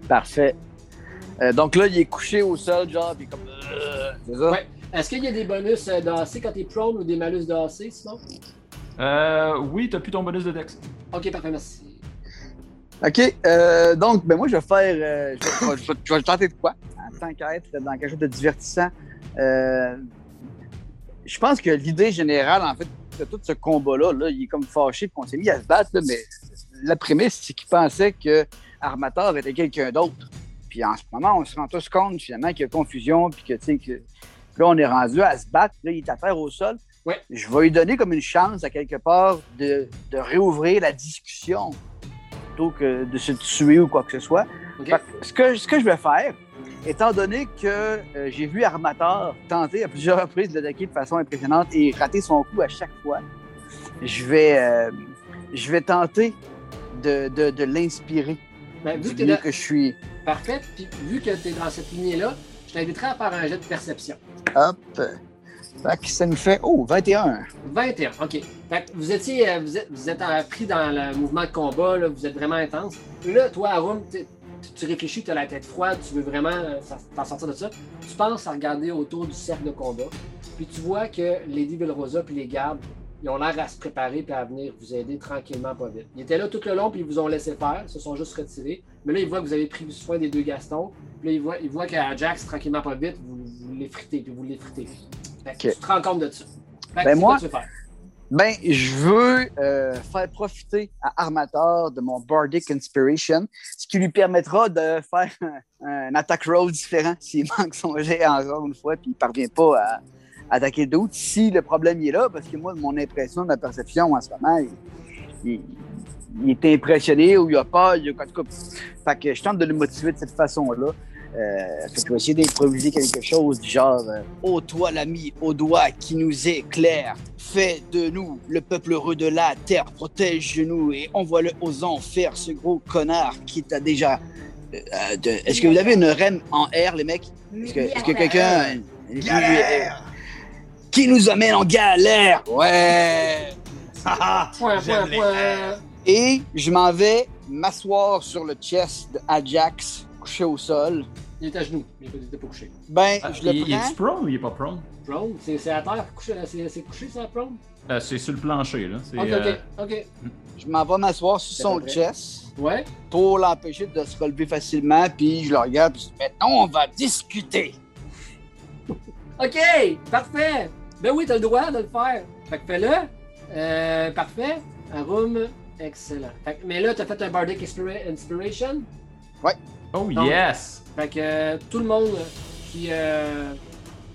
[SPEAKER 4] Parfait. Euh, donc là, il est couché au sol, genre, puis comme. euh, C'est ça?
[SPEAKER 1] Ouais. Est-ce qu'il y a des bonus euh, d'AC quand t'es prone ou des malus d'AC sinon?
[SPEAKER 5] Euh, oui, t'as plus ton bonus de dex.
[SPEAKER 1] Ok, parfait, merci.
[SPEAKER 4] OK. euh, donc, ben moi, je vais faire. euh, je, vais, je vais- je vais tenter de quoi? En tant qu'être dans quelque chose de divertissant. Euh, je pense que l'idée générale, en fait, de tout ce combat-là, là, il est comme fâché puis qu'on s'est mis à se battre, là, mais la prémisse, c'est qu'il pensait que Armator était quelqu'un d'autre. Puis en ce moment, on se rend tous compte, finalement, qu'il y a confusion, puis que, tu sais, que que là, on est rendu à se battre, là, il est à terre au sol.
[SPEAKER 1] Ouais.
[SPEAKER 4] Je vais lui donner comme une chance, à quelque part, de, de réouvrir la discussion plutôt que de se tuer ou quoi que ce soit.
[SPEAKER 1] Ok.
[SPEAKER 4] Fait que ce, que, ce que je vais faire, étant donné que euh, j'ai vu Armator tenter à plusieurs *laughs* reprises de l'attaquer de façon impressionnante et rater son coup à chaque fois, je vais, euh, je vais tenter de, de- de l'inspirer.
[SPEAKER 1] Ben, vu
[SPEAKER 4] Du
[SPEAKER 1] que t'es
[SPEAKER 4] mieux
[SPEAKER 1] dans-
[SPEAKER 4] que je suis.
[SPEAKER 1] Parfait. Puis vu que tu es dans cette lignée-là, je t'inviterai à faire un jet de perception.
[SPEAKER 4] Hop! Fait que ça nous fait. Oh, 21!
[SPEAKER 1] 21, OK. Fait que vous étiez euh, vous êtes, vous êtes euh, pris dans le mouvement de combat, là, vous êtes vraiment intense. Et là, toi, Arum, t'es- tu- tu réfléchis, tu as la tête froide, tu veux vraiment euh, s'en- t'en sortir de ça. Tu penses à regarder autour du cercle de combat, puis tu vois que Lady Rosa puis les gardes, ils ont l'air à se préparer puis à venir vous aider tranquillement, pas vite. Ils étaient là tout le long, puis ils vous ont laissé faire, ils se sont juste retirés. Mais là, ils voient que vous avez pris soin des deux Gastons, puis là, ils voient, ils voient qu'Ajax, tranquillement, pas vite, vous, vous les fritez, puis vous les fritez. Fait que
[SPEAKER 4] Ok.
[SPEAKER 1] tu te rends compte de ça. Fait que
[SPEAKER 4] Ben,
[SPEAKER 1] c'est
[SPEAKER 4] moi,
[SPEAKER 1] quoi tu veux faire?
[SPEAKER 4] Ben, je veux euh, faire profiter à Armator de mon Bardic Inspiration, ce qui lui permettra de faire un, un attack roll différent s'il *laughs* manque son jet encore une fois puis il parvient pas à, attaquer d'autres. Si le problème il est là, parce que moi, mon impression, ma perception en ce moment, il, il- il est impressionné ou il a peur, il a quoi de coup. Fait que je tente de le motiver de cette façon-là. Euh, fait que je vais essayer d'improviser quelque chose du genre euh, Ô toi l'ami, au doigt qui nous éclaire, fais de nous le peuple heureux de la terre, protège-nous et envoie-le aux enfers, ce gros connard qui t'a déjà. euh, euh, de- Est-ce que vous avez une reine en R, les mecs Est-ce que, est-ce que quelqu'un. euh,
[SPEAKER 2] Galère! *laughs*
[SPEAKER 4] Qui nous amène en galère Ouais
[SPEAKER 2] Ah,
[SPEAKER 1] Point,
[SPEAKER 2] j'aime
[SPEAKER 1] point,
[SPEAKER 2] les
[SPEAKER 1] point.
[SPEAKER 4] Et je m'en vais m'asseoir sur le chest d'Ajax, couché au sol.
[SPEAKER 1] Il est à genoux, mais il était pas couché.
[SPEAKER 4] Ben,
[SPEAKER 5] Ah,
[SPEAKER 4] je
[SPEAKER 5] il,
[SPEAKER 4] le
[SPEAKER 5] il est
[SPEAKER 4] prends.
[SPEAKER 5] prone ou il est pas prone?
[SPEAKER 1] Prone, c'est c'est à terre, couché, c'est c'est couché, ça, Prone?
[SPEAKER 5] Euh, c'est sur le plancher, là. C'est,
[SPEAKER 1] Ok,
[SPEAKER 5] euh,
[SPEAKER 1] ok, ok.
[SPEAKER 4] Je m'en vais m'asseoir sur
[SPEAKER 1] C'est
[SPEAKER 4] son
[SPEAKER 1] vrai.
[SPEAKER 4] chest
[SPEAKER 1] Ouais,
[SPEAKER 4] pour l'empêcher de se relever facilement. Puis je le regarde, puis je dis Maintenant, on va discuter.
[SPEAKER 1] ok, parfait. Ben oui, t'as le droit de le faire. Fait que fais-le. Euh, parfait. Un room, excellent. Fait que- mais là, t'as fait un Bardic Inspira- Inspiration.
[SPEAKER 5] Oh
[SPEAKER 1] Non.
[SPEAKER 5] yes!
[SPEAKER 1] Fait que euh, tout le monde qui. Euh,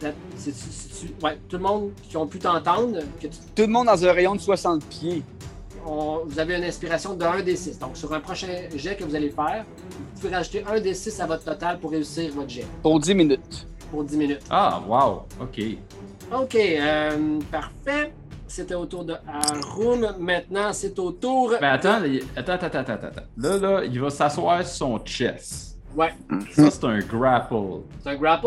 [SPEAKER 1] la- c'est- c'est- c'est- ouais, tout le monde qui ont pu t'entendre, que tu-
[SPEAKER 4] Tout le monde dans un rayon de 60 pieds.
[SPEAKER 1] on- vous avez une inspiration de 1 des 6. Donc, sur un prochain jet que vous allez faire, vous pouvez rajouter 1 des 6 à votre total pour réussir votre jet
[SPEAKER 4] Pour 10 minutes.
[SPEAKER 1] pour 10 minutes.
[SPEAKER 5] Ah, wow! Ok.
[SPEAKER 1] OK, euh, parfait. C'était au tour de Harum. Maintenant, c'est au tour.
[SPEAKER 5] Ben attends, là, il- attends, attends, attends, attends, attends. Là, là, il va s'asseoir sur son chest.
[SPEAKER 1] Ouais,
[SPEAKER 5] Ça, c'est un grapple.
[SPEAKER 1] c'est un grapple.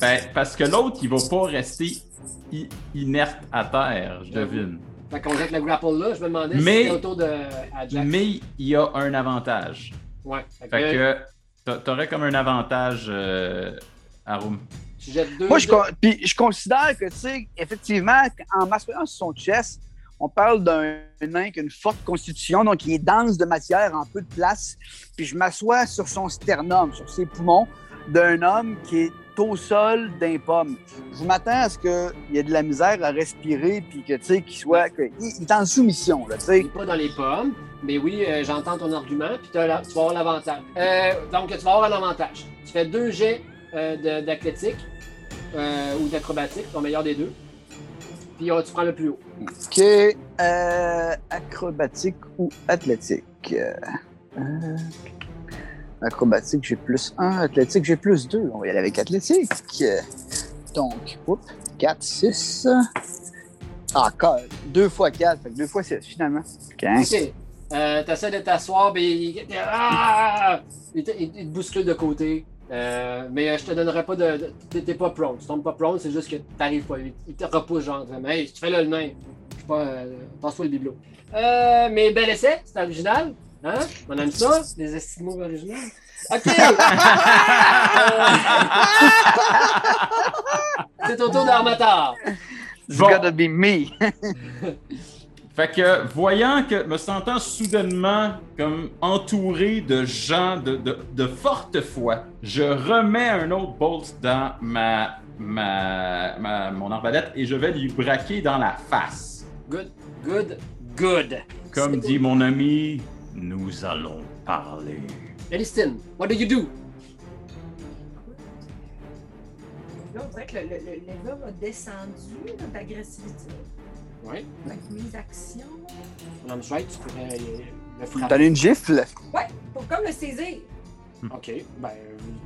[SPEAKER 5] Ben, parce que l'autre, il va pas rester i- inerte à terre, je devine.
[SPEAKER 1] Fait qu'on jette le grapple là, je me demandais
[SPEAKER 5] Mais-
[SPEAKER 1] si c'était autour de à Jack.
[SPEAKER 5] Mais il y a un avantage.
[SPEAKER 1] Ouais. Fait que,
[SPEAKER 5] Fait que t'a- t'aurais comme un avantage, euh, Arum.
[SPEAKER 1] tu jettes deux.
[SPEAKER 4] Moi, je,
[SPEAKER 1] deux-
[SPEAKER 4] con- puis je considère que, tu sais, effectivement, en masculinant sur son chest, on parle d'un nain qui a une forte constitution, donc il est dense de matière en peu de place. Puis je m'assois sur son sternum, sur ses poumons, d'un homme qui est au sol d'un pomme. Je m'attends à ce qu'il y ait de la misère à respirer, puis que, tu sais, qu'il soit. que- il, il est en soumission, là, tu
[SPEAKER 1] Il
[SPEAKER 4] sais.
[SPEAKER 1] n'est pas dans les pommes, mais oui, euh, j'entends ton argument, puis t'as la- tu vas avoir l'avantage. Euh, donc, tu vas avoir un avantage. Tu fais deux jets euh, de- d'athlétique euh, ou d'acrobatique, ton meilleur des deux. Puis euh, tu prends le plus haut.
[SPEAKER 4] OK. Euh, acrobatique ou athlétique? Euh, euh, acrobatique, j'ai plus 1. Athlétique, j'ai plus 2. On va y aller avec athlétique. Euh, Donc, 4, 6. Ah, 2 fois 4, fait que 2 fois 6, finalement. 15.
[SPEAKER 1] Ok. Euh, T'essaies de t'asseoir, mais il, il- ah! Il te, il- il te bouscule de côté. Euh, mais euh, je te donnerai pas de. de- t'es- T'es pas prone. Tu tombes pas prone, c'est juste que t'arrives pas. Il, il te repousse, genre. vraiment. Hey, tu fais là le nain. Je sais pas. Euh, Passe-toi le bibelot. Euh, mais bel essai, c'est original. Hein? On aime ça, les estimaux originaux. Ok! *laughs* Euh, c'est au tour d'Armatar.
[SPEAKER 4] It's
[SPEAKER 5] Bon.
[SPEAKER 4] gotta be me.
[SPEAKER 5] Fait que, voyant que, me sentant soudainement comme entouré de gens de, de, de forte foi, je remets un autre bolt dans ma, ma, ma- mon arbalète et je vais lui braquer dans la face.
[SPEAKER 1] Good, good, good.
[SPEAKER 5] Comme dit mon ami, nous allons parler.
[SPEAKER 1] Elistine, what do you do?
[SPEAKER 3] Là, on dirait que le, le- le- le gars a descendu là, d'agressivité.
[SPEAKER 1] Ouais.
[SPEAKER 3] Fait que mes actions.
[SPEAKER 1] En homme strike, tu pourrais le, le
[SPEAKER 4] Vous me
[SPEAKER 1] frapper.
[SPEAKER 4] donnez une gifle.
[SPEAKER 3] Ouais, pour comme le saisir.
[SPEAKER 1] Ok, ben,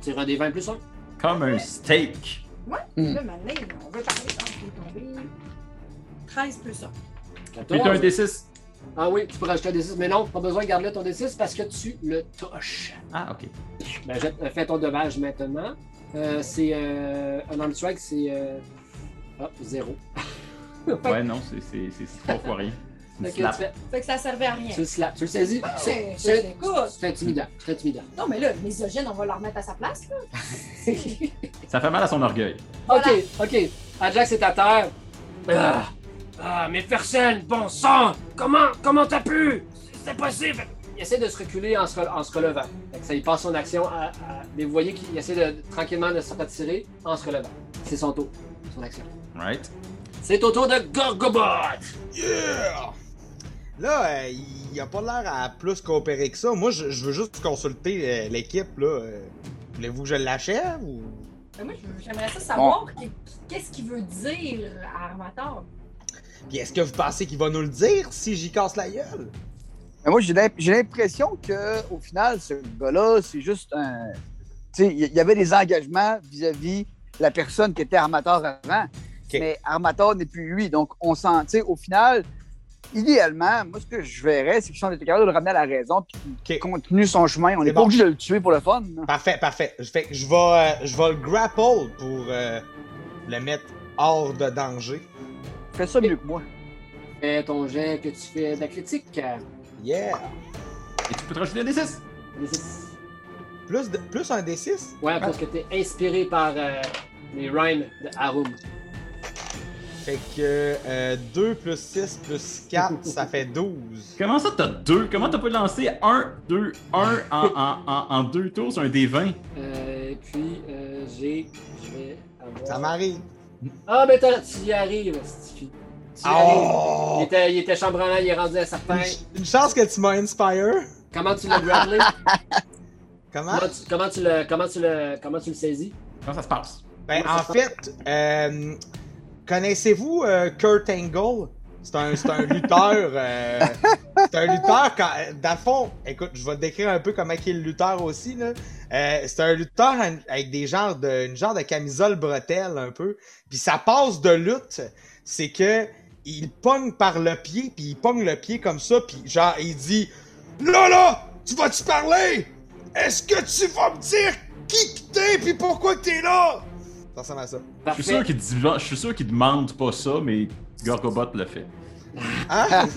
[SPEAKER 1] tire un des 20 plus 1.
[SPEAKER 5] Comme un steak.
[SPEAKER 3] Ouais,
[SPEAKER 4] Hmm.
[SPEAKER 3] là, maintenant, on veut parler. Ah, je vais tomber. 13 plus 1.
[SPEAKER 5] Puis t'as un
[SPEAKER 1] 14.
[SPEAKER 5] D6.
[SPEAKER 1] Ah oui, tu peux rajouter un D6, mais non, pas besoin, garde-le ton D6 parce que tu le touches.
[SPEAKER 5] Ah, ok.
[SPEAKER 1] Ben, jette- euh, fais ton dommage maintenant. Euh, c'est. Euh, un arm strike, c'est. Euh... hop, zéro.
[SPEAKER 5] Ouais, non, c'est- c'est
[SPEAKER 1] *laughs*
[SPEAKER 5] c'est- c'est trois fois rien. Une
[SPEAKER 1] Ok, tu,
[SPEAKER 5] slap.
[SPEAKER 1] fais-
[SPEAKER 3] Fait que ça servait à rien.
[SPEAKER 1] tu le slaps, tu le saisis. C'est-
[SPEAKER 3] c'est-
[SPEAKER 1] C'est
[SPEAKER 3] c'est cool.
[SPEAKER 1] c'est intimidant, c'est intimidant.
[SPEAKER 3] Non, mais là, misogyne, on va le remettre à sa place, là.
[SPEAKER 5] Ça fait mal à son orgueil.
[SPEAKER 3] Voilà.
[SPEAKER 1] Ok, ok. Ajax est à terre. Ah, ah, mais personne, bon sang! Comment comment t'as pu? C'est possible! Il essaie de se reculer en se, re- en se relevant. Fait que ça, il passe son action à. à- mais vous voyez qu'il essaie de, tranquillement de se retirer en se relevant. C'est son tour, son action.
[SPEAKER 5] Right?
[SPEAKER 1] C'est au tour de Gorgobot!
[SPEAKER 2] Yeah! Là, euh, il a pas l'air à plus coopérer que ça. Moi, je, je veux juste consulter euh, l'équipe, là. Euh, Voulez-vous que je l'achève ou.
[SPEAKER 3] Mais moi, je- j'aimerais ça savoir qu'est- qu'est-ce qu'il veut dire à Armator.
[SPEAKER 2] Puis est-ce que vous pensez qu'il va nous le dire si j'y casse la gueule?
[SPEAKER 4] Mais moi, j'ai l'imp- j'ai l'impression qu'au final, ce gars-là, c'est juste un. Tu sais, il y- y avait des engagements vis-à-vis la personne qui était armateur avant. Mais armateur n'est plus lui. Donc, on s'en. Tu sais, au final, idéalement, moi, ce que je verrais, c'est que si on était capable de le ramener à la raison, puis qu'il
[SPEAKER 2] Ok.
[SPEAKER 4] continue son chemin, on
[SPEAKER 2] C'est
[SPEAKER 4] n'est pas
[SPEAKER 2] bon.
[SPEAKER 4] obligé de le tuer pour le fun. là.
[SPEAKER 2] Parfait, parfait. Fait que je vais, euh, je vais le grapple pour euh, le mettre hors de danger.
[SPEAKER 4] Fais ça mieux que moi.
[SPEAKER 1] Fais ton jet que tu fais d'athlétique.
[SPEAKER 2] Yeah!
[SPEAKER 5] Et tu peux te rajouter un D6.
[SPEAKER 2] Plus, de, plus un D6?
[SPEAKER 1] Ouais, parce que t'es inspiré par euh, les rhymes de Harum.
[SPEAKER 2] Fait que euh, 2 plus 6 plus
[SPEAKER 1] *laughs*
[SPEAKER 2] 4, ça fait 12.
[SPEAKER 5] Comment ça, t'as deux? Comment t'as pas lancé un, deux, un en, en, en, en deux tours sur un D20?
[SPEAKER 1] Euh, et puis, euh, j'ai. Je vais avoir.
[SPEAKER 2] Ça m'arrive.
[SPEAKER 1] Ah, mais t'as- tu y arrives, Stifi. Tu y arrives. Il
[SPEAKER 2] Oh!
[SPEAKER 1] était, il était chambranlant, il est rendu à serpent.
[SPEAKER 2] Une- Une chance que tu m'as inspire.
[SPEAKER 1] Comment tu l'as grapplé?
[SPEAKER 2] Comment?
[SPEAKER 1] comment, tu, comment, tu le, comment, tu le, comment tu le saisis?
[SPEAKER 5] Comment ça se passe?
[SPEAKER 2] Ben, en fait, euh, connaissez-vous euh, Kurt Angle? C'est un, c'est un lutteur. euh, c'est un lutteur. Quand, dans le fond, écoute, je vais te décrire un peu comment est le lutteur aussi. Là. Euh, c'est un lutteur en- avec des genres de, une genre de camisole bretelle un peu. Puis sa passe de lutte, c'est que il pogne par le pied, puis il pogne le pied comme ça, puis genre, il dit Là, là, tu vas-tu parler? Est-ce que tu vas me dire qui que t'es, puis pourquoi que t'es là? Ça ressemble à ça.
[SPEAKER 5] Je suis sûr
[SPEAKER 1] Parfait.
[SPEAKER 5] qu'il dit- je suis sûr qu'il demande pas ça, mais Gorgobot le fait.
[SPEAKER 2] Hein?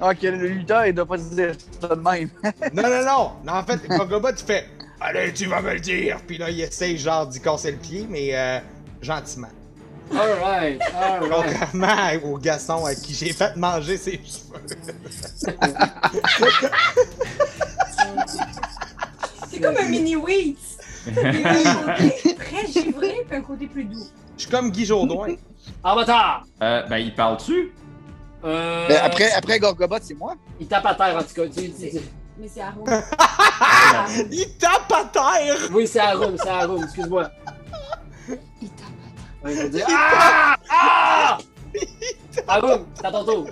[SPEAKER 4] Ah, Ok, le lutteur, il doit pas se dire ça de même. *laughs*
[SPEAKER 2] Non, non, non! Non, en fait, Gogoba, tu fais Allez, tu vas me le dire! Puis là, il essaye, genre, d'y casser le pied, mais euh, gentiment.
[SPEAKER 1] All right, all right.
[SPEAKER 2] Contrairement *laughs* au garçon à qui j'ai fait manger ses cheveux.
[SPEAKER 3] C'est comme un mini
[SPEAKER 1] *laughs*
[SPEAKER 3] Wheats. Il y a un côté très givré puis un côté plus doux.
[SPEAKER 2] Je suis comme Guy Jourdouin.
[SPEAKER 1] Avatar!
[SPEAKER 5] Euh, ben, il parle-tu?
[SPEAKER 1] Euh,
[SPEAKER 4] Mais Ben, après, après Gorgobot, c'est moi.
[SPEAKER 1] Il tape à terre, en tout cas. Tu- tu- tu-
[SPEAKER 3] Mais c'est arôme.
[SPEAKER 1] *laughs*
[SPEAKER 2] Il tape à terre!
[SPEAKER 1] Oui, c'est Arum, c'est Arum, excuse-moi.
[SPEAKER 3] Il tape.
[SPEAKER 1] Ouais, je veux dire, Ah! Ah! Arum, c'est à ton tour.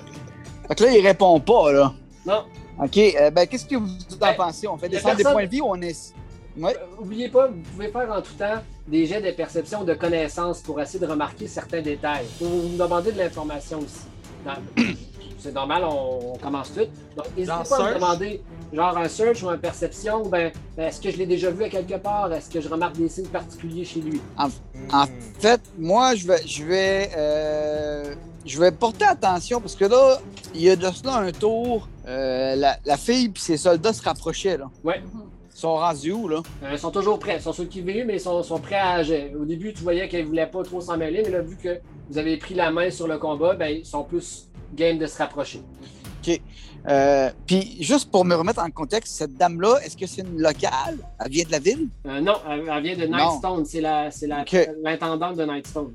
[SPEAKER 4] Fait que là, il répond pas, là.
[SPEAKER 1] Non.
[SPEAKER 4] OK, euh, ben, qu'est-ce que vous en
[SPEAKER 1] Ben,
[SPEAKER 4] pensez? On fait
[SPEAKER 1] y a
[SPEAKER 4] descendre des
[SPEAKER 1] personne-
[SPEAKER 4] points de vie ou on est...
[SPEAKER 1] Euh, Oubliez pas, vous pouvez faire en tout temps des jets de perception ou de connaissance pour essayer de remarquer certains détails. Vous vous demandez de l'information aussi. Dans- C'est normal, on, on commence tout. Donc,
[SPEAKER 2] Genre
[SPEAKER 1] n'hésitez pas à me
[SPEAKER 2] search.
[SPEAKER 1] demander genre un search ou un perception, ou ben, ben, est-ce que je l'ai déjà vu à quelque part? Est-ce que je remarque des signes particuliers chez lui?
[SPEAKER 4] En fait, moi, je vais, je vais, euh, je vais porter attention parce que là, il y a de cela un tour. euh, la, la fille puis ses soldats se rapprochaient, là.
[SPEAKER 1] Ouais.
[SPEAKER 4] Ils sont rendus où, là?
[SPEAKER 1] Euh, ils sont toujours prêts. Ils sont ceux qui veillent, mais ils sont, sont prêts à agir. Au début, tu voyais qu'ils ne voulaient pas trop s'en mêler, mais là, vu que vous avez pris la main sur le combat, ben, ils sont plus game de se rapprocher.
[SPEAKER 4] Euh, puis, juste pour me remettre en contexte, cette dame-là, est-ce que c'est une locale? Elle vient de la ville?
[SPEAKER 1] Euh, non, elle, elle vient de
[SPEAKER 4] Non.
[SPEAKER 1] Nightstone. C'est la- c'est la-
[SPEAKER 4] Ok.
[SPEAKER 1] l'intendante de Nightstone.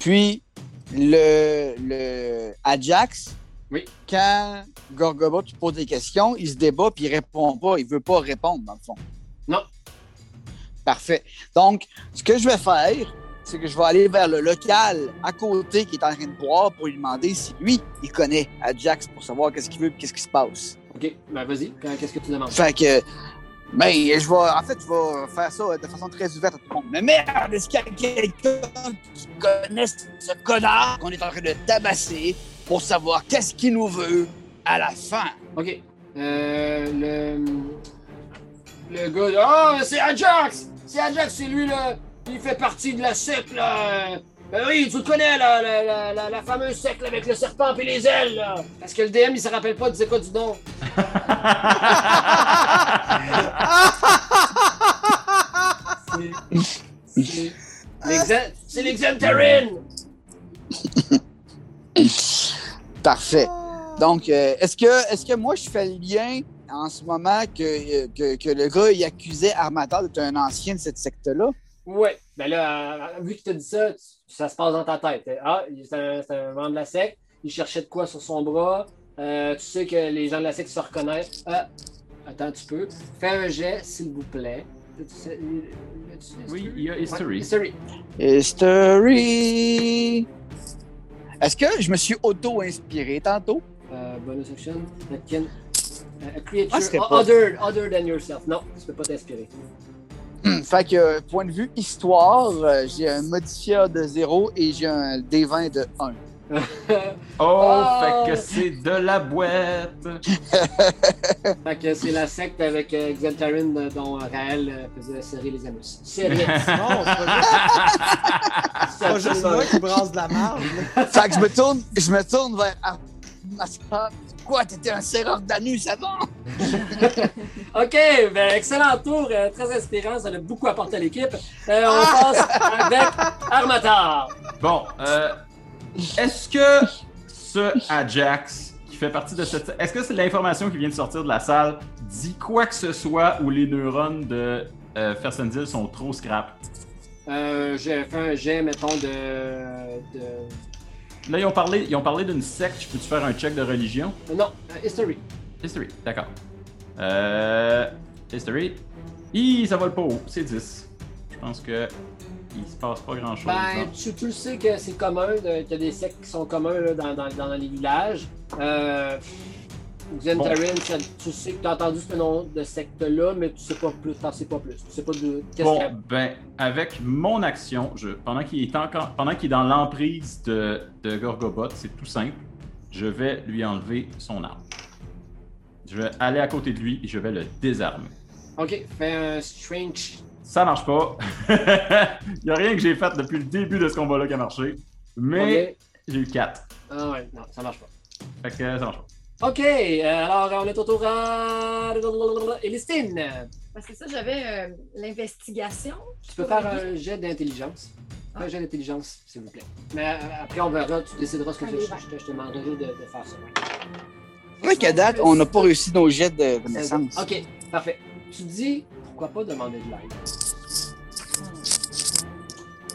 [SPEAKER 4] Puis, le, le Ajax,
[SPEAKER 1] Oui.
[SPEAKER 4] quand Gorgobot pose des questions, il se débat puis il répond pas. Il veut pas répondre, dans le fond.
[SPEAKER 1] Non.
[SPEAKER 4] Parfait. Donc, ce que je vais faire, c'est que je vais aller vers le local à côté qui est en train de boire pour lui demander si lui, il connaît Ajax pour savoir qu'est-ce qu'il veut et qu'est-ce qui se passe.
[SPEAKER 1] OK, ben vas-y, quand- qu'est-ce que tu demandes?
[SPEAKER 4] Fait que, ben, je vais, en fait, je vais faire ça de façon très ouverte à tout le monde. Mais merde, est-ce qu'il y a quelqu'un qui connaît ce connard qu'on est en train de tabasser pour savoir qu'est-ce qu'il nous veut à la fin?
[SPEAKER 1] OK. Euh, le... Le gars, là, Ah, c'est Ajax! C'est Ajax, c'est lui, là! Il fait partie de la secte, là! Euh, Ben oui, tu le connais, là, la, la, la, la fameuse secte là, avec le serpent et les ailes, là! Parce que le DM, il se rappelle pas du quoi du nom. C'est- c'est- l'exem- C'est l'exemterine!
[SPEAKER 4] Parfait. Donc, euh, est-ce que, est-ce que moi, je fais le lien en ce moment que, que, que le gars, il accusait Armateur d'être un ancien de cette secte-là?
[SPEAKER 1] Ouais, ben là, euh, vu qu'il t'a dit ça, tu- ça se passe dans ta tête. Ah, il- c'est un, c'est un membre de la secte, il cherchait de quoi sur son bras. Euh, tu sais que les gens de la secte se reconnaissent. Ah, attends, tu peux. Fais un jet, s'il vous plaît. euh, Tu sais- tu-
[SPEAKER 5] Oui, il y a history.
[SPEAKER 1] Ouais, history.
[SPEAKER 4] History! Est-ce que je me suis auto-inspiré tantôt?
[SPEAKER 1] Euh, bonus action, Natkin. Euh, a creature
[SPEAKER 4] Ah, c'était pas-
[SPEAKER 1] other, other than yourself. Non, tu peux pas t'inspirer. *laughs*
[SPEAKER 4] Fait que, euh, point de vue histoire, euh, j'ai un modifieur de 0 et j'ai un D20 de *laughs* 1.
[SPEAKER 5] Oh,
[SPEAKER 1] Oh.
[SPEAKER 5] fait que c'est de la boîte.
[SPEAKER 1] Fait que c'est la secte avec euh, Xantarin euh, dont euh, Raël euh, faisait serrer les anus.
[SPEAKER 2] *laughs*
[SPEAKER 1] Serrer.
[SPEAKER 2] Non, c'est pas juste-
[SPEAKER 1] *laughs*
[SPEAKER 2] c'est pas juste moi qui brasse de la marge.
[SPEAKER 4] Fait que je me tourne, je me tourne vers Ar- Masca. Quoi, t'étais un serreur d'anus *laughs* avant?
[SPEAKER 1] OK, ben, excellent tour, euh, très inspirant, ça a beaucoup apporté à l'équipe. Euh, on
[SPEAKER 2] Ah!
[SPEAKER 1] passe avec Armatar.
[SPEAKER 5] Bon, euh, est-ce que ce Ajax qui fait partie de cette. Est-ce que c'est l'information qui vient de sortir de la salle dit quoi que ce soit ou les neurones de euh, Fersendil sont trop scrap?
[SPEAKER 1] Euh, J'ai fait un jet, mettons, de. de...
[SPEAKER 5] Là, ils ont parlé, ils ont parlé d'une secte. Je peux-tu faire un check de religion?
[SPEAKER 1] Non, euh, History.
[SPEAKER 5] History, d'accord. Euh, history. Hi, ça vole pas haut, c'est 10. Je pense que. Il se passe pas hein. grand chose.
[SPEAKER 1] Ben, tu, tu le sais que c'est commun, de- qu'il y a des sectes qui sont communs là, dans, dans- dans les villages. Euh, Xantarin, ça- tu sais que tu as entendu ce nom de secte-là, mais tu sais pas plus, t'en sais pas plus. Tu sais pas de. Qu'est-ce qu'il y a.
[SPEAKER 5] Bon, ben, avec mon action, je, pendant qu'il est encore, pendant qu'il est dans l'emprise de, de Gorgobot, c'est tout simple. Je vais lui enlever son arme. Je vais aller à côté de lui et je vais le désarmer.
[SPEAKER 1] Ok, fais un strange.
[SPEAKER 5] Ça marche pas. *laughs* Il n'y a rien que j'ai fait depuis le début de ce combat-là qui a marché.
[SPEAKER 1] Ok.
[SPEAKER 5] Mais j'ai eu 4.
[SPEAKER 1] Ah ouais, non, ça marche pas.
[SPEAKER 5] Fait que euh, ça marche pas.
[SPEAKER 1] OK, euh, alors on est autour à... Elistine,
[SPEAKER 6] Parce que ça, j'avais euh, l'investigation.
[SPEAKER 1] tu peux faire un jet d'intelligence. Fais Un jet d'intelligence, s'il vous plaît. Mais euh, après, on verra, tu décideras ce que
[SPEAKER 6] Un
[SPEAKER 1] tu veux.
[SPEAKER 6] des
[SPEAKER 1] Je,
[SPEAKER 6] vingt.
[SPEAKER 1] je te- je te demanderai juste de, de faire ça.
[SPEAKER 4] C'est vrai qu'à date, on n'a pas réussi nos jets de connaissances.
[SPEAKER 1] OK, parfait. Tu te dis, pourquoi pas demander de l'aide?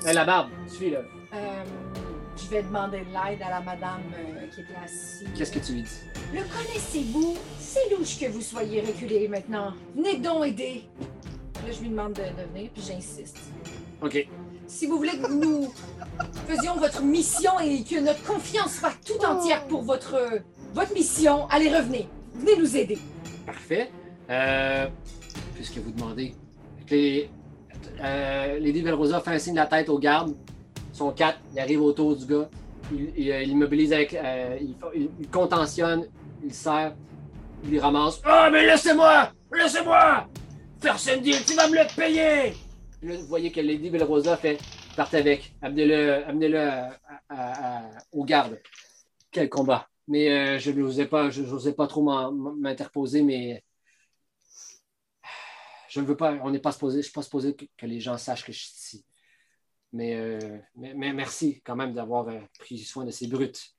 [SPEAKER 1] Hey, la barbe, suis là.
[SPEAKER 3] Euh, je vais demander de l'aide à la madame euh, qui était assise.
[SPEAKER 1] Qu'est-ce que tu lui dis?
[SPEAKER 3] Le connaissez-vous? C'est louche que vous soyez reculé maintenant. Venez donc aider. Là, je lui demande de, de venir, puis j'insiste.
[SPEAKER 1] OK.
[SPEAKER 3] Si vous voulez que nous faisions votre mission et que notre confiance soit tout entière pour votre, votre mission, allez, revenez. Venez nous aider.
[SPEAKER 1] Parfait. Euh, puisque vous demandez. Fait que Les, euh, Lady Velrosa fait un signe de la tête aux gardes. Ils sont quatre. Ils arrivent autour du gars. Ils il, euh, il l'immobilise avec. euh, il, fa- il- il contentionne. Il le serre. Il les ramasse. Ah, mais laissez-moi! Laissez-moi! Personne dit, tu vas me le payer! Puis Là, vous voyez que Lady Velrosa fait. Partez avec. Amenez-le euh, amenez aux gardes. Quel combat! Mais euh, je n'osais pas, je n'osais pas trop m'en- m'interposer, mais je ne veux pas, on n'est pas supposé, je suis pas supposé que, que les gens sachent que je suis ici. Mais, euh, mais, mais merci quand même d'avoir euh, pris soin de ces brutes.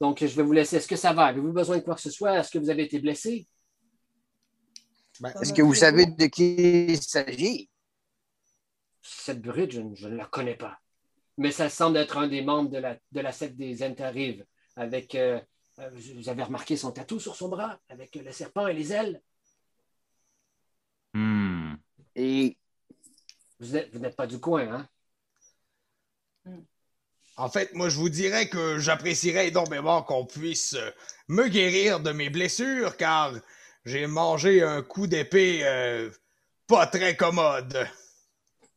[SPEAKER 1] Donc, je vais vous laisser. Est-ce que ça va? Avez-vous besoin de quoi que ce soit? Est-ce que vous avez été blessé?
[SPEAKER 4] Est-ce que vous savez de qui il s'agit?
[SPEAKER 1] Cette brute, je, ne- je ne la connais pas. Mais ça semble être un des membres de la, de la secte des Interrives. Avec, euh, euh, vous avez remarqué son tatou sur son bras, avec le serpent et les ailes.
[SPEAKER 5] Hmm.
[SPEAKER 4] Et
[SPEAKER 1] Vous n'êtes vous n'êtes pas du coin, hein?
[SPEAKER 2] En fait, moi, je vous dirais que j'apprécierais énormément qu'on puisse euh, me guérir de mes blessures, car j'ai mangé un coup d'épée euh, pas très commode.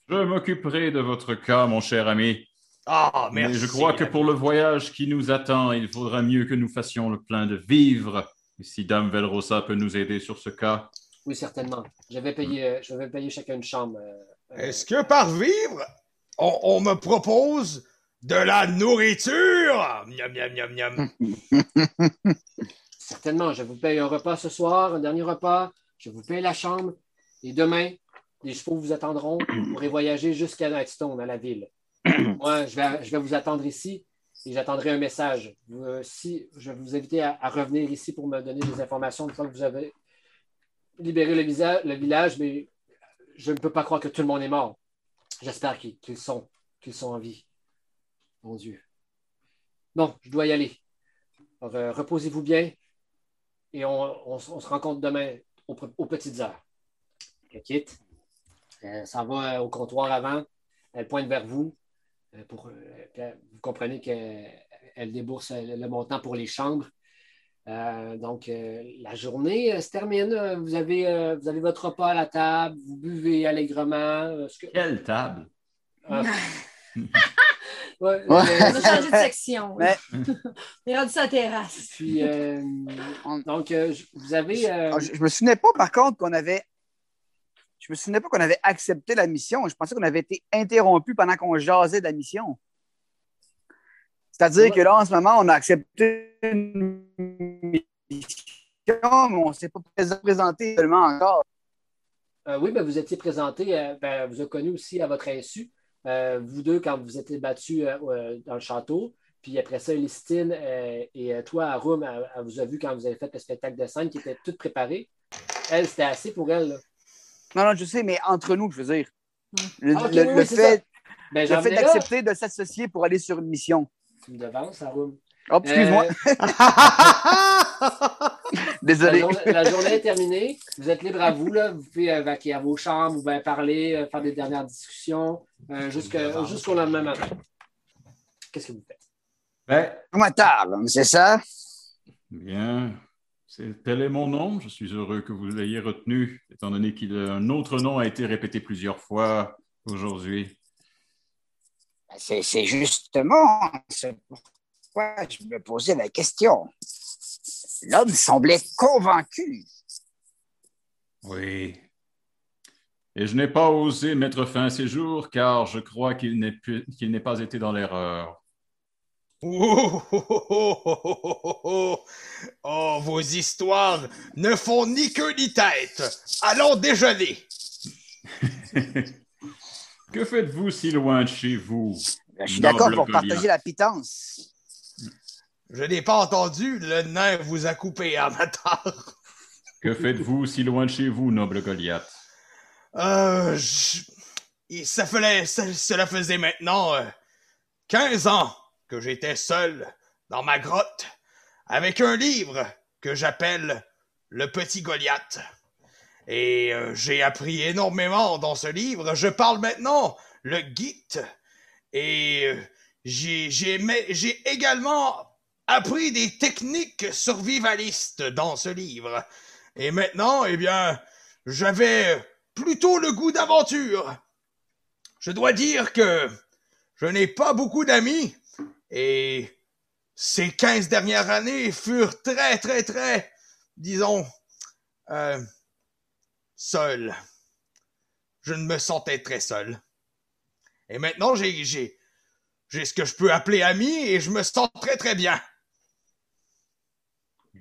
[SPEAKER 5] Je m'occuperai de votre cas, mon cher ami.
[SPEAKER 2] Ah,
[SPEAKER 5] Mais
[SPEAKER 2] merci.
[SPEAKER 5] je crois que pour le voyage qui nous attend, il faudra mieux que nous fassions le plein de vivres. Et si Dame Velrosa peut nous aider sur ce cas,
[SPEAKER 1] Oui, certainement. Je vais payer, euh, je vais payer chacun une chambre. euh, euh,
[SPEAKER 2] Est-ce que par vivre, on, on me propose de la nourriture? Miam, miam, miam, miam.
[SPEAKER 1] Certainement. Je vous paye un repas ce soir, un dernier repas. Je vous paye la chambre. Et demain, les chevaux vous attendront. Vous pourrez voyager jusqu'à Nightstone, à la
[SPEAKER 2] *clears throat*
[SPEAKER 1] ville. Moi, je vais, je vais vous attendre ici et j'attendrai un message. Vous, euh, si, je vais vous inviter à, à revenir ici pour me donner des informations une fois que vous avez libéré le, visa- le village, mais je ne peux pas croire que tout le monde est mort. J'espère qu'ils qu'ils sont, qu'ils sont en vie. Mon Dieu. Bon, je dois y aller. Alors, euh, reposez-vous bien et on, on se- on se rencontre demain au pre- aux, petites heures. Elle quitte. Elle s'en va euh, au comptoir avant. Elle pointe vers vous. euh, pour, euh, puis elle- vous comprenez qu'elle elle débourse euh, le montant pour les chambres. Euh, donc, euh, la journée euh, se termine. Euh, Vous avez, euh, vous avez votre repas à la table. Vous buvez allègrement. euh, ce que-
[SPEAKER 5] quelle table!
[SPEAKER 1] Ah. Ouais, euh,
[SPEAKER 4] Ouais. *laughs*
[SPEAKER 3] On a changé de section.
[SPEAKER 4] Mais-
[SPEAKER 3] *laughs* On est rendu sur la terrasse.
[SPEAKER 1] puis, euh, donc, euh, je- vous avez... euh,
[SPEAKER 4] Ah, je, je me souvenais pas, par contre, qu'on avait. Je me souvenais pas qu'on avait accepté la mission. Je pensais qu'on avait été interrompu pendant qu'on jasait de la mission. C'est-à-dire
[SPEAKER 1] Ouais.
[SPEAKER 4] que là, en ce moment, on a accepté une mission, mais on ne s'est pas prés- présenté seulement encore.
[SPEAKER 1] Euh, oui, ben, vous étiez présenté, euh, ben, vous avez connu aussi à votre insu, euh, vous deux, quand vous étiez battus euh, euh, dans le château. Puis après ça, Listine euh, et euh, toi, Arum, elle, elle vous a vu quand vous avez fait le spectacle de scène qui était tout préparé. Elle, c'était assez pour elle. là.
[SPEAKER 4] Non, non, je sais, mais entre nous, je veux dire. Le,
[SPEAKER 1] Ah, ok,
[SPEAKER 4] le-
[SPEAKER 1] oui,
[SPEAKER 4] le
[SPEAKER 1] oui, c'est
[SPEAKER 4] fait,
[SPEAKER 1] Ben,
[SPEAKER 4] le
[SPEAKER 1] j'en
[SPEAKER 4] fait
[SPEAKER 1] venais là.
[SPEAKER 4] d'accepter de s'associer pour aller sur une mission.
[SPEAKER 1] Tu me devances, Arum.
[SPEAKER 4] Oh, excuse-moi,
[SPEAKER 1] Euh, la, Euh,
[SPEAKER 4] désolé.
[SPEAKER 1] journée, la journée est terminée. Vous êtes libre à vous. Là. Vous pouvez euh, vaquer à vos chambres, vous pouvez parler, euh, faire des dernières discussions euh, jusqu'à- jusqu'au lendemain matin. Qu'est-ce que vous faites?
[SPEAKER 5] Ben,
[SPEAKER 4] Comment tard, là, c'est ça?
[SPEAKER 5] Bien. C'est- Tel est mon nom. Je suis heureux que vous l'ayez retenu, étant donné qu'un autre nom a été répété plusieurs fois aujourd'hui.
[SPEAKER 4] C'est c'est justement ce pourquoi je me posais la question. L'homme semblait convaincu.
[SPEAKER 5] Oui. Et je n'ai pas osé mettre fin à ces jours, car je crois qu'il n'est pu- qu'il n'ait pas été dans l'erreur.
[SPEAKER 2] Oh, oh, oh, oh, oh, oh, oh. *laughs* Oh, vos histoires ne font ni queue ni tête. Allons déjeuner.
[SPEAKER 5] Que faites-vous si loin de chez vous?
[SPEAKER 4] Je suis d'accord
[SPEAKER 5] Noble
[SPEAKER 4] pour
[SPEAKER 5] Golia.
[SPEAKER 4] partager la pitance.
[SPEAKER 2] Je n'ai pas entendu, le nain vous a coupé, Avatar.
[SPEAKER 5] Que faites-vous si loin de chez vous, noble Goliath?
[SPEAKER 2] Euh, je- et ça fallait- ça- cela faisait maintenant euh, 15 ans que j'étais seul dans ma grotte avec un livre que j'appelle Le Petit Goliath. Et euh, j'ai appris énormément dans ce livre. Je parle maintenant le Git. Et euh, j'ai- j'ai mais- j'ai également appris des techniques survivalistes dans ce livre. Et maintenant, eh bien, j'avais plutôt le goût d'aventure. Je dois dire que je n'ai pas beaucoup d'amis et ces 15 dernières années furent très, très, très, disons, euh, seules. Je ne me sentais très seul. Et maintenant, j'ai, j'ai, j'ai ce que je peux appeler ami et je me sens très, très bien.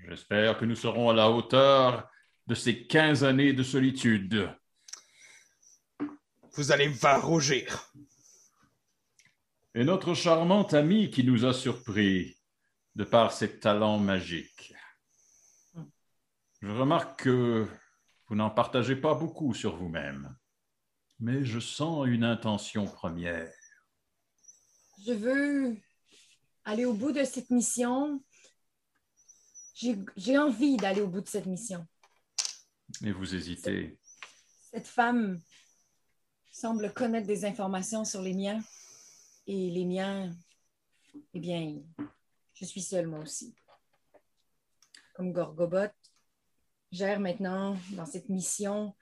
[SPEAKER 5] J'espère que nous serons à la hauteur de ces 15 années de solitude.
[SPEAKER 2] Vous allez me faire rougir.
[SPEAKER 5] Et notre charmante amie qui nous a surpris de par ses talents magiques. Je remarque que vous n'en partagez pas beaucoup sur vous-même, mais je sens une intention première.
[SPEAKER 3] Je veux aller au bout de cette mission. J'ai j'ai envie d'aller au bout de cette mission.
[SPEAKER 5] Et vous hésitez.
[SPEAKER 3] Cette femme semble connaître des informations sur les miens. Et les miens, eh bien, je suis seule moi aussi. Comme Gorgobot, j'erre maintenant dans cette mission,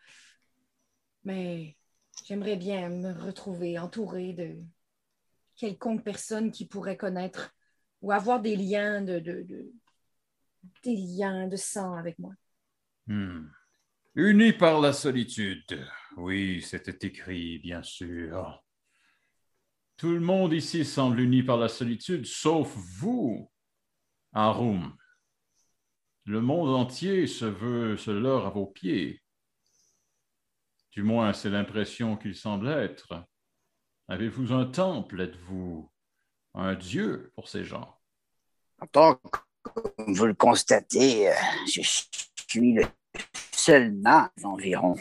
[SPEAKER 3] mais j'aimerais bien me retrouver entourée de quelconque personne qui pourrait connaître ou avoir des liens de, de- de- des liens de sang avec moi.
[SPEAKER 5] Hmm. Unis par la solitude. Oui, c'était écrit, bien sûr. Tout le monde ici semble uni par la solitude, sauf vous, Harum. Le monde entier se veut, se leurre à vos pieds. Du moins, c'est l'impression qu'il semble être. Avez-vous un temple? Êtes-vous un dieu pour ces gens?
[SPEAKER 4] Tant que vous le constatez, euh, je suis le seul nain environ.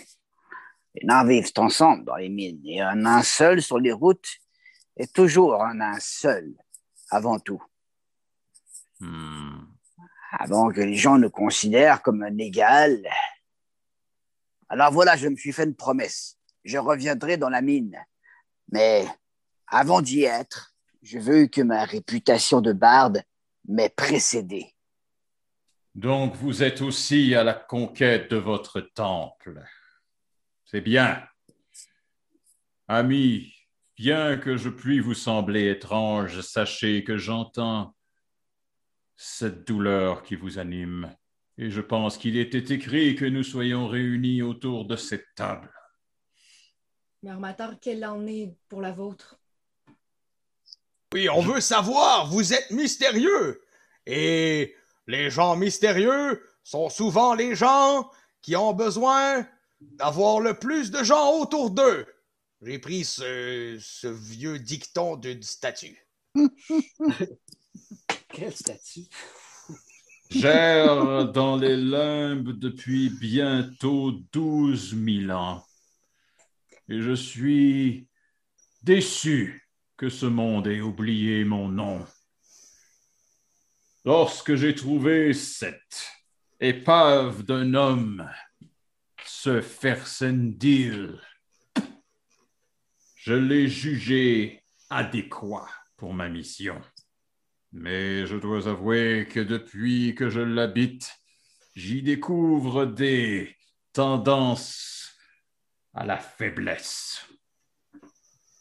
[SPEAKER 4] Les nains vivent ensemble dans les mines et un nain seul sur les routes est toujours un nain seul avant tout,
[SPEAKER 5] Hmm.
[SPEAKER 4] avant que les gens le considèrent comme un égal. Alors voilà, je me suis fait une promesse. Je reviendrai dans la mine. Mais avant d'y être, je veux que ma réputation de barde m'ait précédé.
[SPEAKER 5] Donc vous êtes aussi à la conquête de votre temple. C'est bien. Amis, bien que je puis vous sembler étrange, sachez que j'entends cette douleur qui vous anime, et je pense qu'il était écrit que nous soyons réunis autour de cette table.
[SPEAKER 3] Mais Armateur, quelle en est pour la vôtre?
[SPEAKER 2] Oui, on veut savoir, vous êtes mystérieux. Et les gens mystérieux sont souvent les gens qui ont besoin d'avoir le plus de gens autour d'eux. J'ai pris ce, ce vieux dicton d'une statue.
[SPEAKER 1] Quel statut?
[SPEAKER 5] Gère dans les limbes depuis bientôt 12 000 ans. Et je suis déçu que ce monde ait oublié mon nom. Lorsque j'ai trouvé cette épave d'un homme, ce Fersendil, je l'ai jugé adéquat pour ma mission. Mais je dois avouer que depuis que je l'habite, j'y découvre des tendances à la faiblesse.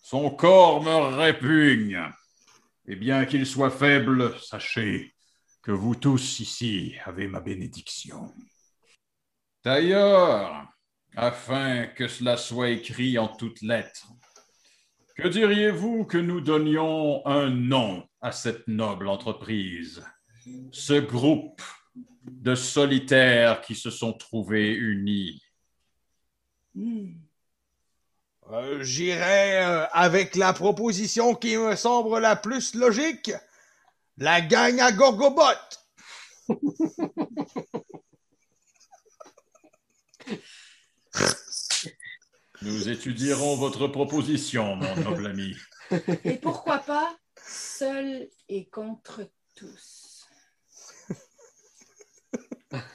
[SPEAKER 5] Son corps me répugne. Et bien qu'il soit faible, sachez que vous tous ici avez ma bénédiction. D'ailleurs, afin que cela soit écrit en toutes lettres,
[SPEAKER 7] Que diriez-vous que nous donnions un nom à cette noble entreprise Ce groupe de solitaires qui se sont trouvés unis.
[SPEAKER 3] Hmm.
[SPEAKER 2] Euh, J'irai euh, avec la proposition qui me semble la plus logique. La gang à Gorgobot.
[SPEAKER 7] Nous étudierons votre proposition, mon noble ami.
[SPEAKER 6] Et pourquoi pas seul et contre tous.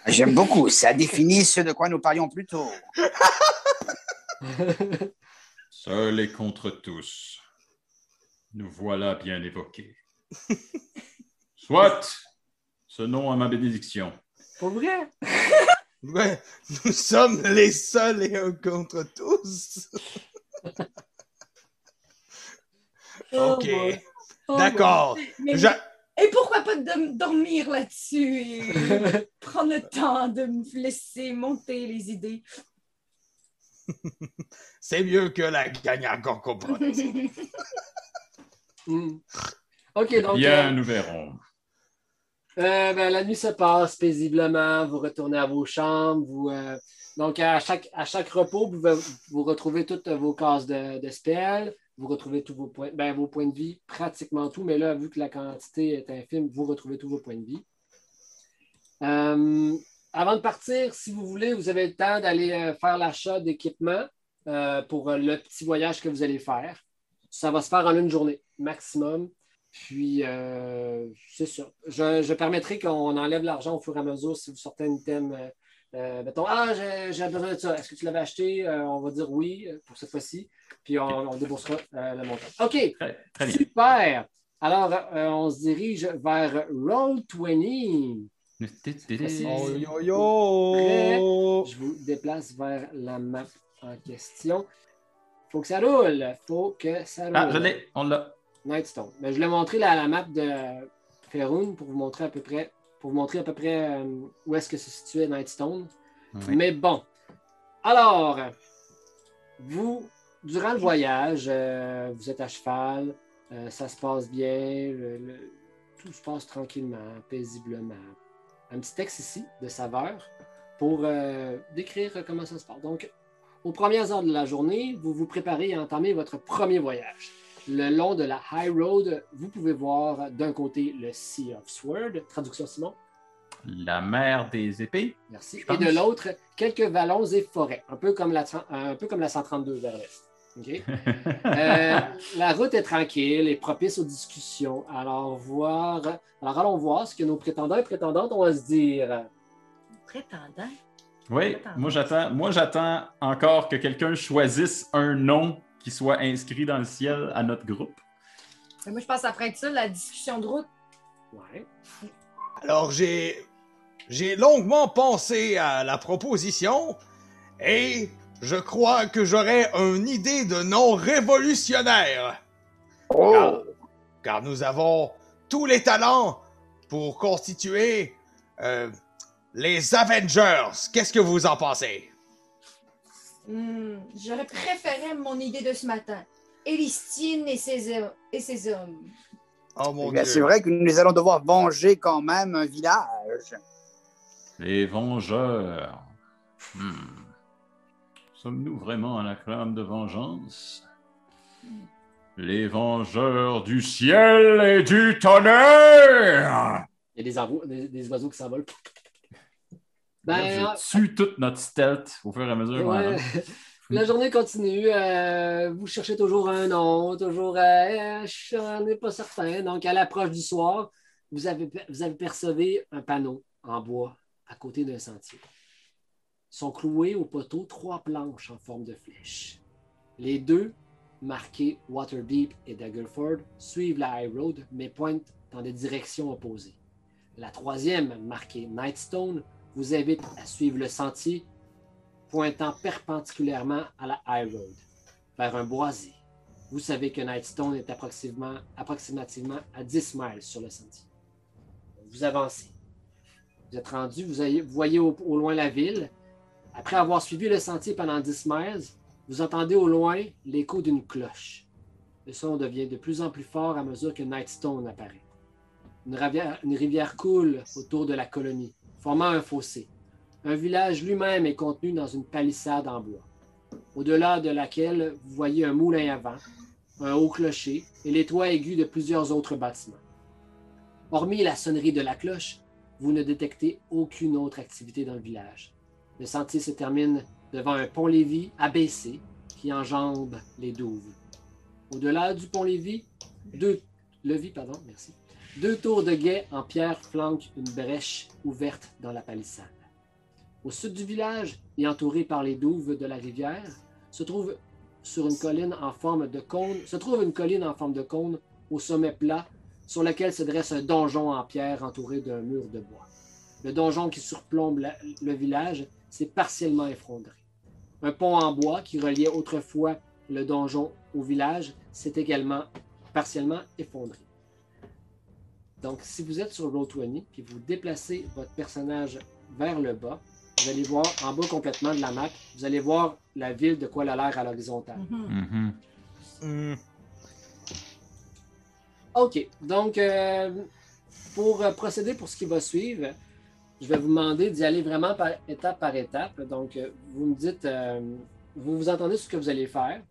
[SPEAKER 4] J'aime beaucoup. Ça définit ce de quoi nous parlions plus tôt.
[SPEAKER 7] Seul et contre tous. Nous voilà bien évoqués. Soit, ce nom à ma bénédiction.
[SPEAKER 1] Pour vrai?
[SPEAKER 2] Ouais, nous sommes les seuls et un contre tous.
[SPEAKER 6] Oh,
[SPEAKER 2] ok,
[SPEAKER 6] boy. Oh,
[SPEAKER 2] d'accord.
[SPEAKER 6] boy. Mais-
[SPEAKER 2] Je-
[SPEAKER 6] Et pourquoi pas de dormir là-dessus et prendre le temps de me laisser monter les idées.
[SPEAKER 2] C'est mieux que la gang à Gorgobot.
[SPEAKER 6] *laughs*
[SPEAKER 1] Hmm. OK, donc.
[SPEAKER 7] Bien,
[SPEAKER 1] euh,
[SPEAKER 7] nous verrons.
[SPEAKER 1] Euh, ben, la nuit se passe paisiblement, vous retournez à vos chambres. Vous, euh, donc, à chaque, à chaque repos, vous, vous retrouvez toutes vos cases de, de spells, vous retrouvez tous vos points, ben, vos points de vie, pratiquement tout, mais là, vu que la quantité est infime, vous retrouvez tous vos points de vie. Euh, avant de partir, si vous voulez, vous avez le temps d'aller euh, faire l'achat d'équipement euh, pour euh, le petit voyage que vous allez faire. Ça va se faire en une journée maximum. Puis, euh, c'est ça. Je, je permettrai qu'on enlève l'argent au fur et à mesure si vous sortez un item. euh, euh, mettons, ah, j'ai j'ai besoin de ça. Est-ce que tu l'avais acheté? Euh, on va dire oui euh, pour cette fois-ci. Puis, on, on déboursera euh, le montant. OK,
[SPEAKER 5] Très, très bien.
[SPEAKER 1] super. Alors, euh, on se dirige vers Roll 20.
[SPEAKER 2] *laughs* Oh yo yo!
[SPEAKER 1] Je vous déplace vers la map en question. Faut que ça roule. Faut que ça roule.
[SPEAKER 5] Ah, je l'ai, on l'a.
[SPEAKER 1] Nightstone. Mais Ben, je voulais montrer la, la map de Ferun pour vous montrer à peu près, pour vous montrer à peu près euh, où est-ce que se situait Nightstone.
[SPEAKER 5] Ouais.
[SPEAKER 1] Mais bon. Alors, vous, durant le voyage, euh, vous êtes à cheval, euh, ça se passe bien, le- le- tout se passe tranquillement, paisiblement. Un petit texte ici de saveur pour euh, décrire comment ça se passe. Donc, aux premières heures de la journée, vous vous préparez à entamer votre premier voyage. Le long de la High Road, vous pouvez voir d'un côté le Sea of Sword, traduction Simon,
[SPEAKER 5] La mère des épées.
[SPEAKER 1] merci,
[SPEAKER 5] Je
[SPEAKER 1] et
[SPEAKER 5] pense.
[SPEAKER 1] de l'autre, quelques vallons et forêts, un peu comme la, tra- un peu comme la 132 vers l'est. OK? Euh, la route est tranquille et propice aux discussions. Alors, voir... Alors allons voir ce que nos prétendants et prétendantes ont à se dire.
[SPEAKER 3] Prétendant.
[SPEAKER 5] Oui, moi j'attends, moi j'attends encore que quelqu'un choisisse un nom qui soit inscrit dans le ciel à notre groupe.
[SPEAKER 3] Mais moi, je pense après ça, la discussion de route.
[SPEAKER 1] Ouais.
[SPEAKER 2] Alors j'ai j'ai longuement pensé à la proposition et je crois que j'aurais une idée de nom révolutionnaire.
[SPEAKER 4] Oh. Ah,
[SPEAKER 2] Car, car nous avons tous les talents pour constituer euh, les Avengers. Qu'est-ce que vous en pensez
[SPEAKER 3] Hmm, J'aurais préféré mon idée de ce matin. Elistine et ses, hom- et ses hommes.
[SPEAKER 2] Oh mon
[SPEAKER 4] Eh bien,
[SPEAKER 2] dieu.
[SPEAKER 4] C'est vrai que nous allons devoir venger quand même un village.
[SPEAKER 7] Les Vengeurs. Hmm. Sommes-nous vraiment à la clame de vengeance Les Vengeurs du ciel et du tonnerre
[SPEAKER 1] Il y a des, arvo- des- des oiseaux qui s'envolent. Ben,
[SPEAKER 5] Merde, Je tue toute notre stealth au fur et à mesure. qu'on
[SPEAKER 1] Ouais.
[SPEAKER 5] avance.
[SPEAKER 1] *laughs* La journée continue. euh, vous cherchez toujours un nom, toujours. euh, je n'en ai pas certain. Donc, à l'approche du soir, vous avez, vous avez percevé un panneau en bois à côté d'un sentier. Sont clouées au poteau trois planches en forme de flèche. Les deux, marquées Waterdeep et Daggerford, suivent la High Road, mais pointent dans des directions opposées. La troisième, marquée Nightstone, vous invite à suivre le sentier pointant perpendiculairement à la High Road, vers un boisé. Vous savez que Nightstone est approximativement, approximativement à 10 miles sur le sentier. Vous avancez. Vous êtes rendu, vous, avez- vous voyez au, au loin la ville. Après avoir suivi le sentier pendant 10 miles, vous entendez au loin l'écho d'une cloche. Le son devient de plus en plus fort à mesure que Nightstone apparaît. Une rivière, une rivière coule autour de la colonie, formant un fossé. Un village lui-même est contenu dans une palissade en bois, au-delà de laquelle vous voyez un moulin à vent, un haut clocher et les toits aigus de plusieurs autres bâtiments. Hormis la sonnerie de la cloche, vous ne détectez aucune autre activité dans le village. Le sentier se termine devant un pont-lévis abaissé qui enjambe les douves. Au-delà du pont-lévis, deux levis, pardon, merci. Deux tours de guet en pierre flanquent une brèche ouverte dans la palissade. Au sud du village et entouré par les douves de la rivière, se trouve sur une colline en forme de cône, se trouve une colline en forme de cône au sommet plat sur laquelle se dresse un donjon en pierre entouré d'un mur de bois. Le donjon qui surplombe la- le village s'est partiellement effondré. Un pont en bois qui reliait autrefois le donjon au village s'est également partiellement effondré. Donc, si vous êtes sur Roll20 puis vous déplacez votre personnage vers le bas, vous allez voir en bas complètement de la map, vous allez voir la ville de quoi elle a l'air à l'horizontale.
[SPEAKER 6] Mhm.
[SPEAKER 5] Mhm.
[SPEAKER 2] Hmm.
[SPEAKER 1] OK. Donc, euh, pour euh, procéder pour ce qui va suivre, je vais vous demander d'y aller vraiment par étape par étape. Donc, euh, vous me dites, euh, vous vous entendez sur ce que vous allez faire,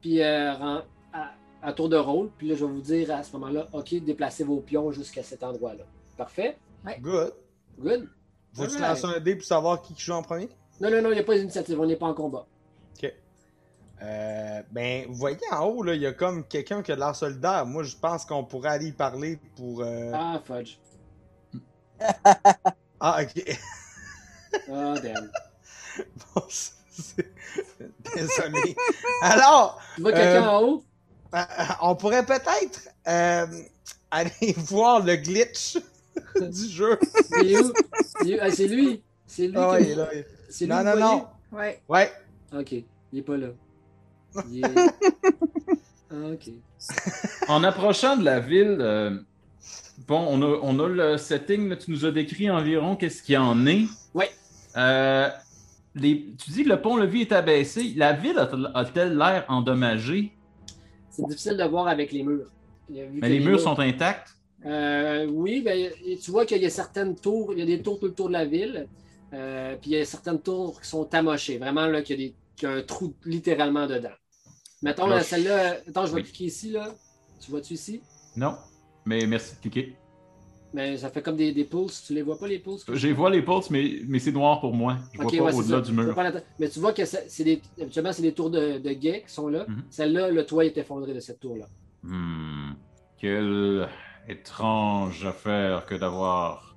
[SPEAKER 1] puis euh, ren- à, à tour de rôle, puis là, je vais vous dire à ce moment-là, OK, déplacez vos pions jusqu'à cet endroit-là. Parfait?
[SPEAKER 2] Good.
[SPEAKER 1] Good?
[SPEAKER 2] Veux-tu
[SPEAKER 1] Alright.
[SPEAKER 2] lancer un dé pour savoir qui qui joue en premier?
[SPEAKER 1] Non, non, non, il n'y a pas d'initiative, on n'est pas en combat.
[SPEAKER 2] Euh, ben, vous voyez en haut, là, il y a comme quelqu'un qui a de l'air solidaire. Moi, je pense qu'on pourrait aller y parler pour. euh, Ah,
[SPEAKER 1] Ah, fudge.
[SPEAKER 2] ok. *laughs*
[SPEAKER 1] Ah, damn.
[SPEAKER 2] Bon, c'est- Désolé. Alors,
[SPEAKER 1] Tu vois quelqu'un
[SPEAKER 2] Euh,
[SPEAKER 1] en haut?
[SPEAKER 2] euh, on pourrait peut-être euh, aller *laughs* voir le glitch *laughs* du jeu.
[SPEAKER 1] Il est où? Il est où? Ah, c'est lui! C'est lui
[SPEAKER 2] Ah
[SPEAKER 1] qui-
[SPEAKER 2] ouais, il est là, il-
[SPEAKER 1] C'est lui
[SPEAKER 2] Non,
[SPEAKER 1] que
[SPEAKER 2] non,
[SPEAKER 1] vous voyez?
[SPEAKER 2] non.
[SPEAKER 6] Ouais.
[SPEAKER 2] Ouais.
[SPEAKER 1] Ah, Ok, il n'est pas là. Il est... Ah, ok.
[SPEAKER 5] En approchant de la ville, euh, bon, on a, on a le setting, là, tu nous as décrit environ qu'est-ce qu'il y en est.
[SPEAKER 1] Ouais.
[SPEAKER 5] Euh, les- tu dis que le pont-levis est abaissé. La ville a- a-t-elle l'air endommagée?
[SPEAKER 1] C'est difficile de voir avec les murs. Euh, vu que
[SPEAKER 5] Mais les murs sont intacts.
[SPEAKER 1] Euh, oui, ben, et tu vois qu'il y a certaines tours, il y a des tours tout le tour de la ville, euh, puis il y a certaines tours qui sont amochées. Vraiment, là, qu'il y, a des- qu'il y a un trou littéralement dedans. Mettons,
[SPEAKER 5] Là,
[SPEAKER 1] là,
[SPEAKER 5] je-
[SPEAKER 1] celle-là, attends, je vais
[SPEAKER 5] Oui.
[SPEAKER 1] cliquer ici, là. Tu vois-tu ici?
[SPEAKER 5] Non. Mais merci de cliquer.
[SPEAKER 1] Mais ça fait comme des, des pulses. Tu les vois pas, les pulses?
[SPEAKER 5] J'ai vois les pulses, mais, mais c'est noir pour moi. Je
[SPEAKER 1] Ok,
[SPEAKER 5] vois
[SPEAKER 1] ouais,
[SPEAKER 5] pas
[SPEAKER 1] c'est
[SPEAKER 5] au-delà
[SPEAKER 1] ça.
[SPEAKER 5] du
[SPEAKER 1] Tu vois
[SPEAKER 5] mur.
[SPEAKER 1] pas la tête. Mais tu vois que c'est c'est des, habituellement, c'est des tours de, de guet qui sont là.
[SPEAKER 5] Mhm.
[SPEAKER 1] Celle-là, le toit est effondré de cette tour-là.
[SPEAKER 5] Hmm. Quelle étrange affaire que d'avoir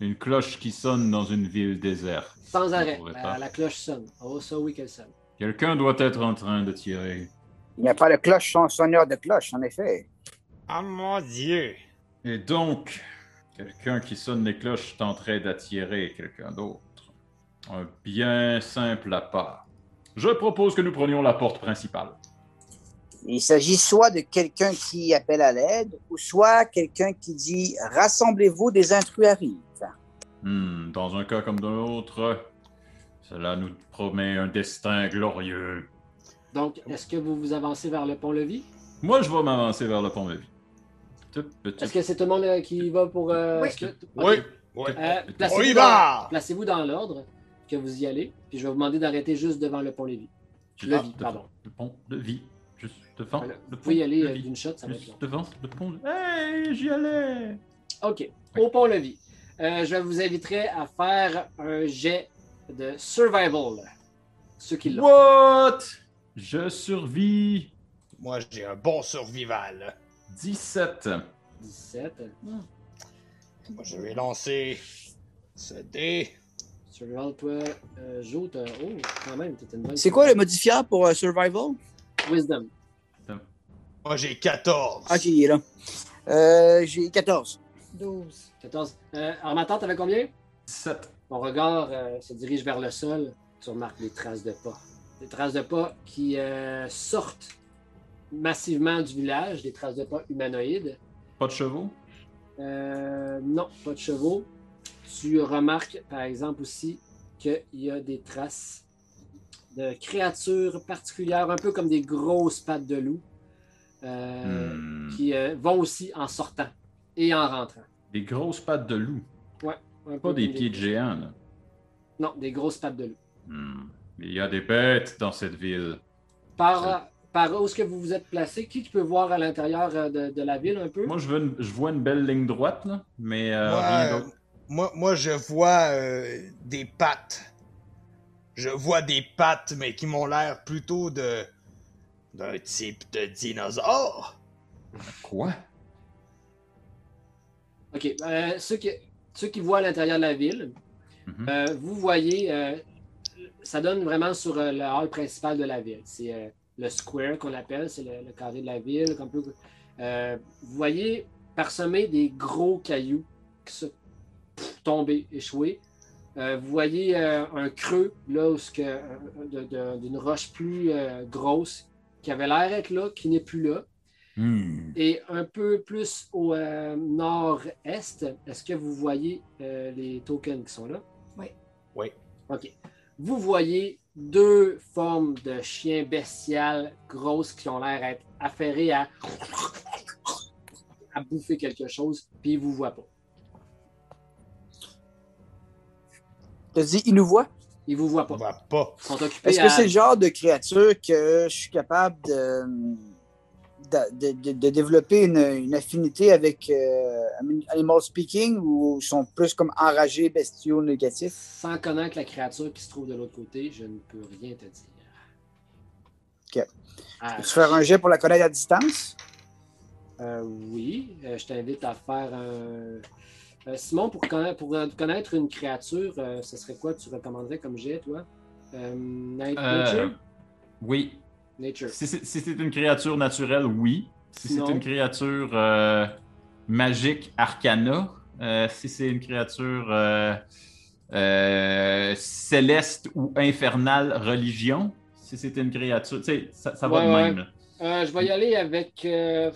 [SPEAKER 5] une cloche qui sonne dans une ville déserte.
[SPEAKER 1] Sans
[SPEAKER 5] Je
[SPEAKER 1] arrêt.
[SPEAKER 5] trouvais
[SPEAKER 1] Ben, La,
[SPEAKER 5] pas.
[SPEAKER 1] la cloche sonne. Oh, ça oui qu'elle sonne.
[SPEAKER 5] Quelqu'un doit être en train de tirer.
[SPEAKER 4] Il n'y a pas de cloche sans sonneur de cloche, en effet.
[SPEAKER 2] Oh mon dieu.
[SPEAKER 5] Et donc, quelqu'un qui sonne les cloches tenterait d'attirer quelqu'un d'autre. Un bien simple appât. Je propose que nous prenions la porte principale.
[SPEAKER 4] Il s'agit soit de quelqu'un qui appelle à l'aide, ou soit quelqu'un qui dit Rassemblez-vous, des intrus arrivent.
[SPEAKER 5] Hmm, dans un cas comme dans l'autre, cela nous promet un destin glorieux.
[SPEAKER 1] Donc, est-ce que vous vous avancez vers le pont-levis?
[SPEAKER 5] Moi, je vais m'avancer vers le pont de vie.
[SPEAKER 1] Est-ce que c'est tout le monde euh, qui va pour... euh,
[SPEAKER 6] Oui.
[SPEAKER 1] est-ce que-
[SPEAKER 2] Oui.
[SPEAKER 1] Ok.
[SPEAKER 2] Ouais.
[SPEAKER 1] Euh,
[SPEAKER 5] Ah,
[SPEAKER 1] placez-vous
[SPEAKER 2] On y
[SPEAKER 1] dans-
[SPEAKER 2] va!
[SPEAKER 1] Placez-vous dans l'ordre que vous y allez, puis je vais vous demander d'arrêter juste devant le pont-levis. le vie, pardon.
[SPEAKER 5] Le pont de vie. Juste devant.
[SPEAKER 1] Voilà.
[SPEAKER 5] le
[SPEAKER 1] Vous
[SPEAKER 5] pont
[SPEAKER 1] pouvez y aller
[SPEAKER 5] de
[SPEAKER 1] euh,
[SPEAKER 5] vie.
[SPEAKER 1] d'une shot, ça va être
[SPEAKER 5] Juste
[SPEAKER 1] long.
[SPEAKER 5] devant le pont de Hey, j'y allais!
[SPEAKER 1] OK. Au pont-levis. Euh, je vous inviterai à faire un jet de survival. Ceux qui l'ont.
[SPEAKER 5] What? Je survis
[SPEAKER 2] Moi, j'ai un bon survival.
[SPEAKER 5] 17.
[SPEAKER 1] 17.
[SPEAKER 2] Moi, je vais lancer ce dé.
[SPEAKER 1] Survival, toi, euh, Jo, t'as... Oh, quand même, t'es une bonne...
[SPEAKER 4] C'est quoi le modifiant pour euh, Survival?
[SPEAKER 1] Wisdom.
[SPEAKER 2] Moi, j'ai 14.
[SPEAKER 4] Ok, il est Ah, là. Euh, J'ai 14.
[SPEAKER 6] 12.
[SPEAKER 1] 14. Euh, Armateur, t'avais combien?
[SPEAKER 5] 17.
[SPEAKER 1] Mon regard euh, se dirige vers le sol. Tu remarques des traces de pas. Des traces de pas qui euh, sortent massivement du village, des traces de pas humanoïdes.
[SPEAKER 5] Pas de chevaux?
[SPEAKER 1] Euh, non, pas de chevaux. Tu remarques, par exemple, aussi qu'il y a des traces de créatures particulières, un peu comme des grosses pattes de loup, euh,
[SPEAKER 5] Hmm.
[SPEAKER 1] qui euh, vont aussi en sortant et en rentrant.
[SPEAKER 5] Des grosses pattes de loup.
[SPEAKER 1] Un peu
[SPEAKER 5] Pas des
[SPEAKER 1] comme les-
[SPEAKER 5] pieds de géant, là.
[SPEAKER 1] Non, des grosses pattes de loup.
[SPEAKER 5] Hmm. Il y a des bêtes dans cette ville.
[SPEAKER 1] Par, par où est-ce que vous vous êtes placé? Qui qui peut voir à l'intérieur euh, de, de la ville un peu?
[SPEAKER 5] Moi, je, veux une- je vois une belle ligne droite, là, mais euh,
[SPEAKER 2] Moi,
[SPEAKER 5] rien
[SPEAKER 2] euh,
[SPEAKER 5] d'autre.
[SPEAKER 2] moi, moi, je vois euh, des pattes. Je vois des pattes, mais qui m'ont l'air plutôt de d'un type de dinosaure.
[SPEAKER 5] Quoi?
[SPEAKER 1] OK. euh, ceux, qui, ceux qui voient à l'intérieur de la ville,
[SPEAKER 5] Mhm.
[SPEAKER 1] euh, vous voyez, euh, ça donne vraiment sur euh, le hall principal de la ville. C'est euh, le square qu'on appelle, c'est le, le carré de la ville. qu'on peut- euh, vous voyez parsemer des gros cailloux qui se pff, tomber, échouer. Euh, vous voyez euh, un creux là où ce que- euh, de- de- d'une roche plus euh, grosse qui avait l'air d'être là, qui n'est plus là.
[SPEAKER 5] Hmm.
[SPEAKER 1] Et un peu plus au euh, nord-est, est-ce que vous voyez euh, les tokens qui sont là?
[SPEAKER 6] Oui.
[SPEAKER 2] Oui.
[SPEAKER 1] OK. Vous voyez deux formes de chiens bestiales grosses qui ont l'air d'être affairés à... à bouffer quelque chose, puis ils vous voient pas.
[SPEAKER 4] T'as dit, il nous voit?
[SPEAKER 1] Ils vous voient
[SPEAKER 2] On
[SPEAKER 1] pas.
[SPEAKER 2] va pas.
[SPEAKER 1] Ils sont occupés
[SPEAKER 4] Est-ce
[SPEAKER 1] à...
[SPEAKER 4] que c'est le genre de créature que je suis capable de, de, de- de développer une, une affinité avec euh, Animal Speaking ou ils sont plus comme enragés, bestiaux, négatifs?
[SPEAKER 1] Sans connaître la créature qui se trouve de l'autre côté, je ne peux rien te dire.
[SPEAKER 4] OK.
[SPEAKER 1] Ah,
[SPEAKER 4] Peux-tu faire un jet pour la connaître à distance?
[SPEAKER 1] Euh, oui, Euh, je t'invite à faire un. Euh, Simon, pour, conna- pour euh, connaître une créature, euh, ce serait quoi que tu recommanderais comme jet, toi Euh, na-
[SPEAKER 5] Euh,
[SPEAKER 1] Nature
[SPEAKER 5] oui.
[SPEAKER 1] Nature.
[SPEAKER 5] Si c'est si c'est une créature naturelle, oui. Si c'est
[SPEAKER 1] Non.
[SPEAKER 5] une créature euh, magique, arcana. Euh, si c'est une créature euh, euh, céleste ou infernale, religion. Si c'est une créature. Tu sais, ça, ça va
[SPEAKER 1] Ouais,
[SPEAKER 5] de
[SPEAKER 1] ouais.
[SPEAKER 5] même. là.
[SPEAKER 1] Euh, je vais y aller avec. euh,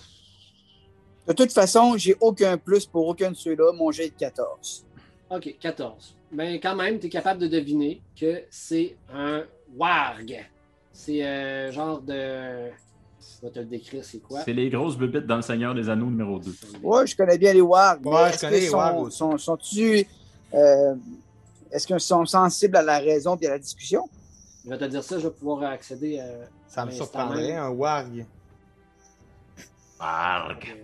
[SPEAKER 4] De toute façon, j'ai aucun plus pour aucun de ceux-là. Mon jet est de 14.
[SPEAKER 1] Ok, 14. Mais quand même, tu es capable de deviner que c'est un warg. C'est un genre de. Je vais te le décrire, c'est quoi
[SPEAKER 5] C'est les grosses bébites dans le Seigneur des Anneaux numéro 2.
[SPEAKER 4] Ouais, je connais bien les wargs.
[SPEAKER 2] Ouais,
[SPEAKER 4] mais
[SPEAKER 2] je
[SPEAKER 4] est-ce
[SPEAKER 2] connais
[SPEAKER 4] que
[SPEAKER 2] les
[SPEAKER 4] sont-
[SPEAKER 2] wargs aussi.
[SPEAKER 4] sont- Sont-tu. euh, Est-ce qu'ils sont sensibles à la raison et à la discussion?
[SPEAKER 1] Je vais te dire ça, je vais pouvoir accéder euh, à.
[SPEAKER 2] Ça me
[SPEAKER 1] Mais c'est
[SPEAKER 2] surprendrait,
[SPEAKER 1] un-
[SPEAKER 2] un warg.
[SPEAKER 5] Arc.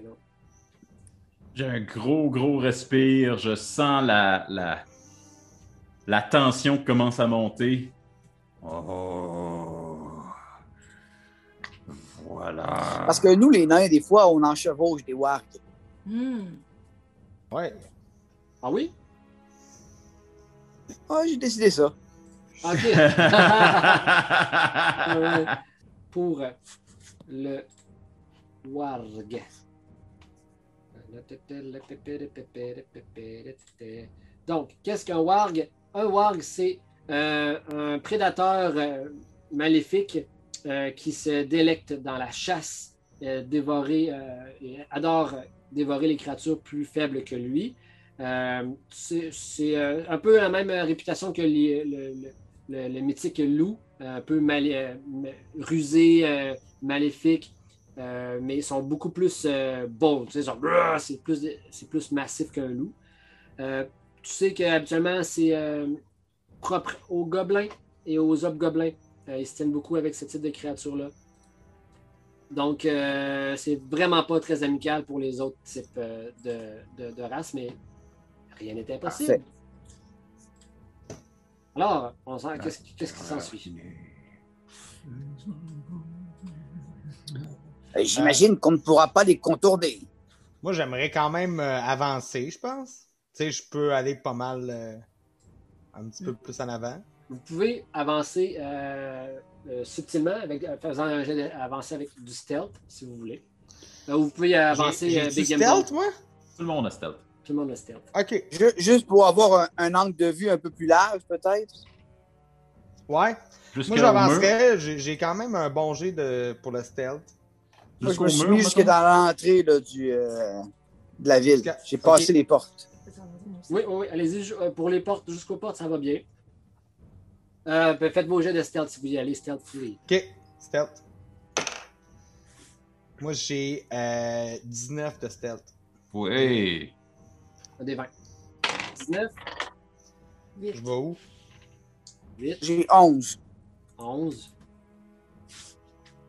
[SPEAKER 5] J'ai un gros, gros respire. Je sens la, la, la tension qui commence à monter. Oh.
[SPEAKER 2] Ah.
[SPEAKER 5] Voilà. *laughs*
[SPEAKER 4] Parce que nous, les nains, des fois, on en chevauche des wargs.
[SPEAKER 6] Hmm.
[SPEAKER 2] Ouais.
[SPEAKER 1] Ah oui
[SPEAKER 4] Ah, j'ai décidé ça.
[SPEAKER 1] Ok.
[SPEAKER 5] *laughs*
[SPEAKER 1] *laughs* pour euh, le warg. Donc, qu'est-ce qu'un warg? Un warg, c'est euh, un prédateur euh, maléfique euh, qui se délecte dans la chasse, euh, dévorer, euh, et adore dévorer les créatures plus faibles que lui. Euh, c'est c'est, euh, un peu la même réputation que les- le, le- le- le mythique loup, euh, un peu mal- euh, ma- rusé, euh, maléfique, euh, mais ils sont beaucoup plus euh, bold, tu sais, genre, Bruh c'est plus, c'est plus massif qu'un loup. Euh, tu sais qu'habituellement, c'est euh, propre aux gobelins et aux hobgoblins. Euh, ils se tiennent beaucoup avec ce type de créature-là. Donc, euh, c'est vraiment pas très amical pour les autres types euh, de, de- de races, mais rien n'est impossible.
[SPEAKER 4] Parfait.
[SPEAKER 1] Alors, on s'en- qu'est-ce qui qu'est-ce qui s'ensuit?
[SPEAKER 4] Euh, J'imagine qu'on ne pourra pas les contourner.
[SPEAKER 2] Moi, j'aimerais quand même euh, avancer, je pense. Tu sais, je peux aller pas mal euh, un petit peu plus en avant.
[SPEAKER 1] Vous pouvez avancer euh, euh, subtilement, avec, en faisant un jet d'avancer avec du stealth, si vous voulez. Euh, vous pouvez avancer
[SPEAKER 2] J'ai-
[SPEAKER 1] euh, Big
[SPEAKER 2] j'ai-tu
[SPEAKER 1] and
[SPEAKER 2] stealth,
[SPEAKER 1] Bold.
[SPEAKER 2] moi?
[SPEAKER 5] Tout le monde a stealth.
[SPEAKER 1] Tout le monde a stealth.
[SPEAKER 2] Ok.
[SPEAKER 4] Ju- Juste pour avoir un, un angle de vue un peu plus large, peut-être.
[SPEAKER 2] Ouais.
[SPEAKER 5] Jusqu'au
[SPEAKER 2] Moi,
[SPEAKER 5] mur.
[SPEAKER 2] j'avancerais. J'ai j'ai quand même un bon jet de... pour le stealth.
[SPEAKER 4] Moi, je
[SPEAKER 5] Jusqu'au
[SPEAKER 4] me suis
[SPEAKER 5] mur,
[SPEAKER 4] mis jusque
[SPEAKER 5] mettons.
[SPEAKER 4] dans l'entrée là, du, euh, de la ville.
[SPEAKER 2] Jusqu'à-
[SPEAKER 4] J'ai
[SPEAKER 2] ok.
[SPEAKER 4] passé les portes.
[SPEAKER 1] Oui, oui, oui, allez-y. ju- euh, Pour les portes, jusqu'aux portes, ça va bien. Euh, ben, faites vos jets de stealth si vous y allez, stealth free.
[SPEAKER 2] Ok. Stealth. Moi, j'ai euh, 19 de stealth.
[SPEAKER 7] Oui.
[SPEAKER 1] Un des 20. 19,
[SPEAKER 2] Je vais où?
[SPEAKER 1] 8,
[SPEAKER 4] J'ai 11.
[SPEAKER 1] 11.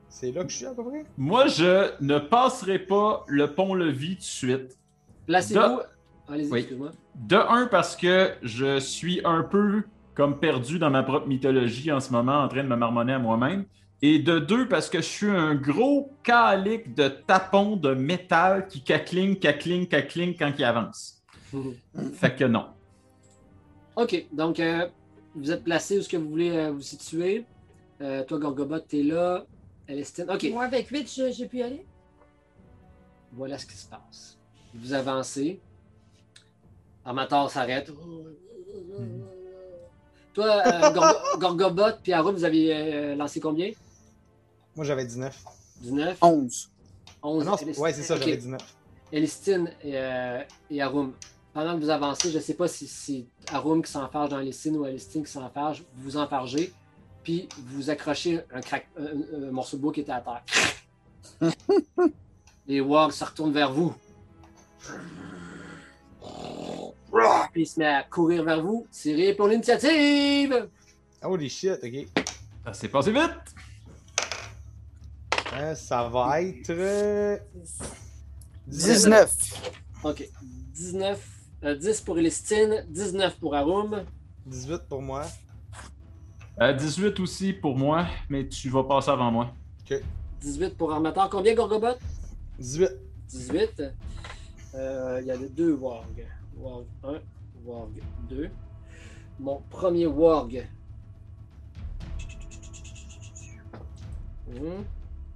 [SPEAKER 2] C'est là que je suis à peu près?
[SPEAKER 5] Moi, je ne passerai pas le pont-levis tout de suite.
[SPEAKER 1] Placez-vous. Allez-y,
[SPEAKER 5] Oui.
[SPEAKER 1] excuse-moi.
[SPEAKER 5] De un, parce que je suis un peu comme perdu dans ma propre mythologie en ce moment, en train de me marmonner à moi-même. Et de deux, parce que je suis un gros calique de tapons de métal qui cacline, cacline, cacline quand
[SPEAKER 1] *laughs*
[SPEAKER 5] il avance. Fait que non.
[SPEAKER 1] OK, donc euh, vous êtes placé où ce que vous voulez euh, vous situer. Euh, toi, Gorgobot, t'es là. Elestine. OK,
[SPEAKER 6] Moi, avec 8, je- j'ai pu y aller.
[SPEAKER 1] voilà ce qui se passe. Vous avancez. Armator s'arrête. Toi, euh, Gorgo- Gorgobot, puis Arum, vous avez euh, lancé combien?
[SPEAKER 2] Moi, j'avais 19.
[SPEAKER 1] 19,
[SPEAKER 4] 11.
[SPEAKER 2] Ah
[SPEAKER 1] 11.
[SPEAKER 2] non, c'est- ouais, c'est ça,
[SPEAKER 1] Oh, Ok.
[SPEAKER 2] j'avais 19.
[SPEAKER 1] Elistine et, euh, et Arum, pendant que vous avancez, je ne sais pas si c'est Arum qui s'enfarge dans Elistine ou Elistine qui s'enfarge, vous vous enfargez, puis vous accrochez un, craque- un- un- un morceau de bois qui était à terre. Les wargs se retournent vers vous. Puis il se met à courir vers vous. Tirez pour l'initiative!
[SPEAKER 2] Holy shit, ok.
[SPEAKER 5] Ça s'est passé vite!
[SPEAKER 2] Hein, ça va être. euh,
[SPEAKER 4] 19.
[SPEAKER 1] Ok. 19, euh, 10 pour Elistine, 19 pour Arum.
[SPEAKER 2] 18 pour moi.
[SPEAKER 5] Euh, 18 aussi pour moi, mais tu vas passer avant moi.
[SPEAKER 1] 18 pour Armateur. Combien, Gorgobot?
[SPEAKER 2] 18.
[SPEAKER 1] 18. Euh, Il y avait deux wargs. Warg 1, Warg 2. Mon premier warg. Hum.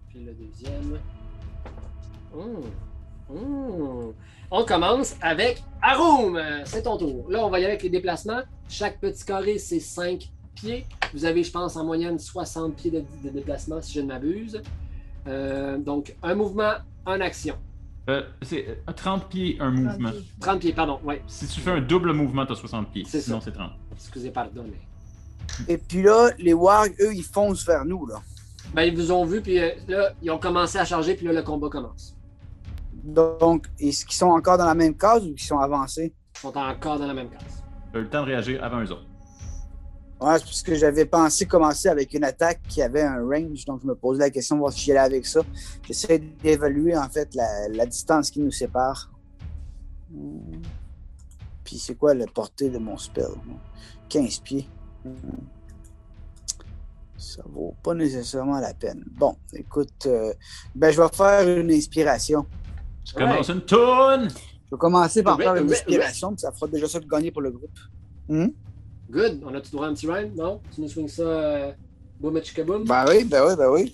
[SPEAKER 1] Puis le deuxième. Hum. Hum. On commence avec Arum. C'est ton tour. Là, on va y aller avec les déplacements. Chaque petit carré, c'est 5 pieds. Vous avez, je pense, en moyenne 60 pieds de, de déplacement, si je ne m'abuse. Euh, donc, un mouvement, en action.
[SPEAKER 5] Euh, c'est euh, 30 pieds, un mouvement.
[SPEAKER 1] 30 pieds, pardon. Oui,
[SPEAKER 5] Si tu fais un double mouvement, t'as 60 pieds.
[SPEAKER 1] C'est ça.
[SPEAKER 5] Sinon, c'est 30.
[SPEAKER 1] excusez, pardonnez.
[SPEAKER 4] Et puis là, les wargs, eux, ils foncent vers nous. Là.
[SPEAKER 1] Ben, ils vous ont vu, puis euh, là, ils ont commencé à charger, puis là, le combat commence.
[SPEAKER 4] Donc, est-ce qu'ils sont encore dans la même case ou qu'ils sont avancés?
[SPEAKER 1] Ils sont encore dans la même case.
[SPEAKER 5] T'as le temps de réagir avant eux autres.
[SPEAKER 4] Ouais, c'est parce que j'avais pensé commencer avec une attaque qui avait un range, donc je me posais la question de voir si j'y allais avec ça. J'essaie d'évaluer en fait la, la distance qui nous sépare. Hmm. Puis c'est quoi la portée de mon spell? 15 pieds. Hmm. Ça vaut pas nécessairement la peine. Bon, écoute, euh, ben je vais faire une inspiration.
[SPEAKER 5] Tu
[SPEAKER 1] Ouais. Ah
[SPEAKER 5] commences une tourne!
[SPEAKER 4] Je vais commencer par
[SPEAKER 1] Ouais,
[SPEAKER 4] faire une
[SPEAKER 1] ouais,
[SPEAKER 4] inspiration, puis ça fera déjà ça de gagner pour le groupe.
[SPEAKER 1] Good. On a-tu droit à un petit round? Non? Tu nous swings ça, euh, boum et chicaboum?
[SPEAKER 4] Ben oui, ben oui, ben oui.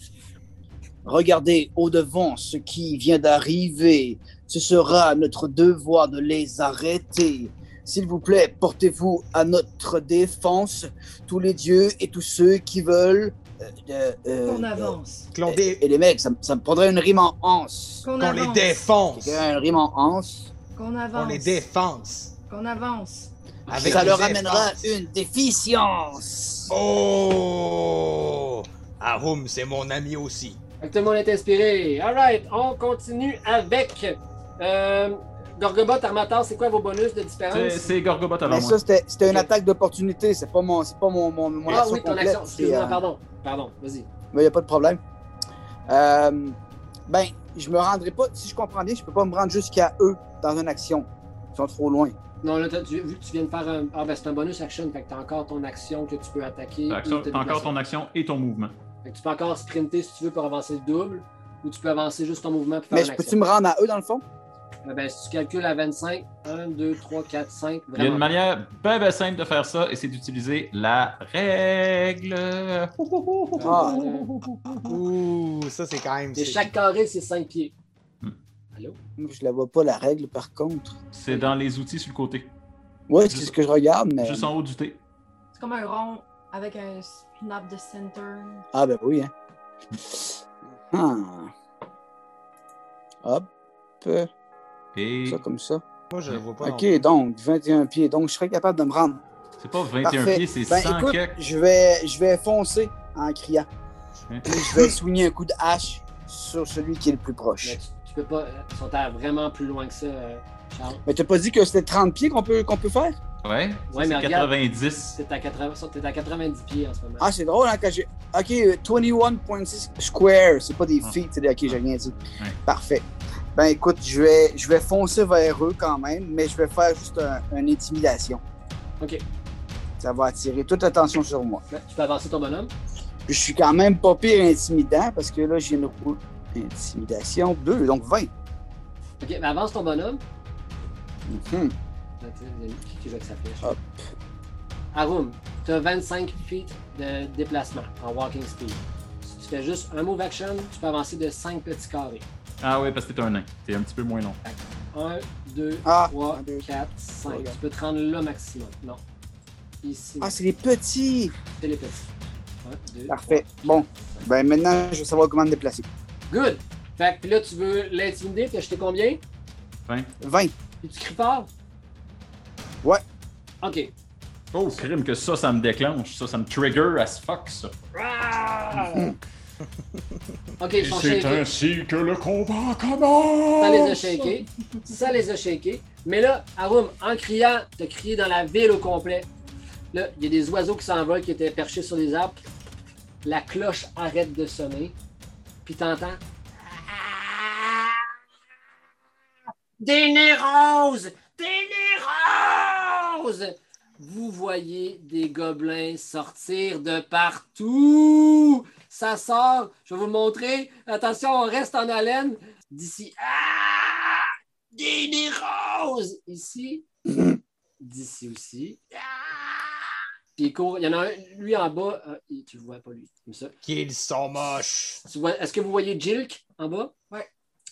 [SPEAKER 4] Regardez au-devant ce qui vient d'arriver. Ce sera notre devoir de les arrêter. S'il vous plaît, portez-vous à notre défense, tous les dieux et tous ceux qui veulent. euh, euh, euh,
[SPEAKER 6] Qu'on avance.
[SPEAKER 2] Que l'on
[SPEAKER 4] euh,
[SPEAKER 2] dé-
[SPEAKER 4] Et les mecs, ça, me- ça me prendrait une rime en anse.
[SPEAKER 6] Qu'on
[SPEAKER 2] qu'on les
[SPEAKER 6] avance.
[SPEAKER 2] défonce.
[SPEAKER 4] Quelqu'un a une rime en anse,
[SPEAKER 6] Qu'on
[SPEAKER 2] On
[SPEAKER 6] avance.
[SPEAKER 2] les défonce.
[SPEAKER 6] Qu'on avance.
[SPEAKER 2] Avec
[SPEAKER 4] ça
[SPEAKER 2] les
[SPEAKER 4] leur
[SPEAKER 2] défenses.
[SPEAKER 4] amènera une déficience.
[SPEAKER 2] Oh! Arum, c'est mon ami aussi.
[SPEAKER 1] Fait que tout le monde est inspiré. All right. On continue avec... Euh, Gorgobot, Armator, c'est quoi vos bonus de
[SPEAKER 5] C'est-
[SPEAKER 1] différence?
[SPEAKER 5] C'est Gorgobot avant
[SPEAKER 4] Mais
[SPEAKER 5] Ah, moi.
[SPEAKER 4] ça, c'était c'était une
[SPEAKER 1] Ok.
[SPEAKER 4] attaque d'opportunité. C'est pas mon, c'est pas mon, mon, mon
[SPEAKER 1] Ah oui, ton
[SPEAKER 4] complète,
[SPEAKER 1] action.
[SPEAKER 4] c'est,
[SPEAKER 1] Excuse-moi,
[SPEAKER 4] euh,
[SPEAKER 1] pardon. Pardon, vas-y.
[SPEAKER 4] Mais il n'y a pas de problème. Euh, ben, je me rendrai pas, si je comprends bien, je peux pas me rendre jusqu'à eux dans une action. Ils sont trop loin.
[SPEAKER 1] Non, là, t'as- tu- vu que tu viens de faire un... Ah, ben, c'est un bonus action. Fait que t'as encore ton action que tu peux attaquer.
[SPEAKER 5] T'as
[SPEAKER 1] ou
[SPEAKER 5] action-
[SPEAKER 1] te
[SPEAKER 5] t'as encore
[SPEAKER 1] déplacer.
[SPEAKER 5] ton action et ton mouvement.
[SPEAKER 1] Fait que tu peux encore sprinter si tu veux pour avancer le double, ou tu peux avancer juste ton mouvement pour faire
[SPEAKER 4] Mais
[SPEAKER 1] une
[SPEAKER 4] je peux-tu
[SPEAKER 1] action.
[SPEAKER 4] me rendre à eux dans le fond?
[SPEAKER 1] Ah ben, si tu calcules à 25, 1, 2, 3, 4, 5,
[SPEAKER 5] Il y a une
[SPEAKER 1] vraiment.
[SPEAKER 5] manière bien simple de faire ça et c'est d'utiliser la règle.
[SPEAKER 4] Ah.
[SPEAKER 2] Ouh, ça c'est quand même.
[SPEAKER 1] Et
[SPEAKER 2] c'est-
[SPEAKER 1] euh, chaque carré, c'est 5 pieds.
[SPEAKER 4] Je la vois pas, la règle, par contre.
[SPEAKER 5] C'est dans les outils sur le côté,
[SPEAKER 4] Ouais, c'est ce que je regarde, mais.
[SPEAKER 5] juste en haut du T.
[SPEAKER 6] C'est comme un rond avec un snap de center.
[SPEAKER 4] Ah, ben oui, hein.
[SPEAKER 5] *laughs*
[SPEAKER 4] Hum. Hop. euh,
[SPEAKER 5] Et
[SPEAKER 4] Ça comme ça.
[SPEAKER 2] Moi, je le vois pas. non
[SPEAKER 4] Ok, donc 21 pieds. Donc je serais capable de me rendre.
[SPEAKER 5] c'est pas 21
[SPEAKER 4] Parfait.
[SPEAKER 5] pieds, c'est
[SPEAKER 4] Ben
[SPEAKER 5] 100
[SPEAKER 4] écoute,
[SPEAKER 5] quelques.
[SPEAKER 4] je vais, je vais foncer en criant.
[SPEAKER 5] Hein?
[SPEAKER 4] Puis je vais soigner un coup de hache sur celui qui est le plus proche.
[SPEAKER 1] Mais tu, tu peux pas. euh, Ils sont à vraiment plus loin que ça, euh, Charles.
[SPEAKER 4] Mais t'as pas dit que c'était 30 pieds qu'on peut, qu'on peut faire?
[SPEAKER 5] Ouais, ça,
[SPEAKER 1] Ouais,
[SPEAKER 5] c'est
[SPEAKER 1] mais regarde.
[SPEAKER 5] 90.
[SPEAKER 1] T'es à, 80 t'es à 90 pieds en ce moment.
[SPEAKER 4] Ah, c'est drôle, hein, quand j'ai... OK, euh, 21.6 square, c'est pas des
[SPEAKER 5] Ah.
[SPEAKER 4] feet, c'est des... OK, j'ai rien dit.
[SPEAKER 5] Ouais.
[SPEAKER 4] Parfait. Ben écoute, je vais, je vais foncer vers eux quand même, mais je vais faire juste un- une intimidation.
[SPEAKER 1] OK.
[SPEAKER 4] Ça va attirer toute l'attention sur moi.
[SPEAKER 1] Ben, tu peux avancer ton bonhomme.
[SPEAKER 4] Puis je suis quand même pas pire intimidant, parce que là, j'ai une roue- intimidation 2, donc 20.
[SPEAKER 1] OK, mais avance ton bonhomme.
[SPEAKER 4] Mhm.
[SPEAKER 1] Ben, tu sais, les amis, Qui qui veut que ça flèche?
[SPEAKER 4] Hop.
[SPEAKER 1] Arum, tu as 25 feet de déplacement en walking speed. Si tu fais juste un move action, tu peux avancer de 5 petits carrés.
[SPEAKER 5] Ah ouais, parce que t'es un nain. T'es un petit peu moins long.
[SPEAKER 1] 1, 2,
[SPEAKER 4] Ah,
[SPEAKER 1] 3,
[SPEAKER 4] un, deux.
[SPEAKER 1] 4, 5.
[SPEAKER 4] Ouais.
[SPEAKER 1] Tu peux te rendre là maximum. Non. Ici,
[SPEAKER 4] Ah, c'est les petits!
[SPEAKER 1] fais les petits. 1, 2,
[SPEAKER 4] Parfait. Bon, ben maintenant, je vais savoir comment me déplacer.
[SPEAKER 1] Good! Fait que puis là, tu veux l'intimider, t'as jeté combien?
[SPEAKER 4] 20.
[SPEAKER 1] Puis tu cries fort?
[SPEAKER 4] Ouais.
[SPEAKER 1] Ok.
[SPEAKER 5] Oh, crime que ça, ça me déclenche. Ça, ça me trigger as fuck, ça.
[SPEAKER 1] Ok, ils sont shakés.
[SPEAKER 7] ainsi que le combat commence!
[SPEAKER 1] Ça les a shakés. Ça les a shakés. Mais là, Arum, en criant, t'as crié dans la ville au complet. Là, il y a des oiseaux qui s'envolent, qui étaient perchés sur les arbres. La cloche arrête de sonner. Puis t'entends. Des nez roses! Des nez roses! Vous voyez des gobelins sortir de partout! Ça sort, je vais vous le montrer. Attention, on reste en haleine. D'ici. Ah! Des nez roses! Ici. D'ici aussi. Ah! Puis il court. Il y en a un, lui en bas. Ah, il- tu le vois pas, lui. Comme ça.
[SPEAKER 2] Qu'ils sont moches.
[SPEAKER 1] Tu vois- Est-ce que vous voyez Jilk en bas? Oui.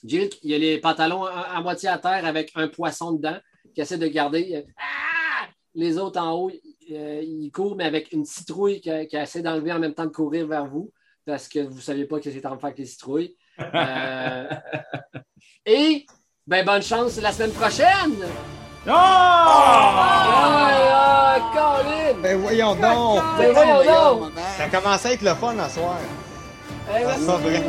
[SPEAKER 1] Jilk, il a les pantalons à, à moitié à terre avec un poisson dedans qui essaie de garder. Ah! Les autres en haut, euh, ils courent, mais avec une citrouille qui, qui essaie d'enlever en même temps de courir vers vous parce que vous ne savez pas ce que c'est en train de faire avec les citrouilles. Euh, *laughs* et, ben, bonne chance la semaine prochaine!
[SPEAKER 5] Ah!
[SPEAKER 1] Ah, ah, Colin!
[SPEAKER 2] Ben voyons donc!
[SPEAKER 1] Ben
[SPEAKER 4] C'était le
[SPEAKER 1] voyons
[SPEAKER 4] meilleur
[SPEAKER 1] donc.
[SPEAKER 4] moment.
[SPEAKER 2] Ça commençait à être le fun à soir.
[SPEAKER 1] Eh,
[SPEAKER 2] C'est
[SPEAKER 1] merci.
[SPEAKER 2] pas vrai.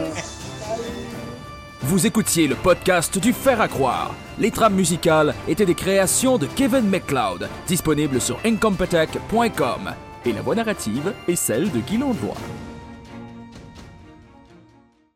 [SPEAKER 8] Vous écoutiez le podcast du Fer à croire. Les trames musicales étaient des créations de Kevin McLeod, disponibles sur incompetech.com. Et la voix narrative est celle de Guy Londois.